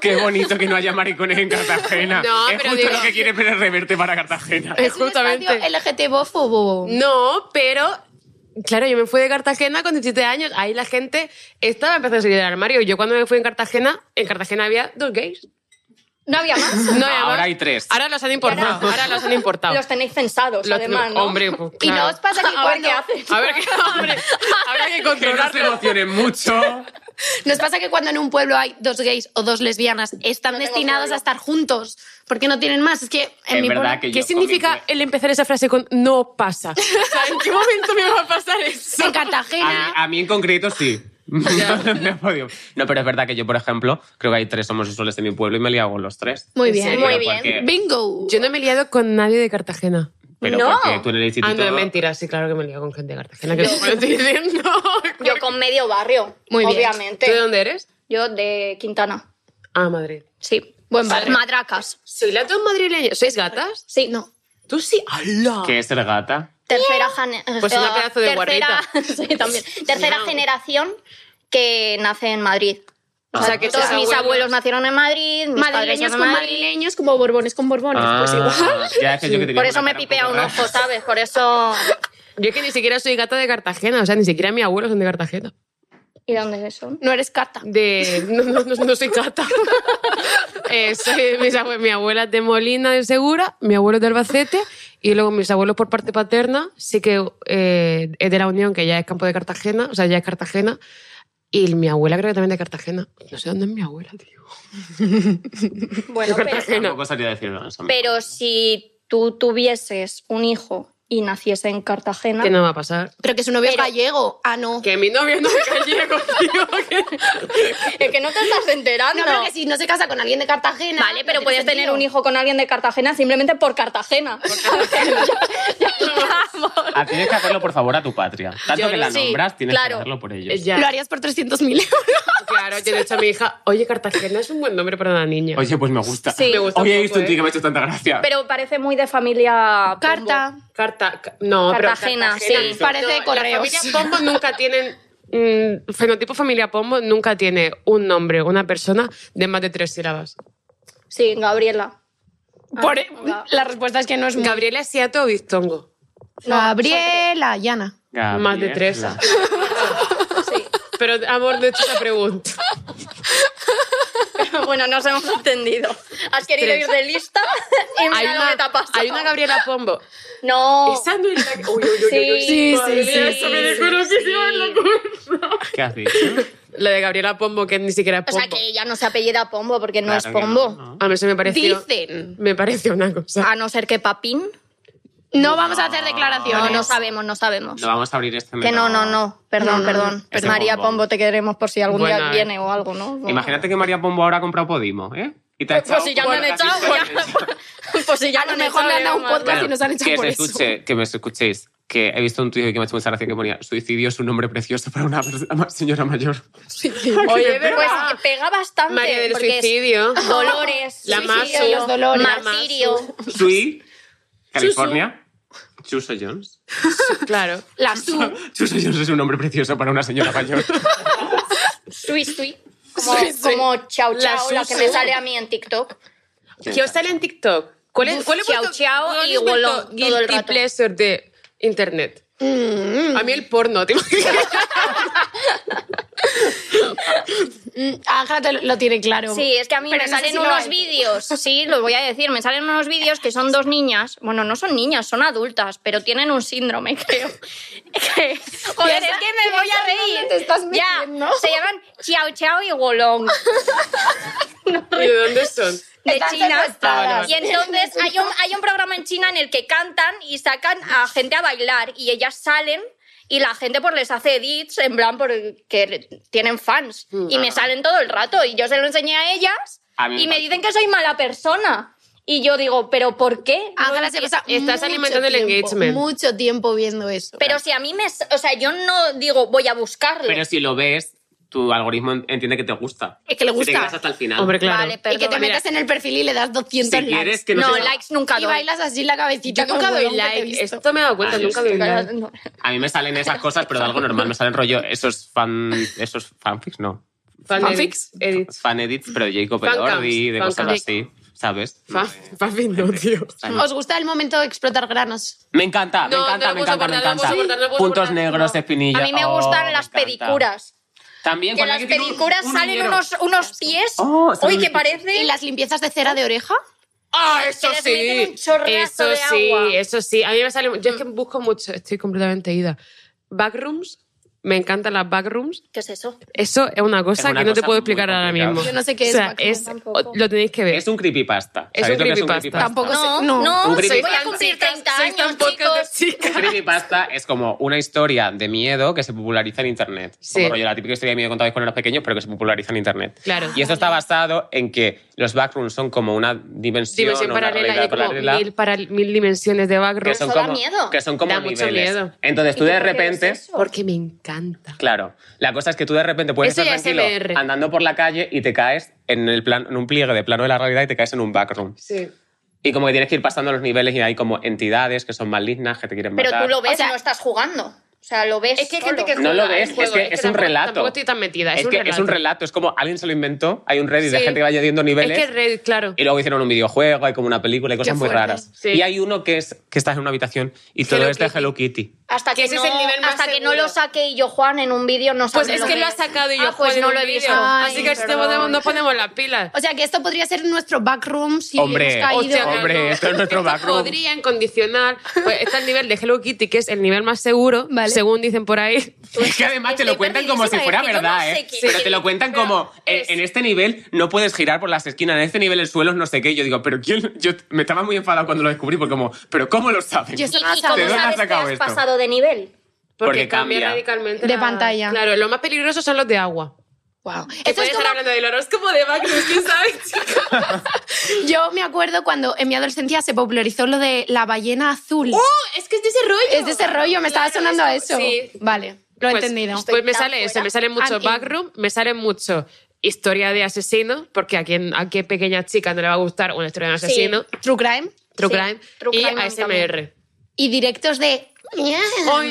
Speaker 1: Qué bonito que no haya maricones en Cartagena.
Speaker 3: No,
Speaker 1: es
Speaker 3: pero
Speaker 1: justo
Speaker 3: digo-
Speaker 1: lo que quiere Pérez Reverte para Cartagena.
Speaker 3: Eh,
Speaker 2: Es
Speaker 3: Justamente.
Speaker 2: un espacio LGTBófobo.
Speaker 3: No, pero. Claro, yo me fui de Cartagena con 17 años. Ahí la gente estaba empezando a salir del armario. Yo cuando me fui en Cartagena, en Cartagena había dos gays.
Speaker 4: No había más.
Speaker 3: *laughs* No había
Speaker 1: Ahora
Speaker 3: más.
Speaker 1: hay tres.
Speaker 3: Ahora los han importado. Ahora los han importado.
Speaker 4: Los tenéis censados,
Speaker 3: Ah. Los-
Speaker 4: además, ¿no?
Speaker 3: Hombre, pues,
Speaker 2: Y no
Speaker 3: claro.
Speaker 2: os pasa que
Speaker 4: *laughs* A ver
Speaker 2: cuando...
Speaker 4: qué haces.
Speaker 3: A
Speaker 4: *laughs*
Speaker 3: ver, qué hombre, habrá que
Speaker 1: Que no se
Speaker 3: controlarlo.
Speaker 1: emocionen mucho.
Speaker 2: Nos pasa que cuando en un pueblo hay dos gays o dos lesbianas, están
Speaker 4: No tengo
Speaker 2: destinados
Speaker 4: pueblo.
Speaker 2: a estar juntos porque no tienen más. Es que en
Speaker 1: Es
Speaker 2: mi
Speaker 1: verdad
Speaker 2: pueblo-
Speaker 1: que
Speaker 3: ¿Qué
Speaker 1: yo
Speaker 3: significa
Speaker 1: comí- pues.
Speaker 3: el empezar esa frase con no
Speaker 4: *laughs*
Speaker 3: pasa? O sea, ¿en qué momento me va a pasar eso?
Speaker 2: en
Speaker 1: A mí,
Speaker 2: Cartagena.
Speaker 1: a mí en concreto sí. *laughs* no, he podido. No, pero es verdad que yo, por ejemplo, creo que hay tres homosexuales en mi pueblo y me he liado con los tres.
Speaker 2: Muy
Speaker 1: Sí,
Speaker 2: bien.
Speaker 1: pero
Speaker 4: Muy bien.
Speaker 1: porque-
Speaker 2: Bingo.
Speaker 3: Yo no me he liado con nadie de Cartagena.
Speaker 1: Pero
Speaker 4: No.
Speaker 1: porque tú en el instituto...
Speaker 3: Ah, no, es mentira, sí, claro que me he liado con gente de Cartagena. Que no me
Speaker 4: *laughs*
Speaker 3: estoy diciendo.
Speaker 4: Yo con medio barrio,
Speaker 2: Muy bien.
Speaker 4: obviamente.
Speaker 3: ¿Tú de dónde eres?
Speaker 4: Yo de Quintana,
Speaker 3: Ah, Madrid.
Speaker 4: sí.
Speaker 2: Buen barrio.
Speaker 4: Madracas,
Speaker 3: ¿Sois las dos madrileñas? ¿Sois gatas?
Speaker 4: sí. No.
Speaker 3: Tú sí. ¡Hala!
Speaker 1: ¿Qué es ser gata?
Speaker 4: Tercera generación.
Speaker 3: Pues una pedazo de
Speaker 4: tercera,
Speaker 3: guarrita.
Speaker 4: *laughs* sí, también. Tercera generación que nace en Madrid.
Speaker 3: O sea, que
Speaker 4: Todos
Speaker 3: tus
Speaker 4: mis abuelos,
Speaker 3: abuelos-
Speaker 4: nacieron en Madrid, mis padres
Speaker 2: Madrileños
Speaker 4: son de
Speaker 2: con
Speaker 4: Madrid.
Speaker 2: madrileños, como borbones con borbones. pues igual.
Speaker 1: Ah, Ya es que yo que tenía
Speaker 4: Por eso
Speaker 1: una
Speaker 4: me
Speaker 1: cara un
Speaker 4: pipea
Speaker 1: poco
Speaker 4: un
Speaker 1: rara. *laughs*
Speaker 4: ojo, ¿sabes? Por eso...
Speaker 3: Yo es que ni siquiera soy gata de Cartagena. O sea, ni siquiera mis abuelos son de Cartagena.
Speaker 4: ¿Y dónde son?
Speaker 2: No eres carta.
Speaker 3: De... No, no, no, no soy gata. *laughs* Eh, soy- mis abue- mi abuela es de Molina, de Segura, mi abuelo es de Albacete y luego mis abuelos por parte paterna sí que eh, es de la Unión, que ya es campo de Cartagena, o sea, ya es Cartagena. Y mi abuela creo que también de Cartagena. No sé dónde es mi abuela, tío.
Speaker 4: Bueno, pero,
Speaker 1: Tampoco sabría decir nada.
Speaker 4: pero si tú tuvieses un hijo y naciese en Cartagena...
Speaker 3: Que no va a pasar.
Speaker 2: Pero que su novio
Speaker 4: Pero-
Speaker 2: es gallego. Ah, no.
Speaker 3: Que mi novio no es *laughs* gallego, tío. que-
Speaker 4: *laughs* Es que no te estás enterando.
Speaker 2: No, pero que si no se casa con alguien de Cartagena.
Speaker 4: Vale, pero
Speaker 2: no tiene
Speaker 4: puedes
Speaker 2: sentido.
Speaker 4: tener un hijo con alguien de Cartagena simplemente por Cartagena. *laughs*
Speaker 1: Ah, tienes que hacerlo, por favor, a tu patria. Tanto
Speaker 3: Yo
Speaker 1: que
Speaker 3: no-
Speaker 1: la
Speaker 4: sí,
Speaker 1: nombras, tienes
Speaker 4: claro.
Speaker 1: que hacerlo por ellos.
Speaker 3: Eh, ya.
Speaker 2: Lo harías por 300.000 euros.
Speaker 3: Claro, yo le he dicho a mi hija, oye, Cartagena es un buen nombre para una niña.
Speaker 1: Oye, pues me gusta.
Speaker 4: Sí. Me
Speaker 3: gusta
Speaker 1: Hoy
Speaker 3: un
Speaker 1: he visto
Speaker 3: poco,
Speaker 1: un tío
Speaker 3: ¿eh?
Speaker 1: que me ha hecho tanta gracia.
Speaker 4: Pero parece muy de familia
Speaker 2: *laughs*
Speaker 4: Pombo.
Speaker 2: Carta.
Speaker 3: Carta... ca- No, pero
Speaker 4: Cartagena, sí.
Speaker 2: Parece de
Speaker 3: la
Speaker 2: correos.
Speaker 3: familia Pombo nunca tienen... mm, fenotipo familia Pombo nunca tiene un nombre, una persona de más de tres sílabas.
Speaker 4: Sí, Gabriela. *laughs*
Speaker 2: Por-
Speaker 4: venga.
Speaker 2: la respuesta es que no es muy...
Speaker 3: Gabriela Siato o Vistongo.
Speaker 2: Gabriela, Yana.
Speaker 1: Gabriela.
Speaker 3: Más de tres.
Speaker 4: Sí.
Speaker 3: Pero, amor, de hecho, esa
Speaker 4: *laughs*
Speaker 3: pregunta.
Speaker 4: bueno, nos hemos entendido. Has querido
Speaker 3: Tres.
Speaker 4: ir de lista *laughs* y mira
Speaker 3: Hay
Speaker 4: lo que te ha
Speaker 3: una,
Speaker 4: pasado.
Speaker 3: hay una Gabriela Pombo.
Speaker 4: No.
Speaker 3: Esa no es la que... Uy, uy, uy, uy, uy.
Speaker 4: Sí,
Speaker 3: Madre
Speaker 4: sí,
Speaker 3: mía,
Speaker 4: sí,
Speaker 3: Eso me dejó
Speaker 4: sí,
Speaker 3: loquísima
Speaker 4: sí.
Speaker 3: en la cor-
Speaker 1: *laughs* ¿Qué has dicho?
Speaker 3: La de Gabriela Pombo, que ni siquiera es
Speaker 4: O
Speaker 3: Pombo.
Speaker 4: sea, que ella no se apellida Pombo porque no
Speaker 1: Claro
Speaker 4: es
Speaker 1: que
Speaker 4: Pombo.
Speaker 1: no, no.
Speaker 3: A mí se me pareció...
Speaker 2: Dicen.
Speaker 3: Me pareció una cosa.
Speaker 4: A no ser que Papín.
Speaker 2: No vamos a hacer
Speaker 4: No,
Speaker 2: declaraciones.
Speaker 4: no sabemos, no sabemos.
Speaker 1: No vamos a abrir este
Speaker 4: que no,
Speaker 1: melón.
Speaker 4: no, no. Perdón,
Speaker 2: No, no,
Speaker 4: perdón. Pues
Speaker 2: no.
Speaker 1: Ese
Speaker 4: María
Speaker 1: Pombo.
Speaker 4: Pombo, te queremos por si algún día
Speaker 3: Bueno, eh.
Speaker 4: viene o algo, ¿no? No.
Speaker 1: Imagínate que María Pombo ahora ha comprado Podimo, ¿eh? Y te ha
Speaker 4: Pues si ya me
Speaker 1: por
Speaker 4: han
Speaker 1: las
Speaker 4: echado,
Speaker 2: *laughs*
Speaker 1: historias.
Speaker 4: ya. Pues si ya
Speaker 2: A lo
Speaker 4: me han
Speaker 2: mejor
Speaker 4: echado,
Speaker 2: me han dado
Speaker 4: ya,
Speaker 2: un
Speaker 4: madre.
Speaker 2: podcast. Casi nos han echado
Speaker 1: que
Speaker 2: por
Speaker 1: se
Speaker 2: eso.
Speaker 1: escuche, que me escuchéis. que he visto un tuit que me ha hecho mucha gracia que ponía suicidio es un nombre precioso para una pers- una señora
Speaker 2: *laughs*
Speaker 1: mayor.
Speaker 3: Oye,
Speaker 4: *laughs* Pues
Speaker 3: verdad.
Speaker 4: pega bastante.
Speaker 3: María del
Speaker 4: porque es
Speaker 3: suicidio.
Speaker 4: Dolores.
Speaker 3: La
Speaker 4: suicidio,
Speaker 3: Masu.
Speaker 2: los dolores.
Speaker 3: La Masu.
Speaker 4: Martirio.
Speaker 1: Sui, California. Chuso Jones. *laughs*
Speaker 3: Claro.
Speaker 2: La su.
Speaker 1: Chuso Jones es un nombre precioso para una señora
Speaker 2: *laughs*
Speaker 1: mayor.
Speaker 4: Sui, sui.
Speaker 3: *laughs*
Speaker 4: Como,
Speaker 3: Sui, sui.
Speaker 4: como chau
Speaker 3: La
Speaker 4: chau, la que
Speaker 3: Susu.
Speaker 4: me sale a mí en TikTok.
Speaker 3: ¿Qué os sale en TikTok? ¿Cuál es,
Speaker 4: Buf,
Speaker 3: cuál es
Speaker 4: chao,
Speaker 3: vuestro-
Speaker 4: chao
Speaker 3: cuál es
Speaker 4: y
Speaker 3: vuestro
Speaker 4: golón todo el
Speaker 3: guilty
Speaker 4: rato.
Speaker 3: pleasure de internet? A mí el porno, ¿te imaginas?
Speaker 2: Mm, Ángela te lo, lo tiene claro.
Speaker 4: Sí, es que a mí
Speaker 2: Pero
Speaker 4: me
Speaker 2: no sé
Speaker 4: salen
Speaker 2: si lo
Speaker 4: unos
Speaker 2: hay.
Speaker 4: *laughs* vídeos, sí, los voy a decir, me salen unos vídeos que son dos niñas, bueno, no son niñas, son adultas, pero tienen un síndrome, *laughs* creo. Que- Joder, es que me voy a reír.
Speaker 2: dónde te estás
Speaker 4: ya,
Speaker 2: metiendo.
Speaker 4: se llaman Chiao Chiao y Golong,
Speaker 3: ¿Y de dónde son?
Speaker 4: de
Speaker 2: Están
Speaker 4: China.
Speaker 1: Ah,
Speaker 2: secuestradas.
Speaker 4: Y entonces hay un, hay un programa en China en el que cantan y sacan a gente a bailar y ellas salen y la gente pues les hace edits en plan porque tienen fans y me salen todo el rato y yo se lo enseñé a ellas
Speaker 1: Mm, A mí me
Speaker 4: y me
Speaker 1: pasa.
Speaker 4: dicen que soy mala persona y yo digo, pero ¿por qué?
Speaker 2: Ángela se pasa
Speaker 3: Estás
Speaker 2: mucho
Speaker 3: alimentando el
Speaker 2: tiempo,
Speaker 3: engagement.
Speaker 2: Mucho tiempo viendo eso.
Speaker 4: Pero si a mí me, o sea, yo no digo voy a buscarlo.
Speaker 1: Pero si lo ves, tu algoritmo entiende que te gusta.
Speaker 2: Es que le
Speaker 1: Y te
Speaker 2: gusta.
Speaker 1: quedas hasta el final.
Speaker 3: Hombre, claro.
Speaker 4: Vale,
Speaker 2: y que te
Speaker 4: perdón.
Speaker 2: metas en el perfil y le das 200
Speaker 1: si
Speaker 2: likes.
Speaker 1: quieres que no,
Speaker 4: no,
Speaker 1: te-
Speaker 4: likes nunca
Speaker 2: y
Speaker 4: doy.
Speaker 2: bailas así la cabecita.
Speaker 3: Yo nunca
Speaker 2: con el
Speaker 3: doy
Speaker 2: bolón que te he
Speaker 3: like.
Speaker 2: visto.
Speaker 3: Esto me he dado cuenta,
Speaker 1: Ah, yo
Speaker 3: nunca doy like.
Speaker 4: No.
Speaker 1: A mí me salen esas cosas, pero de algo normal. Me salen rollo esos fan... Esos fanfics, no.
Speaker 3: Fan
Speaker 2: Fanfics.
Speaker 3: edits, edits.
Speaker 1: Fan edits, pero de Jacob
Speaker 3: Fan
Speaker 1: Elordi,
Speaker 3: cams,
Speaker 1: de
Speaker 3: fan
Speaker 1: cosas
Speaker 3: cams.
Speaker 1: así. ¿Sabes?
Speaker 3: Fan- fanfic no, tío.
Speaker 1: O sea,
Speaker 2: ¿Os gusta el momento de explotar granos?
Speaker 1: Me encanta, me
Speaker 3: No,
Speaker 1: encanta,
Speaker 3: no
Speaker 1: me
Speaker 3: lo puedo
Speaker 1: encanta, me
Speaker 3: soportar, no lo
Speaker 1: encanta.
Speaker 3: puedo soportar, no lo puedo
Speaker 1: Puntos
Speaker 3: soportar,
Speaker 1: negros, espinillas.
Speaker 4: A mí me
Speaker 1: Oh,
Speaker 4: gustan
Speaker 1: me
Speaker 4: las
Speaker 1: encanta.
Speaker 4: pedicuras.
Speaker 1: También,
Speaker 4: Que en
Speaker 1: cuando
Speaker 4: las
Speaker 1: hay que tiene un-
Speaker 4: pedicuras
Speaker 1: un
Speaker 4: salen
Speaker 1: uñero.
Speaker 4: unos, unos pies.
Speaker 1: Oh, salen unos
Speaker 4: Uy, que
Speaker 1: pies.
Speaker 2: ¿Y
Speaker 4: parece.
Speaker 2: las limpiezas de cera de oreja?
Speaker 3: ¡Ah, eso
Speaker 4: Que les meten
Speaker 3: sí!
Speaker 4: un chorrazo
Speaker 3: eso
Speaker 4: de
Speaker 3: sí,
Speaker 4: agua.
Speaker 3: eso sí. A mí me sale... Yo es que busco mucho... Estoy completamente ida. Backrooms. Me encantan las backrooms.
Speaker 4: ¿Qué es eso?
Speaker 3: Eso es una cosa
Speaker 1: Es una
Speaker 3: que no te
Speaker 1: cosa
Speaker 3: puedo
Speaker 1: muy
Speaker 3: explicar ahora
Speaker 1: complicada.
Speaker 3: mismo.
Speaker 2: Yo no sé qué
Speaker 3: O
Speaker 2: es
Speaker 3: sea,
Speaker 2: Backrooms
Speaker 4: tampoco.
Speaker 3: Lo tenéis que ver.
Speaker 1: Es un creepypasta.
Speaker 3: Es
Speaker 1: ¿Sabéis
Speaker 3: un
Speaker 1: lo que
Speaker 3: creepypasta.
Speaker 2: Tampoco
Speaker 4: No,
Speaker 2: sé.
Speaker 4: no,
Speaker 2: No.
Speaker 1: Un
Speaker 4: soy-
Speaker 1: creepypasta.
Speaker 4: voy a cumplir 30 años, chicos.
Speaker 1: Un creepypasta es como una historia de miedo que se populariza en internet.
Speaker 3: Sí.
Speaker 1: Como rollo, la típica historia de miedo que contabais cuando eras pequeño, pero que se populariza en internet.
Speaker 3: Claro.
Speaker 1: Y esto está basado en que los backrooms son como una dimensión,
Speaker 3: dimensión
Speaker 1: o una
Speaker 3: paralela y
Speaker 1: realidad
Speaker 3: hay como
Speaker 1: paralela
Speaker 3: mil, para, mil dimensiones de
Speaker 1: que
Speaker 3: background
Speaker 1: son
Speaker 4: Eso da
Speaker 1: como,
Speaker 4: miedo.
Speaker 1: que son como
Speaker 3: Da mucho
Speaker 1: niveles.
Speaker 3: miedo.
Speaker 1: Entonces tú
Speaker 4: ¿Y
Speaker 1: de
Speaker 4: cómo crees
Speaker 1: repente
Speaker 4: eso?
Speaker 3: porque me encanta.
Speaker 1: Claro. La cosa es que tú de repente puedes
Speaker 3: Eso
Speaker 1: estar
Speaker 3: ya es
Speaker 1: tranquilo
Speaker 3: MR.
Speaker 1: andando por la calle y te caes en, el plan, en un pliegue de plano de la realidad y te caes en un backroom.
Speaker 3: Sí.
Speaker 1: Y como que tienes que ir pasando los niveles y hay como entidades que son malignas, que te quieren
Speaker 4: Pero
Speaker 1: matar.
Speaker 4: tú lo ves,
Speaker 2: O sea-
Speaker 4: no estás jugando. O sea, lo ves.
Speaker 3: Es que hay gente
Speaker 4: solo.
Speaker 3: que
Speaker 1: No
Speaker 3: juega
Speaker 1: lo ves,
Speaker 3: al juego,
Speaker 1: es que
Speaker 3: es que
Speaker 1: es un
Speaker 3: tampoco-
Speaker 1: relato.
Speaker 3: tampoco estoy tan metida, es
Speaker 1: Es
Speaker 3: un
Speaker 1: que es
Speaker 3: relato.
Speaker 1: un relato, es como alguien se lo inventó, hay un Reddit de
Speaker 3: Sí.
Speaker 1: gente que va añadiendo niveles. Eh,
Speaker 3: Es que Reddit, claro.
Speaker 1: Y luego hicieron un videojuego, hay como una película, hay cosas muy
Speaker 2: fuerte.
Speaker 1: raras.
Speaker 3: Sí.
Speaker 1: Y hay uno que es que estás en una habitación y todo
Speaker 3: Hello
Speaker 1: es de
Speaker 3: Kitty.
Speaker 1: Hello Kitty.
Speaker 4: Hasta
Speaker 3: Que
Speaker 4: que,
Speaker 3: ese
Speaker 4: no,
Speaker 3: es el nivel más
Speaker 4: hasta que no
Speaker 3: seguro.
Speaker 4: lo saque y yo, Juan, en un vídeo no
Speaker 3: Pues
Speaker 4: sabe
Speaker 3: es que lo
Speaker 4: que
Speaker 3: ha sacado y yo
Speaker 4: Ah, pues
Speaker 3: joder,
Speaker 4: no
Speaker 3: en
Speaker 4: lo
Speaker 3: un
Speaker 4: he visto.
Speaker 3: vídeo.
Speaker 2: Ay,
Speaker 3: Así que si
Speaker 4: perdón.
Speaker 3: nos ponemos las pilas.
Speaker 2: O sea, que esto podría ser nuestro backroom si
Speaker 1: Hombre,
Speaker 2: hemos caído.
Speaker 1: Hostia, Hombre, esto es nuestro backroom.
Speaker 3: Podría incondicional. Pues está el nivel de Hello Kitty, que es el nivel más seguro,
Speaker 2: Vale.
Speaker 3: según dicen por ahí.
Speaker 1: Es que además te lo
Speaker 4: Estoy
Speaker 1: cuentan como si
Speaker 4: perdidísima,
Speaker 1: fuera
Speaker 4: es que yo
Speaker 1: verdad,
Speaker 4: no sé
Speaker 1: ¿eh?
Speaker 4: qué
Speaker 1: Pero
Speaker 4: quiere
Speaker 1: te lo
Speaker 4: decir,
Speaker 1: cuentan
Speaker 3: pero
Speaker 1: como, en,
Speaker 3: es-
Speaker 1: en este nivel no puedes girar por las esquinas, en este nivel el suelo es no sé qué. Yo digo, pero ¿quién? Yo me estaba muy enfadado cuando lo descubrí, porque como, ¿pero cómo lo saben?
Speaker 2: Yo
Speaker 4: ¿Y,
Speaker 2: soy-
Speaker 4: y cómo
Speaker 1: ¿De dónde has
Speaker 4: sabes que
Speaker 1: sacado
Speaker 4: has
Speaker 1: esto?
Speaker 4: pasado de nivel?
Speaker 1: Porque cambia.
Speaker 3: radicalmente.
Speaker 2: De
Speaker 3: la-
Speaker 2: pantalla.
Speaker 3: Claro, lo más peligroso son los de agua.
Speaker 2: Wow.
Speaker 3: Que
Speaker 2: Esto
Speaker 3: puede
Speaker 2: es
Speaker 3: estar
Speaker 2: como
Speaker 3: hablando del horóscopo de Backrooms, ¿quién sabe,
Speaker 4: *laughs*
Speaker 3: chica?
Speaker 2: Yo me acuerdo cuando en mi adolescencia se popularizó lo de la ballena azul.
Speaker 3: ¡Oh! Es que es de ese rollo.
Speaker 2: es de ese rollo, me estaba
Speaker 3: Claro,
Speaker 2: sonando a
Speaker 3: esto-
Speaker 2: eso.
Speaker 3: sí.
Speaker 2: Vale, lo he
Speaker 3: Pues-
Speaker 2: entendido.
Speaker 3: Pues me
Speaker 4: tan
Speaker 3: sale eso,
Speaker 4: fuera.
Speaker 3: me sale mucho
Speaker 2: And in.
Speaker 3: backroom, me sale mucho historia de asesino, porque a, quién, a qué pequeña chica no le va a gustar una historia de un
Speaker 4: Sí.
Speaker 3: asesino,
Speaker 2: True crime
Speaker 3: true
Speaker 4: Sí,
Speaker 3: crime,
Speaker 4: true
Speaker 3: y
Speaker 4: crime a mí
Speaker 3: ASMR.
Speaker 2: y directos de.
Speaker 3: Ay,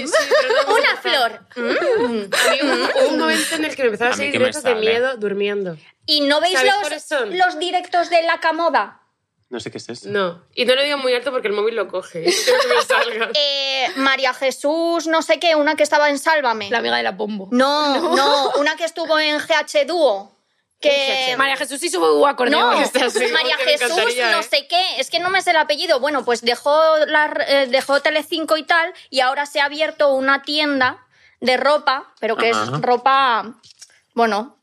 Speaker 4: *laughs*
Speaker 3: sí, pero no-
Speaker 4: Una flor.
Speaker 3: A mí hubo- hubo un momento en el que me empezaba a
Speaker 1: A mí
Speaker 3: salir
Speaker 1: que me
Speaker 3: gritos de
Speaker 1: sale.
Speaker 3: miedo durmiendo.
Speaker 4: ¿Y no veis
Speaker 3: ¿Sabéis cuáles
Speaker 4: los,
Speaker 3: son?
Speaker 4: los directos de la camoda?
Speaker 1: No sé qué es eso.
Speaker 3: No, y no lo digo muy alto porque el móvil lo coge. y *laughs* quiero que me
Speaker 4: *laughs*
Speaker 3: salga.
Speaker 4: Eh, María Jesús, no sé qué, una que estaba en Sálvame.
Speaker 2: La amiga de la pombo.
Speaker 3: *laughs*
Speaker 4: No, no, una que estuvo en GH Dúo. Que...
Speaker 2: María Jesús y su bubú
Speaker 4: No, Pues
Speaker 2: acordeón.
Speaker 3: está así,
Speaker 4: María
Speaker 3: porque me
Speaker 4: Jesús,
Speaker 3: encantaría,
Speaker 4: no
Speaker 3: ¿eh?
Speaker 4: sé qué, es que no me sé el apellido. Bueno, pues dejó, la, eh, dejó Telecinco y tal, y ahora se ha abierto una tienda de ropa, pero que
Speaker 1: Ajá.
Speaker 4: es ropa, bueno,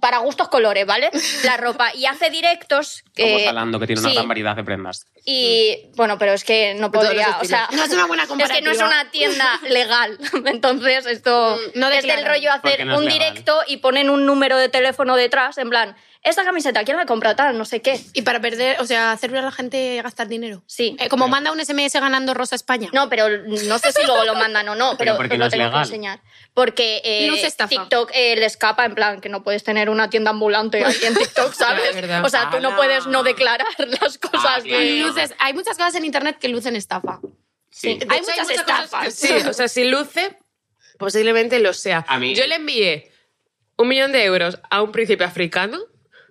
Speaker 4: para gustos colores, ¿vale? La ropa. Y hace directos.
Speaker 1: Como
Speaker 4: eh,
Speaker 1: Zalando, que tiene una
Speaker 4: sí,
Speaker 1: gran variedad de prendas.
Speaker 2: Mm.
Speaker 4: Y bueno, pero es que no
Speaker 3: todos los
Speaker 4: podría, o sea,
Speaker 2: No es una buena
Speaker 4: es que
Speaker 2: comparativa.
Speaker 4: no es una tienda legal. *laughs* Entonces, esto
Speaker 2: Mm, no
Speaker 4: es
Speaker 2: declaran.
Speaker 4: del rollo hacer
Speaker 1: Porque no es
Speaker 4: un
Speaker 1: legal.
Speaker 4: directo y ponen un número de teléfono detrás, en plan, esta camiseta, ¿quién la comprado Tal, no sé qué.
Speaker 2: *laughs* Y para perder, o sea, hacer ver a la gente gastar dinero.
Speaker 4: Sí.
Speaker 2: Eh, como manda un SMS ganando Rosa España.
Speaker 4: No, pero no sé si luego lo mandan o no,
Speaker 1: Pero
Speaker 4: pero,
Speaker 1: porque
Speaker 4: os lo
Speaker 1: no es
Speaker 4: tengo
Speaker 1: legal.
Speaker 4: que enseñar. Porque eh,
Speaker 2: Luz estafa.
Speaker 4: TikTok eh, le escapa en plan que no puedes tener una tienda ambulante ahí
Speaker 2: *laughs*
Speaker 4: en TikTok, ¿sabes?
Speaker 3: verdad.
Speaker 4: o sea, tú no
Speaker 1: Ala.
Speaker 4: puedes
Speaker 2: Ah.
Speaker 4: no declarar las cosas.
Speaker 1: Ah, claro.
Speaker 4: de-
Speaker 2: Luces, hay muchas cosas en internet que lucen estafa.
Speaker 1: Sí.
Speaker 2: Hay muchas
Speaker 3: cosas
Speaker 2: estafas.
Speaker 4: Eh,
Speaker 3: que sí, o sea, si luce, posiblemente lo sea.
Speaker 1: A mí-
Speaker 3: Yo le envié un millón de euros a un príncipe africano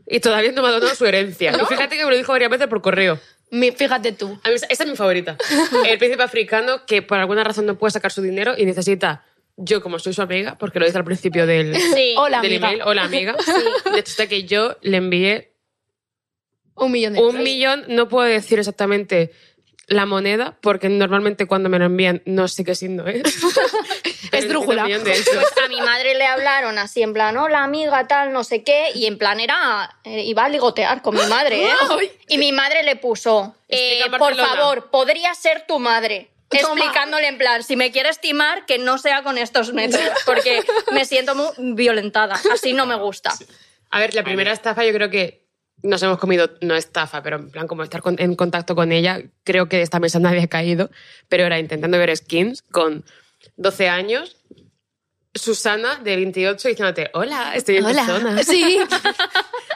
Speaker 3: y todavía no me ha donado su
Speaker 4: *laughs*
Speaker 3: herencia. Y fíjate que me lo dijo varias veces por correo.
Speaker 2: Mi- fíjate tú.
Speaker 3: A mí esa esa es mi favorita. El príncipe africano que por alguna razón no puede sacar su dinero y necesita, yo como soy su amiga, porque lo dice al principio del,
Speaker 4: Sí.
Speaker 2: Hola,
Speaker 3: del
Speaker 2: amiga.
Speaker 3: email, hola amiga, necesita que yo le envié
Speaker 2: Un millón de
Speaker 3: un
Speaker 2: euros.
Speaker 3: millón, no puedo decir exactamente la moneda, porque normalmente cuando me lo envían no sé qué signo es. *laughs* Pero
Speaker 2: Esdrújula.
Speaker 3: un millón de euros.
Speaker 4: Pues a mi madre le hablaron así en plan, hola amiga, tal, no sé qué, y en plan era, eh, iba a ligotear con mi madre, ¿eh? Y mi madre le puso, eh,
Speaker 3: Explica
Speaker 4: por
Speaker 3: Barcelona.
Speaker 4: favor, podría ser tu madre.
Speaker 2: Toma.
Speaker 4: Explicándole en plan, si me quieres timar, que no sea con estos métodos, porque me siento muy violentada, así no me gusta.
Speaker 3: A ver, la primera estafa yo creo que nos hemos comido, no estafa, pero en plan como estar con- en contacto con ella, creo que de esta mesa *laughs* nadie ha caído, pero era intentando ver skins con 12 años, Susana de 28 diciéndote, hola, estoy en
Speaker 2: Hola.
Speaker 4: *laughs*
Speaker 3: persona.
Speaker 2: *laughs* Sí.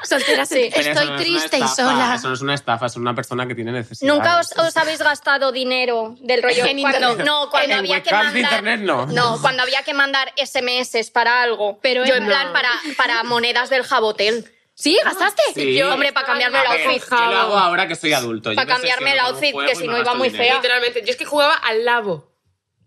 Speaker 2: Soltera, sí.
Speaker 1: Pero eso
Speaker 2: Estoy
Speaker 1: no es una
Speaker 2: triste y
Speaker 1: estafa,
Speaker 2: sola.
Speaker 1: Eso no es una estafa, es una persona que tiene necesidad.
Speaker 4: Nunca os, os habéis gastado dinero del rollo
Speaker 2: En
Speaker 4: cuando,
Speaker 2: internet.
Speaker 4: No, cuando
Speaker 1: En
Speaker 4: había que
Speaker 1: webcams
Speaker 4: mandar
Speaker 1: de internet, no.
Speaker 4: cuando había que mandar SMS para algo.
Speaker 2: Pero
Speaker 4: yo
Speaker 2: en-
Speaker 4: en plan
Speaker 2: no.
Speaker 4: para, para monedas del Jabotel.
Speaker 2: ¿Sí? ¿Gastaste?
Speaker 1: Sí.
Speaker 4: Yo, hombre, para cambiarme el
Speaker 1: A ver,
Speaker 4: outfit.
Speaker 1: Yo lo hago ahora que soy adulto. Yo
Speaker 4: Pa'
Speaker 1: me obsesiono
Speaker 4: cambiarme el
Speaker 1: con un
Speaker 4: outfit,
Speaker 1: juego
Speaker 4: que
Speaker 1: y
Speaker 4: si
Speaker 1: me
Speaker 4: no iba
Speaker 1: gasto
Speaker 4: muy
Speaker 1: dinero.
Speaker 4: fea.
Speaker 3: Literalmente, yo es que jugaba al labo,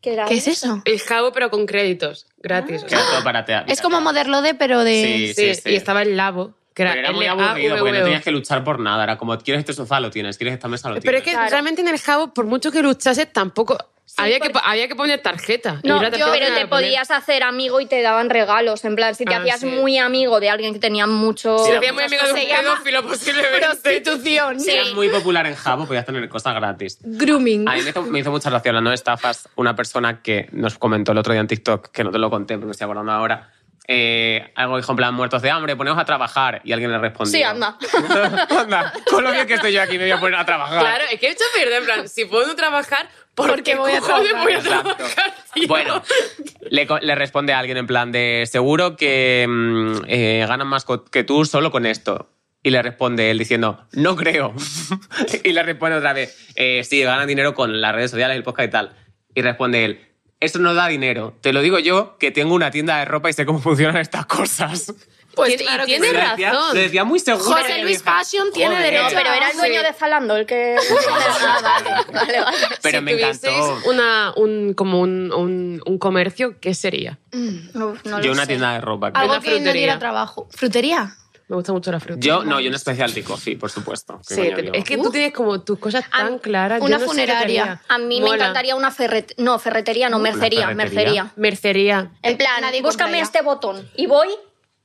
Speaker 2: ¿Qué es eso?
Speaker 3: el jabo pero con créditos, gratis. o
Speaker 1: Que
Speaker 4: Ah.
Speaker 3: sea,
Speaker 1: todo para teatro.
Speaker 2: Es como Modelo D, pero
Speaker 1: Sí,
Speaker 2: de...
Speaker 1: sí,
Speaker 3: sí,
Speaker 1: sí.
Speaker 3: Y estaba el labo, que era,
Speaker 1: Pero era muy
Speaker 3: LAVO.
Speaker 1: aburrido, porque no tenías que luchar por nada. Era como, ¿quieres este sofá? Lo tienes. ¿Quieres esta mesa? Lo
Speaker 3: Pero
Speaker 1: tienes.
Speaker 3: es que
Speaker 4: Claro.
Speaker 3: realmente en el jabo, por mucho que luchases, tampoco... había, que, po- había que poner tarjeta. y
Speaker 4: No,
Speaker 3: una
Speaker 4: yo-
Speaker 3: tarjeta
Speaker 4: pero
Speaker 3: tenía
Speaker 4: te
Speaker 3: que poner-
Speaker 4: podías hacer amigo y te daban regalos. En plan, si te
Speaker 3: Ah,
Speaker 4: hacías
Speaker 3: sí.
Speaker 4: muy amigo de alguien que tenía mucho.
Speaker 1: Sí,
Speaker 3: Se hacía muy amigo
Speaker 4: muchas
Speaker 3: de un
Speaker 4: cosas. Se llama-
Speaker 3: pedófilo posiblemente.
Speaker 2: Prostitución.
Speaker 1: Si eras muy popular en Jabo, podías tener cosas gratis.
Speaker 2: Grooming.
Speaker 1: A mí me hizo, me hizo mucha gracia hablando de estafas. Una persona que nos comentó el otro día en TikTok, que no te lo conté, pero me estoy acordando ahora. eh, algo dijo en plan, muertos de hambre, ponemos a trabajar. Y alguien le respondió.
Speaker 4: Sí, anda.
Speaker 1: *laughs* anda, con lo bien que estoy yo aquí, me voy a poner a trabajar.
Speaker 3: Claro, es que he hecho pierde, en plan, si puedo trabajar, ¿por
Speaker 2: Porque
Speaker 3: qué
Speaker 2: voy a
Speaker 3: cojones
Speaker 2: trabajar.
Speaker 3: voy a
Speaker 1: Exacto.
Speaker 3: trabajar, tío?
Speaker 1: Bueno, le, co- le responde a alguien en plan de seguro que mm, eh, ganan más co- que tú solo con esto. Y le responde él diciendo, no creo. *laughs* y le responde otra vez, eh, sí, ganan dinero con las redes sociales, el podcast y tal. Y responde él, eso no da dinero. Te lo digo yo, que tengo una tienda de ropa y sé cómo *laughs* funcionan estas cosas.
Speaker 2: Pues
Speaker 3: Tien- y
Speaker 2: claro que
Speaker 3: tiene
Speaker 2: sí.
Speaker 1: Lo decía-
Speaker 3: razón.
Speaker 1: Lo decía muy seguro.
Speaker 2: José
Speaker 1: Yo
Speaker 2: Luis
Speaker 1: dije,
Speaker 2: Fashion tiene
Speaker 1: "Joder".
Speaker 2: derecho
Speaker 4: No, pero era el dueño de Zalando el que. Ah, *laughs* vale, vale, vale.
Speaker 1: Pero
Speaker 3: si
Speaker 1: me encantó.
Speaker 3: tuvieseis Una, un, como un, un, un comercio, ¿qué sería?
Speaker 4: Uf, no lo
Speaker 1: Yo una
Speaker 4: sé.
Speaker 1: tienda de ropa. creo.
Speaker 2: Algo
Speaker 3: Una
Speaker 2: que no diera
Speaker 3: frutería.
Speaker 2: trabajo. ¿Frutería?
Speaker 3: Me gusta mucho la fruta.
Speaker 1: Yo, no, yo un specialty coffee, por supuesto. ¿Qué
Speaker 3: Sí,
Speaker 1: coño
Speaker 3: te-
Speaker 1: digo?
Speaker 3: es que tú tienes como tus cosas
Speaker 4: A-
Speaker 3: tan claras. yo
Speaker 2: una
Speaker 3: no sé qué
Speaker 2: funeraria.
Speaker 3: quería.
Speaker 4: A mí
Speaker 3: Mola.
Speaker 4: me encantaría una ferret... No, ferretería, no, mercería,
Speaker 1: ferretería.
Speaker 4: mercería.
Speaker 3: Mercería.
Speaker 4: En plan,
Speaker 2: Nadie
Speaker 4: búscame
Speaker 2: compraría.
Speaker 4: este botón. Y voy,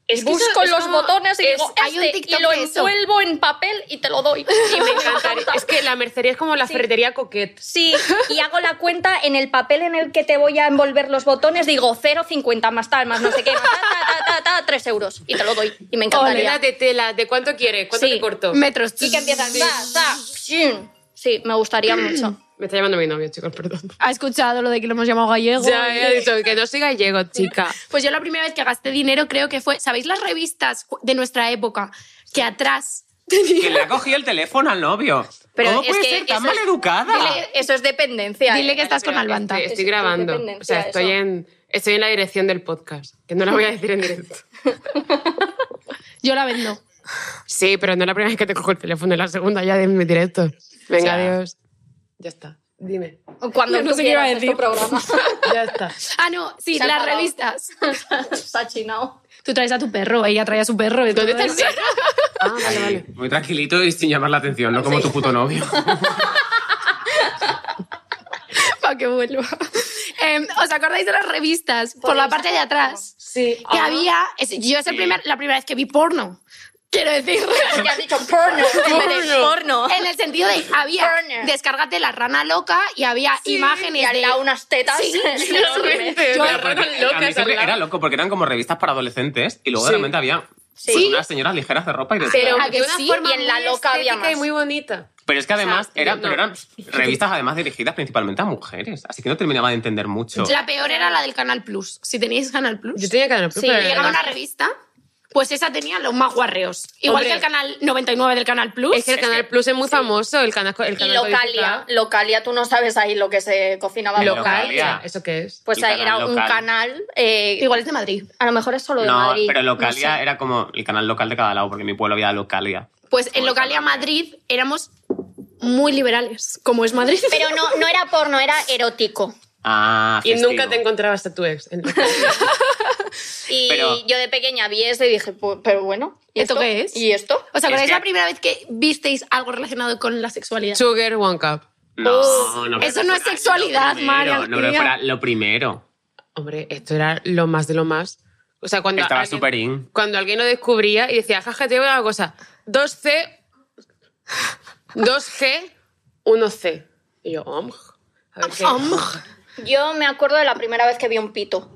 Speaker 3: Es que
Speaker 4: busco
Speaker 3: eso es
Speaker 4: los
Speaker 3: como-
Speaker 4: botones y
Speaker 3: es-
Speaker 4: digo,
Speaker 2: hay un
Speaker 4: este,
Speaker 2: TikTok
Speaker 4: y lo
Speaker 2: de eso.
Speaker 4: envuelvo en papel y te lo *laughs* doy.
Speaker 3: Sí, "Oh, me encantaría. es que la mercería es como la ferretería coquette.
Speaker 4: Sí, y hago la cuenta en el papel en el que te voy a envolver los botones, digo 0,50 más tal, más no sé qué, más ta, ta, ta, ta, 3 euros. Y te lo doy. Y me encantaría.
Speaker 3: Tela de tela, ¿de cuánto quieres? ¿Cuánto
Speaker 4: Sí.
Speaker 3: te corto?
Speaker 2: Metros.
Speaker 4: Y que empiezan. ta, ta, shin. Sí, me gustaría mucho.
Speaker 3: Me está llamando mi novio, chicos, perdón.
Speaker 2: ¿Ha escuchado lo de que lo hemos llamado gallego?
Speaker 3: Ya, ya he dicho que no soy gallego, *laughs* chica.
Speaker 2: Pues yo la primera vez que gasté dinero creo que fue... ¿Sabéis las revistas cu- de nuestra época? Que atrás
Speaker 1: que le ha cogido el teléfono al novio.
Speaker 4: Pero
Speaker 1: ¿Cómo
Speaker 4: es
Speaker 1: puede
Speaker 4: que
Speaker 1: ser tan
Speaker 4: eso es-
Speaker 1: maleducada?
Speaker 4: Dile- eso es dependencia.
Speaker 2: Dile
Speaker 4: eh.
Speaker 2: que estás con Albanta.
Speaker 3: Estoy, estoy
Speaker 4: Es
Speaker 3: grabando. O
Speaker 4: independencia,
Speaker 3: sea, estoy
Speaker 4: eso.
Speaker 3: en, estoy en la dirección del podcast, que no la voy a *laughs* decir en directo.
Speaker 2: Yo la vendo.
Speaker 3: Sí, pero no es la primera vez que te cojo el teléfono, es la segunda ya de mi directo.
Speaker 1: Ya.
Speaker 3: Venga, adiós. Ya está. Dime.
Speaker 4: Cuando
Speaker 2: Yo no
Speaker 4: tú
Speaker 2: sé qué iba a
Speaker 4: quieras, es
Speaker 2: decir.
Speaker 4: tu programa. *laughs*
Speaker 3: Ya *laughs* está.
Speaker 2: Ah, no, sí,
Speaker 4: Se ha
Speaker 2: las
Speaker 4: parado.
Speaker 2: revistas.
Speaker 4: Se ha chinado.
Speaker 2: Tú traes a tu perro, ella trae a su perro. y
Speaker 3: ¿Dónde
Speaker 2: todo
Speaker 3: está el
Speaker 2: eso. *laughs*
Speaker 3: perro? Ah, vale, vale.
Speaker 1: Muy tranquilito y sin llamar la atención, no como tu puto
Speaker 4: *laughs*
Speaker 1: novio.
Speaker 2: Para que vuelva. Em, ¿Os acordáis de las revistas? Por la parte de atrás.
Speaker 3: Sí.
Speaker 2: Que había... es- Yo es el primer, la primera vez que vi porno. Quiero
Speaker 3: *laughs*
Speaker 2: decir...
Speaker 4: Porque has dicho
Speaker 2: *laughs*
Speaker 4: porno en vez de porno.
Speaker 2: En el sentido de había
Speaker 4: Burner.
Speaker 2: descárgate la rana loca y había
Speaker 4: y
Speaker 2: imágenes
Speaker 4: al
Speaker 2: de
Speaker 4: lado unas tetas. *laughs*
Speaker 2: Sí, sí,
Speaker 4: enormes.
Speaker 2: sí.
Speaker 3: Yo
Speaker 1: Pero porque a mí siempre
Speaker 3: loca,
Speaker 1: era loco porque eran como revistas para adolescentes y luego de
Speaker 3: Sí.
Speaker 1: repente había
Speaker 4: Sí.
Speaker 1: Pues unas señoras ligeras de ropa y de
Speaker 3: Pero
Speaker 4: ¿A
Speaker 3: de
Speaker 4: que
Speaker 3: una
Speaker 4: sí?
Speaker 3: forma
Speaker 4: Y en La
Speaker 3: muy
Speaker 4: Loca había
Speaker 3: estética y
Speaker 4: más.
Speaker 3: muy bonita.
Speaker 1: Pero es que además
Speaker 3: sea,
Speaker 1: eran,
Speaker 3: yo
Speaker 1: pero
Speaker 3: no.
Speaker 1: eran revistas además dirigidas principalmente a mujeres, así que no terminaba de entender mucho.
Speaker 2: La peor era la del Canal Plus. Si teníais Canal Plus,
Speaker 3: Yo tenía que dar
Speaker 4: Sí,
Speaker 2: y llegaba una revista, pues esa tenía los más guarreos. Igual
Speaker 3: Hombre.
Speaker 2: que el Canal 99 del Canal Plus.
Speaker 3: Es que el Canal Plus es muy famoso, el canal el
Speaker 4: Y
Speaker 3: canal
Speaker 4: localia, localia, tú no sabes ahí lo que se cocinaba.
Speaker 1: Local.
Speaker 4: local.
Speaker 1: Localia.
Speaker 3: ¿Eso qué es?
Speaker 4: Pues
Speaker 1: El
Speaker 4: ahí
Speaker 1: canal
Speaker 4: era un
Speaker 1: local.
Speaker 4: canal. eh,
Speaker 2: Igual es de Madrid.
Speaker 4: a lo mejor es solo de
Speaker 1: no,
Speaker 4: Madrid.
Speaker 1: pero
Speaker 4: no
Speaker 1: Localia
Speaker 4: sé.
Speaker 1: era como el canal local de cada lado, porque en mi pueblo había Localia.
Speaker 2: Pues en Localia Madrid éramos muy liberales, como es Madrid.
Speaker 4: Pero no, no era porno, era erótico.
Speaker 1: Ah,
Speaker 3: Y
Speaker 1: festivo.
Speaker 3: nunca te encontrabas a tu *laughs* ex. en-
Speaker 4: Y
Speaker 1: Pero-
Speaker 4: yo de pequeña vi eso y dije, "Pu- pero bueno. ¿y
Speaker 2: ¿Esto qué es?
Speaker 4: ¿Y esto?
Speaker 2: ¿Os acordáis
Speaker 1: Es que-
Speaker 2: la primera vez que visteis algo relacionado con la sexualidad?
Speaker 3: Sugar One Cup.
Speaker 1: No, no creo
Speaker 2: eso
Speaker 1: que
Speaker 2: no es
Speaker 1: fuera
Speaker 2: sexualidad,
Speaker 1: lo primero,
Speaker 2: María
Speaker 1: No creo que
Speaker 2: Lucía.
Speaker 1: fuera lo primero.
Speaker 3: Hombre, esto era lo más de lo más. O sea, cuando
Speaker 1: Estaba
Speaker 3: alguien-
Speaker 1: súper in.
Speaker 3: cuando alguien lo descubría y decía, jaja, te voy a una cosa, 2C, 2G, 1C. Y yo, omg. A ver qué.
Speaker 2: Amj.
Speaker 4: Yo me acuerdo de la primera vez que vi un pito.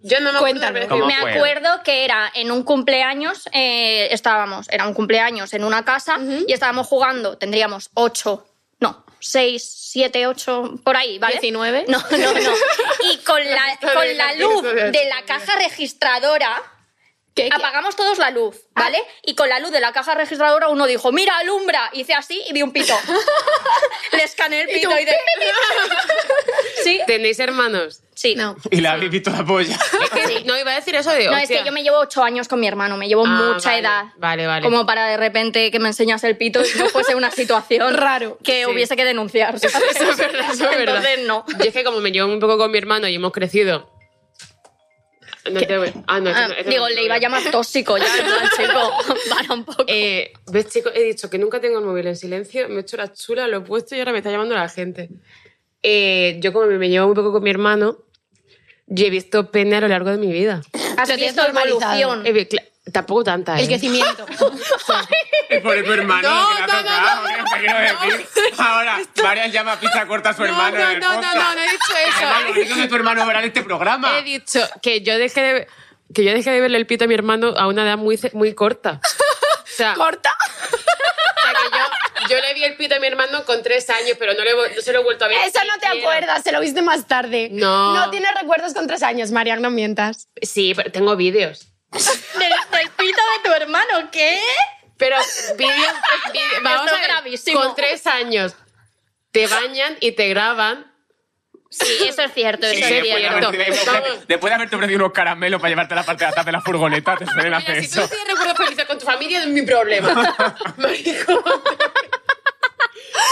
Speaker 3: Yo no me acuerdo.
Speaker 2: Cuéntalo.
Speaker 3: de-
Speaker 1: ¿Cómo
Speaker 4: Me
Speaker 1: fue?
Speaker 4: acuerdo que era en un cumpleaños, eh, estábamos, era un cumpleaños en una casa y estábamos jugando, tendríamos ocho, no, seis, siete, ocho, por ahí, ¿vale?
Speaker 2: 19.
Speaker 4: No, no, no. Y con
Speaker 3: *laughs*
Speaker 4: la,
Speaker 3: historia
Speaker 4: con
Speaker 3: de
Speaker 4: la
Speaker 3: la
Speaker 4: luz
Speaker 3: historia.
Speaker 4: de la caja registradora,
Speaker 2: ¿Qué?
Speaker 4: apagamos todos la luz,
Speaker 3: Ah.
Speaker 4: ¿vale? Y con la luz de la caja registradora uno dijo, mira, alumbra, hice así y vi
Speaker 3: *laughs*
Speaker 4: un pito. Le escaneé el pito y, de... sí,
Speaker 3: ¿Tenéis hermanos?
Speaker 4: sí.
Speaker 2: No.
Speaker 1: Y la habéis visto la
Speaker 3: *laughs*
Speaker 1: polla. *laughs*
Speaker 3: Es que no iba a decir eso de
Speaker 4: No, es
Speaker 3: hostia.
Speaker 4: que yo me llevo ocho años con mi hermano, me llevo
Speaker 3: Ah,
Speaker 4: mucha
Speaker 3: vale,
Speaker 4: edad.
Speaker 3: Vale, vale.
Speaker 4: Como para de repente que me enseñas el pito y no fuese una situación
Speaker 2: Raro.
Speaker 4: que
Speaker 3: Sí.
Speaker 4: hubiese que denunciar. ¿sabes?
Speaker 3: Eso *laughs* es verdad, eso es verdad.
Speaker 4: Entonces no.
Speaker 3: Yo es que como me llevo un poco con mi hermano y hemos crecido. No te voy- Ah, no,
Speaker 4: Ah,
Speaker 3: eso no- eso
Speaker 4: digo,
Speaker 3: no-
Speaker 4: le iba a llamar tóxico ya, en plan, chico, para un poco.
Speaker 3: Eh, ¿Ves, chicos? He dicho que nunca tengo el móvil en silencio, me he hecho la chula, lo he puesto y ahora me está llamando la gente. Eh, yo, como me llevo un poco con mi hermano, yo he visto pene a lo largo de mi vida.
Speaker 4: Has
Speaker 2: lo tienes
Speaker 4: visto
Speaker 2: normalizado.
Speaker 4: evolución.
Speaker 3: He vi- cla- tampoco tanta,
Speaker 2: El
Speaker 3: ¿eh?
Speaker 2: crecimiento.
Speaker 3: *laughs*
Speaker 1: Es por tu hermano
Speaker 3: No,
Speaker 1: que la ha
Speaker 3: no, no,
Speaker 1: tocado,
Speaker 3: no,
Speaker 1: ¿qué te quiero decir? Ahora, María llama a pizza corta a su
Speaker 3: No, no,
Speaker 1: Pues hermano. en
Speaker 3: no,
Speaker 1: el
Speaker 3: no,
Speaker 1: podcast.
Speaker 3: no, no he dicho
Speaker 1: Además, lo
Speaker 3: eso.
Speaker 1: único que tu hermano verá en este programa.
Speaker 3: He dicho que yo dejé de, que yo dejé de verle el pito a mi hermano a una edad muy, ce- muy corta. O *laughs* sea,
Speaker 2: ¿Corta?
Speaker 3: o sea, que yo, yo le vi el pito a mi hermano con tres años, pero no, le, he vu- no se lo he vuelto a ver.
Speaker 2: Eso no te
Speaker 3: siquiera.
Speaker 2: acuerdas, se lo viste más tarde.
Speaker 3: Pues No.
Speaker 2: No tienes recuerdos con tres años, María, no mientas.
Speaker 3: Sí, pero tengo vídeos.
Speaker 4: *laughs* ¿Del, del pito de tu hermano qué?
Speaker 3: Pero vídeos, vídeos- vamos
Speaker 4: Esto
Speaker 3: a ver,
Speaker 4: gravísimo.
Speaker 3: con tres años te bañan y te graban.
Speaker 4: Sí, eso es cierto,
Speaker 1: Sí,
Speaker 4: eso es
Speaker 1: después, de
Speaker 4: cierto.
Speaker 1: haberte-
Speaker 3: Vamos.
Speaker 1: después de haberte ofrecido unos caramelos para llevarte a la parte de atrás de la furgoneta, te suelen hacer
Speaker 3: Mira, si
Speaker 1: eso.
Speaker 3: tú no tienes recuerdos felices con tu familia, no es mi problema. Marico.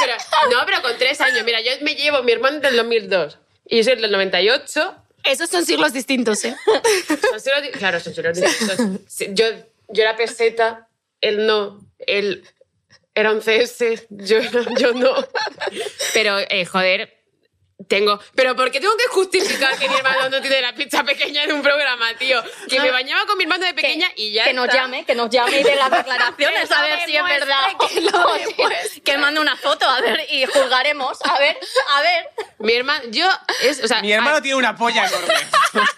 Speaker 3: Pero, no, pero con tres años. Mira, yo me llevo, mi hermano es del 2002 y yo soy del 98.
Speaker 2: Esos son siglos distintos, ¿eh?
Speaker 3: Son solo di- claro, son solo distintos. Sí, Yo, yo era peseta, él no, él era un CS, yo, era- yo no. Pero, eh, joder, tengo... Pero ¿por qué tengo que justificar que mi hermano no tiene la pizza pequeña en un programa, tío? Que me bañaba con mi hermano de pequeña y ya
Speaker 4: que nos
Speaker 3: está.
Speaker 4: llame, que nos llame y de las declaraciones,
Speaker 2: Que
Speaker 4: a
Speaker 2: lo
Speaker 4: ver si es
Speaker 2: demuestre,
Speaker 4: verdad.
Speaker 2: que lo
Speaker 4: *laughs* o si- que mande una foto, a ver, y juzgaremos. A ver, a ver.
Speaker 3: Mi hermano, yo... Es, o sea,
Speaker 1: Mi hermano tiene una
Speaker 3: *laughs*
Speaker 1: polla enorme.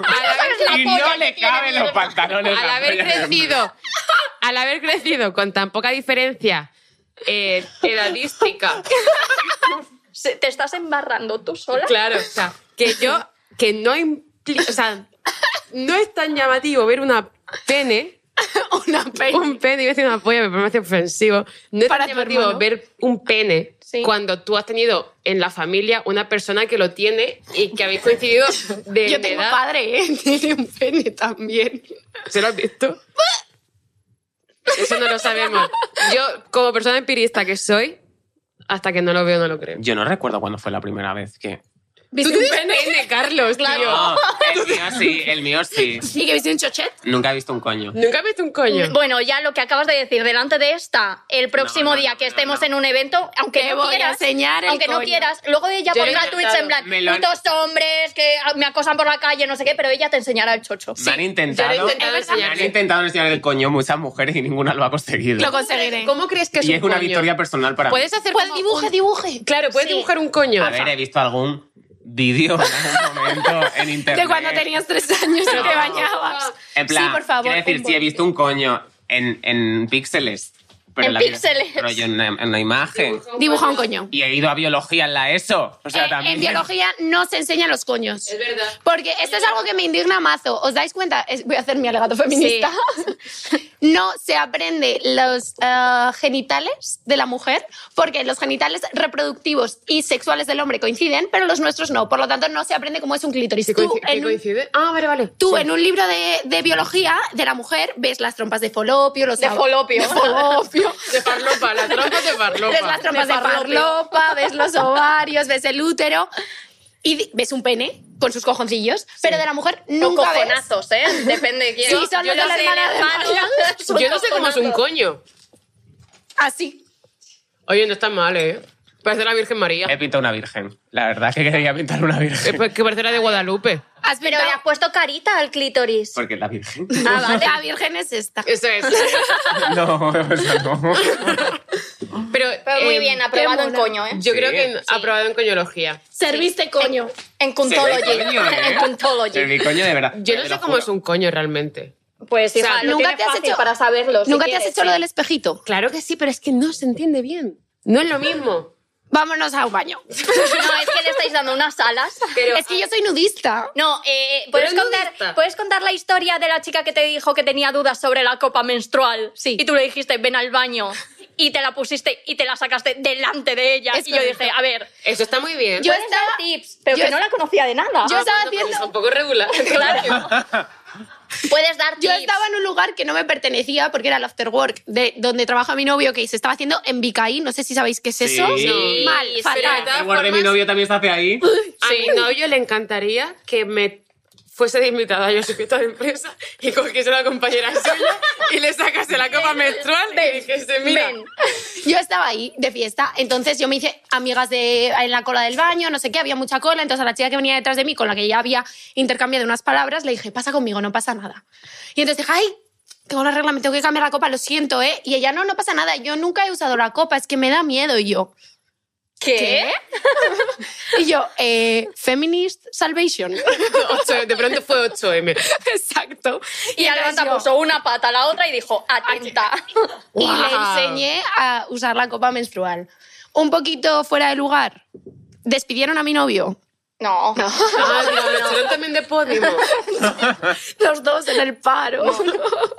Speaker 3: al, al haber,
Speaker 1: y no le caben los pantalones.
Speaker 3: al
Speaker 1: la
Speaker 3: haber
Speaker 1: polla de mi hermano.
Speaker 3: crecido, al haber crecido con tan poca diferencia eh, edadística...
Speaker 4: Se- ¿Te estás embarrando tú sola?
Speaker 3: Claro, o sea, que yo, que no impli- o sea, no es tan llamativo ver una pene,
Speaker 2: *laughs* Una pena.
Speaker 3: un pene, iba a decir una polla, pero me parece ofensivo. No es
Speaker 2: Para
Speaker 3: tan
Speaker 2: tu
Speaker 3: llamativo
Speaker 2: hermano.
Speaker 3: ver un pene
Speaker 4: Sí.
Speaker 3: cuando tú has tenido en la familia una persona que lo tiene y que habéis coincidido de
Speaker 2: Yo
Speaker 3: de
Speaker 2: tengo
Speaker 3: edad.
Speaker 2: padre, ¿eh? *laughs* Tiene un pene también.
Speaker 3: ¿Se lo has visto? Eso no lo sabemos. Yo, como persona empirista que soy, hasta que no lo veo, no lo creo.
Speaker 1: Yo no recuerdo cuándo fue la primera vez que.
Speaker 3: ¿Tú tienes pene? Carlos, tío.
Speaker 1: No, Ah, el mío sí, el mío sí.
Speaker 2: ¿Y que viste un chochet?
Speaker 1: Nunca he visto un coño.
Speaker 3: ¿Nunca has visto un coño?
Speaker 4: Bueno, ya lo que acabas de decir, delante de esta, el
Speaker 1: No,
Speaker 4: próximo
Speaker 1: no,
Speaker 4: día que
Speaker 1: no,
Speaker 4: estemos
Speaker 1: no.
Speaker 4: en un evento, aunque
Speaker 2: Te
Speaker 4: no
Speaker 2: voy a
Speaker 4: quieras,
Speaker 2: enseñar el
Speaker 4: aunque no
Speaker 2: coño.
Speaker 4: quieras, luego ella
Speaker 3: Yo lo he
Speaker 4: pondrá
Speaker 3: intentado.
Speaker 4: tweets en plan,
Speaker 1: Me lo han-
Speaker 4: putos hombres que me acosan por la calle, no sé qué, pero ella te enseñará el chocho.
Speaker 1: me han
Speaker 3: yo
Speaker 1: intentado.
Speaker 3: lo he intentado
Speaker 1: me han
Speaker 3: enseñarle.
Speaker 1: intentado enseñar el coño muchas mujeres y ninguna lo ha conseguido.
Speaker 2: Lo conseguiré.
Speaker 3: ¿Cómo crees que es
Speaker 1: y
Speaker 3: un
Speaker 1: es una
Speaker 3: coño?
Speaker 1: victoria personal para
Speaker 3: Puedes hacer
Speaker 2: Pues
Speaker 3: como
Speaker 2: dibuje,
Speaker 3: un-
Speaker 2: dibuje.
Speaker 3: Claro, pues, puedes
Speaker 4: Sí.
Speaker 3: dibujar un
Speaker 1: mí.
Speaker 3: coño.
Speaker 1: A ver, eh. he visto algún vídeo en algún momento en internet.
Speaker 2: De cuando tenías tres años y
Speaker 1: No.
Speaker 2: te bañabas.
Speaker 1: En plan,
Speaker 2: sí, por favor.
Speaker 1: quiero decir,
Speaker 2: un
Speaker 1: si he
Speaker 2: bol.
Speaker 1: visto un coño en, en píxeles. pero
Speaker 4: En
Speaker 1: la vida-
Speaker 4: píxeles.
Speaker 1: Pero yo en una, en una imagen.
Speaker 2: Dibuja un coño.
Speaker 1: Y he ido a biología en la ESO. O sea,
Speaker 2: Eh,
Speaker 1: también.
Speaker 2: En biología no se enseñan los coños.
Speaker 3: Es verdad.
Speaker 2: Porque esto es algo que me indigna mazo. ¿Os dais cuenta? Es- voy a hacer mi alegato feminista. no se aprende los eh, genitales de la mujer porque los genitales reproductivos y sexuales del hombre coinciden, pero los nuestros no. Por lo tanto, no se aprende cómo es un clítoris.
Speaker 3: ¿Qué
Speaker 2: Tú,
Speaker 3: coinci- qué
Speaker 2: en un,
Speaker 3: coincide? Ah, vale, vale.
Speaker 2: tú
Speaker 3: Sí.
Speaker 2: en un libro de, de biología de la mujer ves las trompas de folopio, los
Speaker 4: De
Speaker 2: ab-
Speaker 4: folopio.
Speaker 2: de folopio,
Speaker 3: De farlopa, la trompa de
Speaker 2: ves
Speaker 3: farlopa.
Speaker 2: las trompas de
Speaker 4: De farlopio.
Speaker 2: farlopa, ves los ovarios, ves el útero y di- ves un pene con sus cojoncillos, pero de la mujer
Speaker 4: O
Speaker 2: nunca ves. *laughs*
Speaker 4: cojonazos, ¿eh? Depende de quién.
Speaker 2: Sí, son
Speaker 4: Yo
Speaker 2: los de
Speaker 4: no
Speaker 2: la
Speaker 4: sé,
Speaker 2: hermana de
Speaker 4: hermano.
Speaker 2: María.
Speaker 4: *laughs*
Speaker 2: Son
Speaker 3: Yo no sé cómo es un
Speaker 2: cojonazos.
Speaker 3: coño.
Speaker 2: Así.
Speaker 3: Oye, no está mal, ¿eh? Parece la Virgen María.
Speaker 1: He pintado una virgen. La verdad es que quería pintar una
Speaker 3: Eh, *laughs*
Speaker 1: virgen.
Speaker 3: pues que parece la de Guadalupe.
Speaker 2: Has
Speaker 4: Ah, Pero le has puesto carita al clítoris.
Speaker 1: Porque la virgen.
Speaker 2: Ah, vale. *laughs* La virgen es esta.
Speaker 3: Eso es.
Speaker 1: No, eso no.
Speaker 3: Pero,
Speaker 4: Pero Pues muy
Speaker 3: eh,
Speaker 4: bien, aprobado en
Speaker 2: mola.
Speaker 4: coño, ¿eh?
Speaker 3: Yo
Speaker 1: Sí.
Speaker 3: creo que en- aprobado en coñología.
Speaker 2: Serviste coño.
Speaker 4: En Cuntology.
Speaker 1: Se ve
Speaker 4: *laughs*
Speaker 1: coño, ¿eh?
Speaker 4: En
Speaker 1: Se
Speaker 4: Cuntology.
Speaker 1: ve coño de verdad.
Speaker 3: Yo no
Speaker 1: Te
Speaker 3: sé
Speaker 1: lo
Speaker 3: cómo
Speaker 1: juro.
Speaker 3: es un coño realmente.
Speaker 4: Pues hija,
Speaker 3: O sea,
Speaker 4: lo
Speaker 2: nunca
Speaker 4: tienes
Speaker 2: te has
Speaker 4: fácil
Speaker 2: hecho-
Speaker 4: para saberlo. si
Speaker 2: ¿Nunca te has
Speaker 4: quieres,
Speaker 2: hecho lo
Speaker 4: sí.
Speaker 2: del espejito?
Speaker 3: Claro que sí, pero es que no se entiende bien. No es lo mismo.
Speaker 2: Vámonos a un baño.
Speaker 4: No, es que le estáis dando unas alas.
Speaker 3: Pero,
Speaker 2: es que yo soy nudista.
Speaker 4: No, eh, ¿puedes,
Speaker 3: Pero es
Speaker 4: contar,
Speaker 3: nudista.
Speaker 4: puedes contar la historia de la chica que te dijo que tenía dudas sobre la copa menstrual.
Speaker 2: Sí.
Speaker 4: Y tú le dijiste, ven al baño. Y te la pusiste y te la sacaste delante de ella.
Speaker 2: Es
Speaker 4: y yo
Speaker 2: correcto.
Speaker 4: dije, a ver.
Speaker 3: Eso está muy bien.
Speaker 2: Yo
Speaker 4: puedes
Speaker 2: estaba-
Speaker 4: dar tips, pero
Speaker 2: yo
Speaker 4: que
Speaker 2: es-
Speaker 4: no la conocía de nada.
Speaker 2: Yo estaba
Speaker 3: Porque
Speaker 2: haciendo.
Speaker 3: es un poco regular.
Speaker 4: *laughs* Claro. puedes dar tips.
Speaker 2: Yo estaba en un lugar que no me pertenecía porque era el after work de donde trabaja mi novio que se estaba haciendo en Vicaí. No sé si sabéis qué es
Speaker 1: Sí.
Speaker 2: eso.
Speaker 1: Sí,
Speaker 2: Mal,
Speaker 4: sí,
Speaker 2: fatal.
Speaker 3: pero- todas
Speaker 1: El guardia de mi
Speaker 3: formas-
Speaker 1: novio también se hace ahí.
Speaker 3: A mi novio le encantaría que me fuese de invitada a yo a su fiesta de empresa y cogiese a la compañera suya y le sacase la copa menstrual y dijese, mira,
Speaker 4: Ven.
Speaker 2: Yo estaba ahí de fiesta, entonces yo me hice amigas de, en la cola del baño, no sé qué, había mucha cola, entonces a la chica que venía detrás de mí, con la que ya había intercambiado unas palabras, le dije, pasa conmigo, no pasa nada. Y entonces dije, ay, tengo una regla, me tengo que cambiar la copa, lo siento, ¿eh? Y ella, no, no pasa nada, yo nunca he usado la copa, es que me da miedo y yo.
Speaker 4: ¿Qué?
Speaker 2: *laughs* Y yo, eh, Feminist
Speaker 4: *laughs*
Speaker 2: Salvation.
Speaker 3: ocho- de pronto fue
Speaker 4: Ah,
Speaker 3: 8M.
Speaker 2: *laughs* Exacto.
Speaker 4: Y la levanta puso una pata a la otra y dijo,
Speaker 2: *laughs*
Speaker 4: atenta.
Speaker 2: Y le
Speaker 3: Guau.
Speaker 2: enseñé a usar la copa menstrual. Un poquito fuera de lugar. Despidieron a mi novio. *laughs*
Speaker 4: No.
Speaker 3: Ah, digo, me echaron también de
Speaker 4: *laughs*
Speaker 3: Podimo.
Speaker 2: Los dos en el paro. *laughs*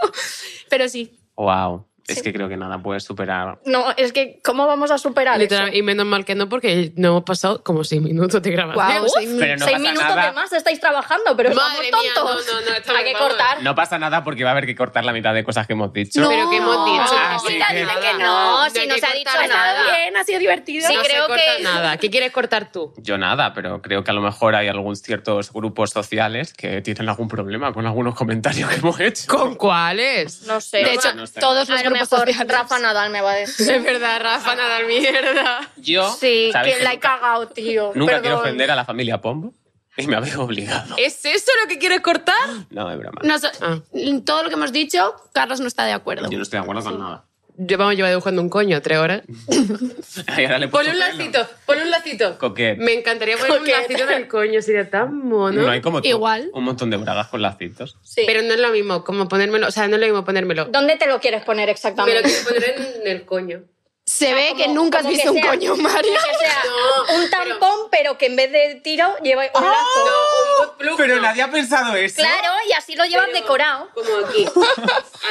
Speaker 2: Pero sí.
Speaker 1: Wow. Es que creo que nada puede superar.
Speaker 4: No, es que, ¿cómo vamos a superar
Speaker 3: Literal,
Speaker 4: eso?
Speaker 3: y menos mal que no, porque no hemos pasado como 6 minutos de grabación.
Speaker 2: Guau, soy-
Speaker 1: Pero no
Speaker 4: Seis
Speaker 1: pasa
Speaker 4: minutos
Speaker 1: nada.
Speaker 4: de más estáis trabajando, pero
Speaker 3: Madre
Speaker 4: estamos
Speaker 3: mía,
Speaker 4: tontos.
Speaker 3: no, no, no, estamos-
Speaker 4: Hay que
Speaker 3: vamos.
Speaker 4: cortar.
Speaker 1: No pasa nada porque va a haber que cortar la mitad de cosas que hemos dicho. Ah,
Speaker 2: No.
Speaker 3: Pero que hemos dicho.
Speaker 4: No,
Speaker 1: sí,
Speaker 4: Rita
Speaker 1: que
Speaker 4: dice
Speaker 1: nada.
Speaker 4: que no,
Speaker 3: No,
Speaker 4: si
Speaker 3: hay
Speaker 4: no
Speaker 3: que
Speaker 4: se ha dicho
Speaker 3: cortar
Speaker 4: nada.
Speaker 3: nada.
Speaker 2: Bien, ha sido divertido.
Speaker 4: Sí,
Speaker 3: no
Speaker 4: creo
Speaker 3: se corta
Speaker 4: que-
Speaker 3: nada. ¿Qué quieres cortar tú?
Speaker 1: Yo nada, pero creo que a lo mejor hay algunos ciertos grupos sociales que tienen algún problema con algunos comentarios que hemos hecho.
Speaker 3: ¿Con cuáles?
Speaker 4: No sé.
Speaker 2: De hecho,
Speaker 1: no está.
Speaker 2: todos los
Speaker 4: a
Speaker 2: grupos
Speaker 4: lo mejor
Speaker 2: sociales.
Speaker 4: Rafa Nadal me va a decir.
Speaker 3: Es verdad, Rafa, nada, mierda.
Speaker 1: Yo,
Speaker 4: Sí,
Speaker 1: ¿sabéis
Speaker 4: que la he
Speaker 1: nunca,
Speaker 4: cagado, tío.
Speaker 1: nunca
Speaker 4: Perdón.
Speaker 1: quiero ofender a la familia Pombo y me habéis obligado.
Speaker 3: ¿Es eso lo que quieres cortar?
Speaker 1: No, es broma.
Speaker 2: Nos-
Speaker 3: Ah.
Speaker 2: Todo lo que hemos dicho, Carlos no está de acuerdo.
Speaker 1: Yo no estoy de acuerdo con nada.
Speaker 3: Yo, vamos, llevar dibujando un coño tres horas.
Speaker 1: Y ahora le
Speaker 3: Ponle
Speaker 1: puso
Speaker 3: un
Speaker 1: pelo.
Speaker 3: lacito, ponle un lacito.
Speaker 1: Coquet.
Speaker 3: Me encantaría poner un
Speaker 4: Coquet.
Speaker 3: lacito en el coño, sería tan mono.
Speaker 1: No hay como tú,
Speaker 2: Igual.
Speaker 1: un montón de bragas con lacitos.
Speaker 4: Sí.
Speaker 3: Pero no es lo mismo, como ponérmelo, o sea, no es lo mismo ponérmelo.
Speaker 4: ¿Dónde te lo quieres poner
Speaker 3: Me lo
Speaker 4: exactamente?
Speaker 3: quiero poner en el coño.
Speaker 2: Se ve
Speaker 4: Como-
Speaker 2: que nunca has
Speaker 4: como que
Speaker 2: visto un
Speaker 4: sea-
Speaker 2: coño, Mario.
Speaker 4: Que sea
Speaker 3: *laughs* No,
Speaker 4: un
Speaker 3: pero-
Speaker 4: tampón, pero... que en vez de tiro lleva
Speaker 2: ¡Ah!
Speaker 4: un lazo.
Speaker 3: No, un butt plug no.
Speaker 1: ha pensado eso.
Speaker 4: Claro, y así lo llevas
Speaker 3: Pero
Speaker 4: decorado.
Speaker 3: Como aquí.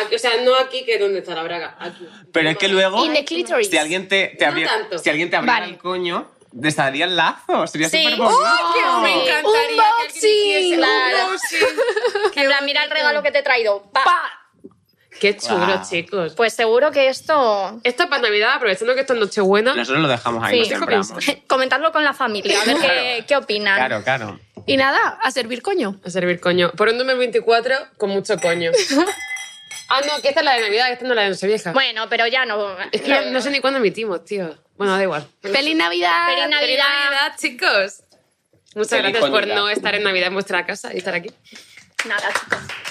Speaker 3: Aquí, O sea, no aquí, que es donde está la braga. Aquí.
Speaker 1: Pero es que luego,
Speaker 2: In the clitoris.
Speaker 1: si alguien te, te
Speaker 3: No
Speaker 1: abría-
Speaker 3: tanto.
Speaker 1: si alguien te abriera
Speaker 2: Vale.
Speaker 1: el coño, te saldría el lazo. Sería
Speaker 4: Sí. ¡Oh!
Speaker 1: súper bonito.
Speaker 2: ¡Oh,
Speaker 3: Me encantaría que alguien
Speaker 2: Unboxing,
Speaker 3: dijese,
Speaker 4: En plan, mira el regalo que te he traído. Pa.
Speaker 2: ¡Oh, Pa.
Speaker 3: Qué chulo,
Speaker 1: Guau.
Speaker 3: chicos.
Speaker 4: Pues seguro que esto...
Speaker 3: Esto es para Navidad, aprovechando que esto es Nochebuena.
Speaker 1: Nosotros lo dejamos ahí,
Speaker 4: Sí.
Speaker 1: lo
Speaker 4: *laughs*
Speaker 1: sembramos.
Speaker 4: Comentadlo con la familia, a ver qué, qué opinan.
Speaker 1: Claro, claro.
Speaker 2: Y nada, a servir coño.
Speaker 3: A servir coño. Por un número 24 con mucho coño. ah, no, que esta es la de Navidad, que esta no es la de Nochevieja.
Speaker 4: Bueno, pero ya no...
Speaker 3: es que no, no sé ni cuándo emitimos, tío. Bueno, da igual.
Speaker 2: Feliz Navidad.
Speaker 4: Feliz Navidad.
Speaker 3: Feliz Navidad, chicos. Muchas
Speaker 1: Feliz
Speaker 3: gracias por
Speaker 1: Navidad.
Speaker 3: no estar en Navidad en vuestra casa y estar aquí.
Speaker 4: Nada, chicos.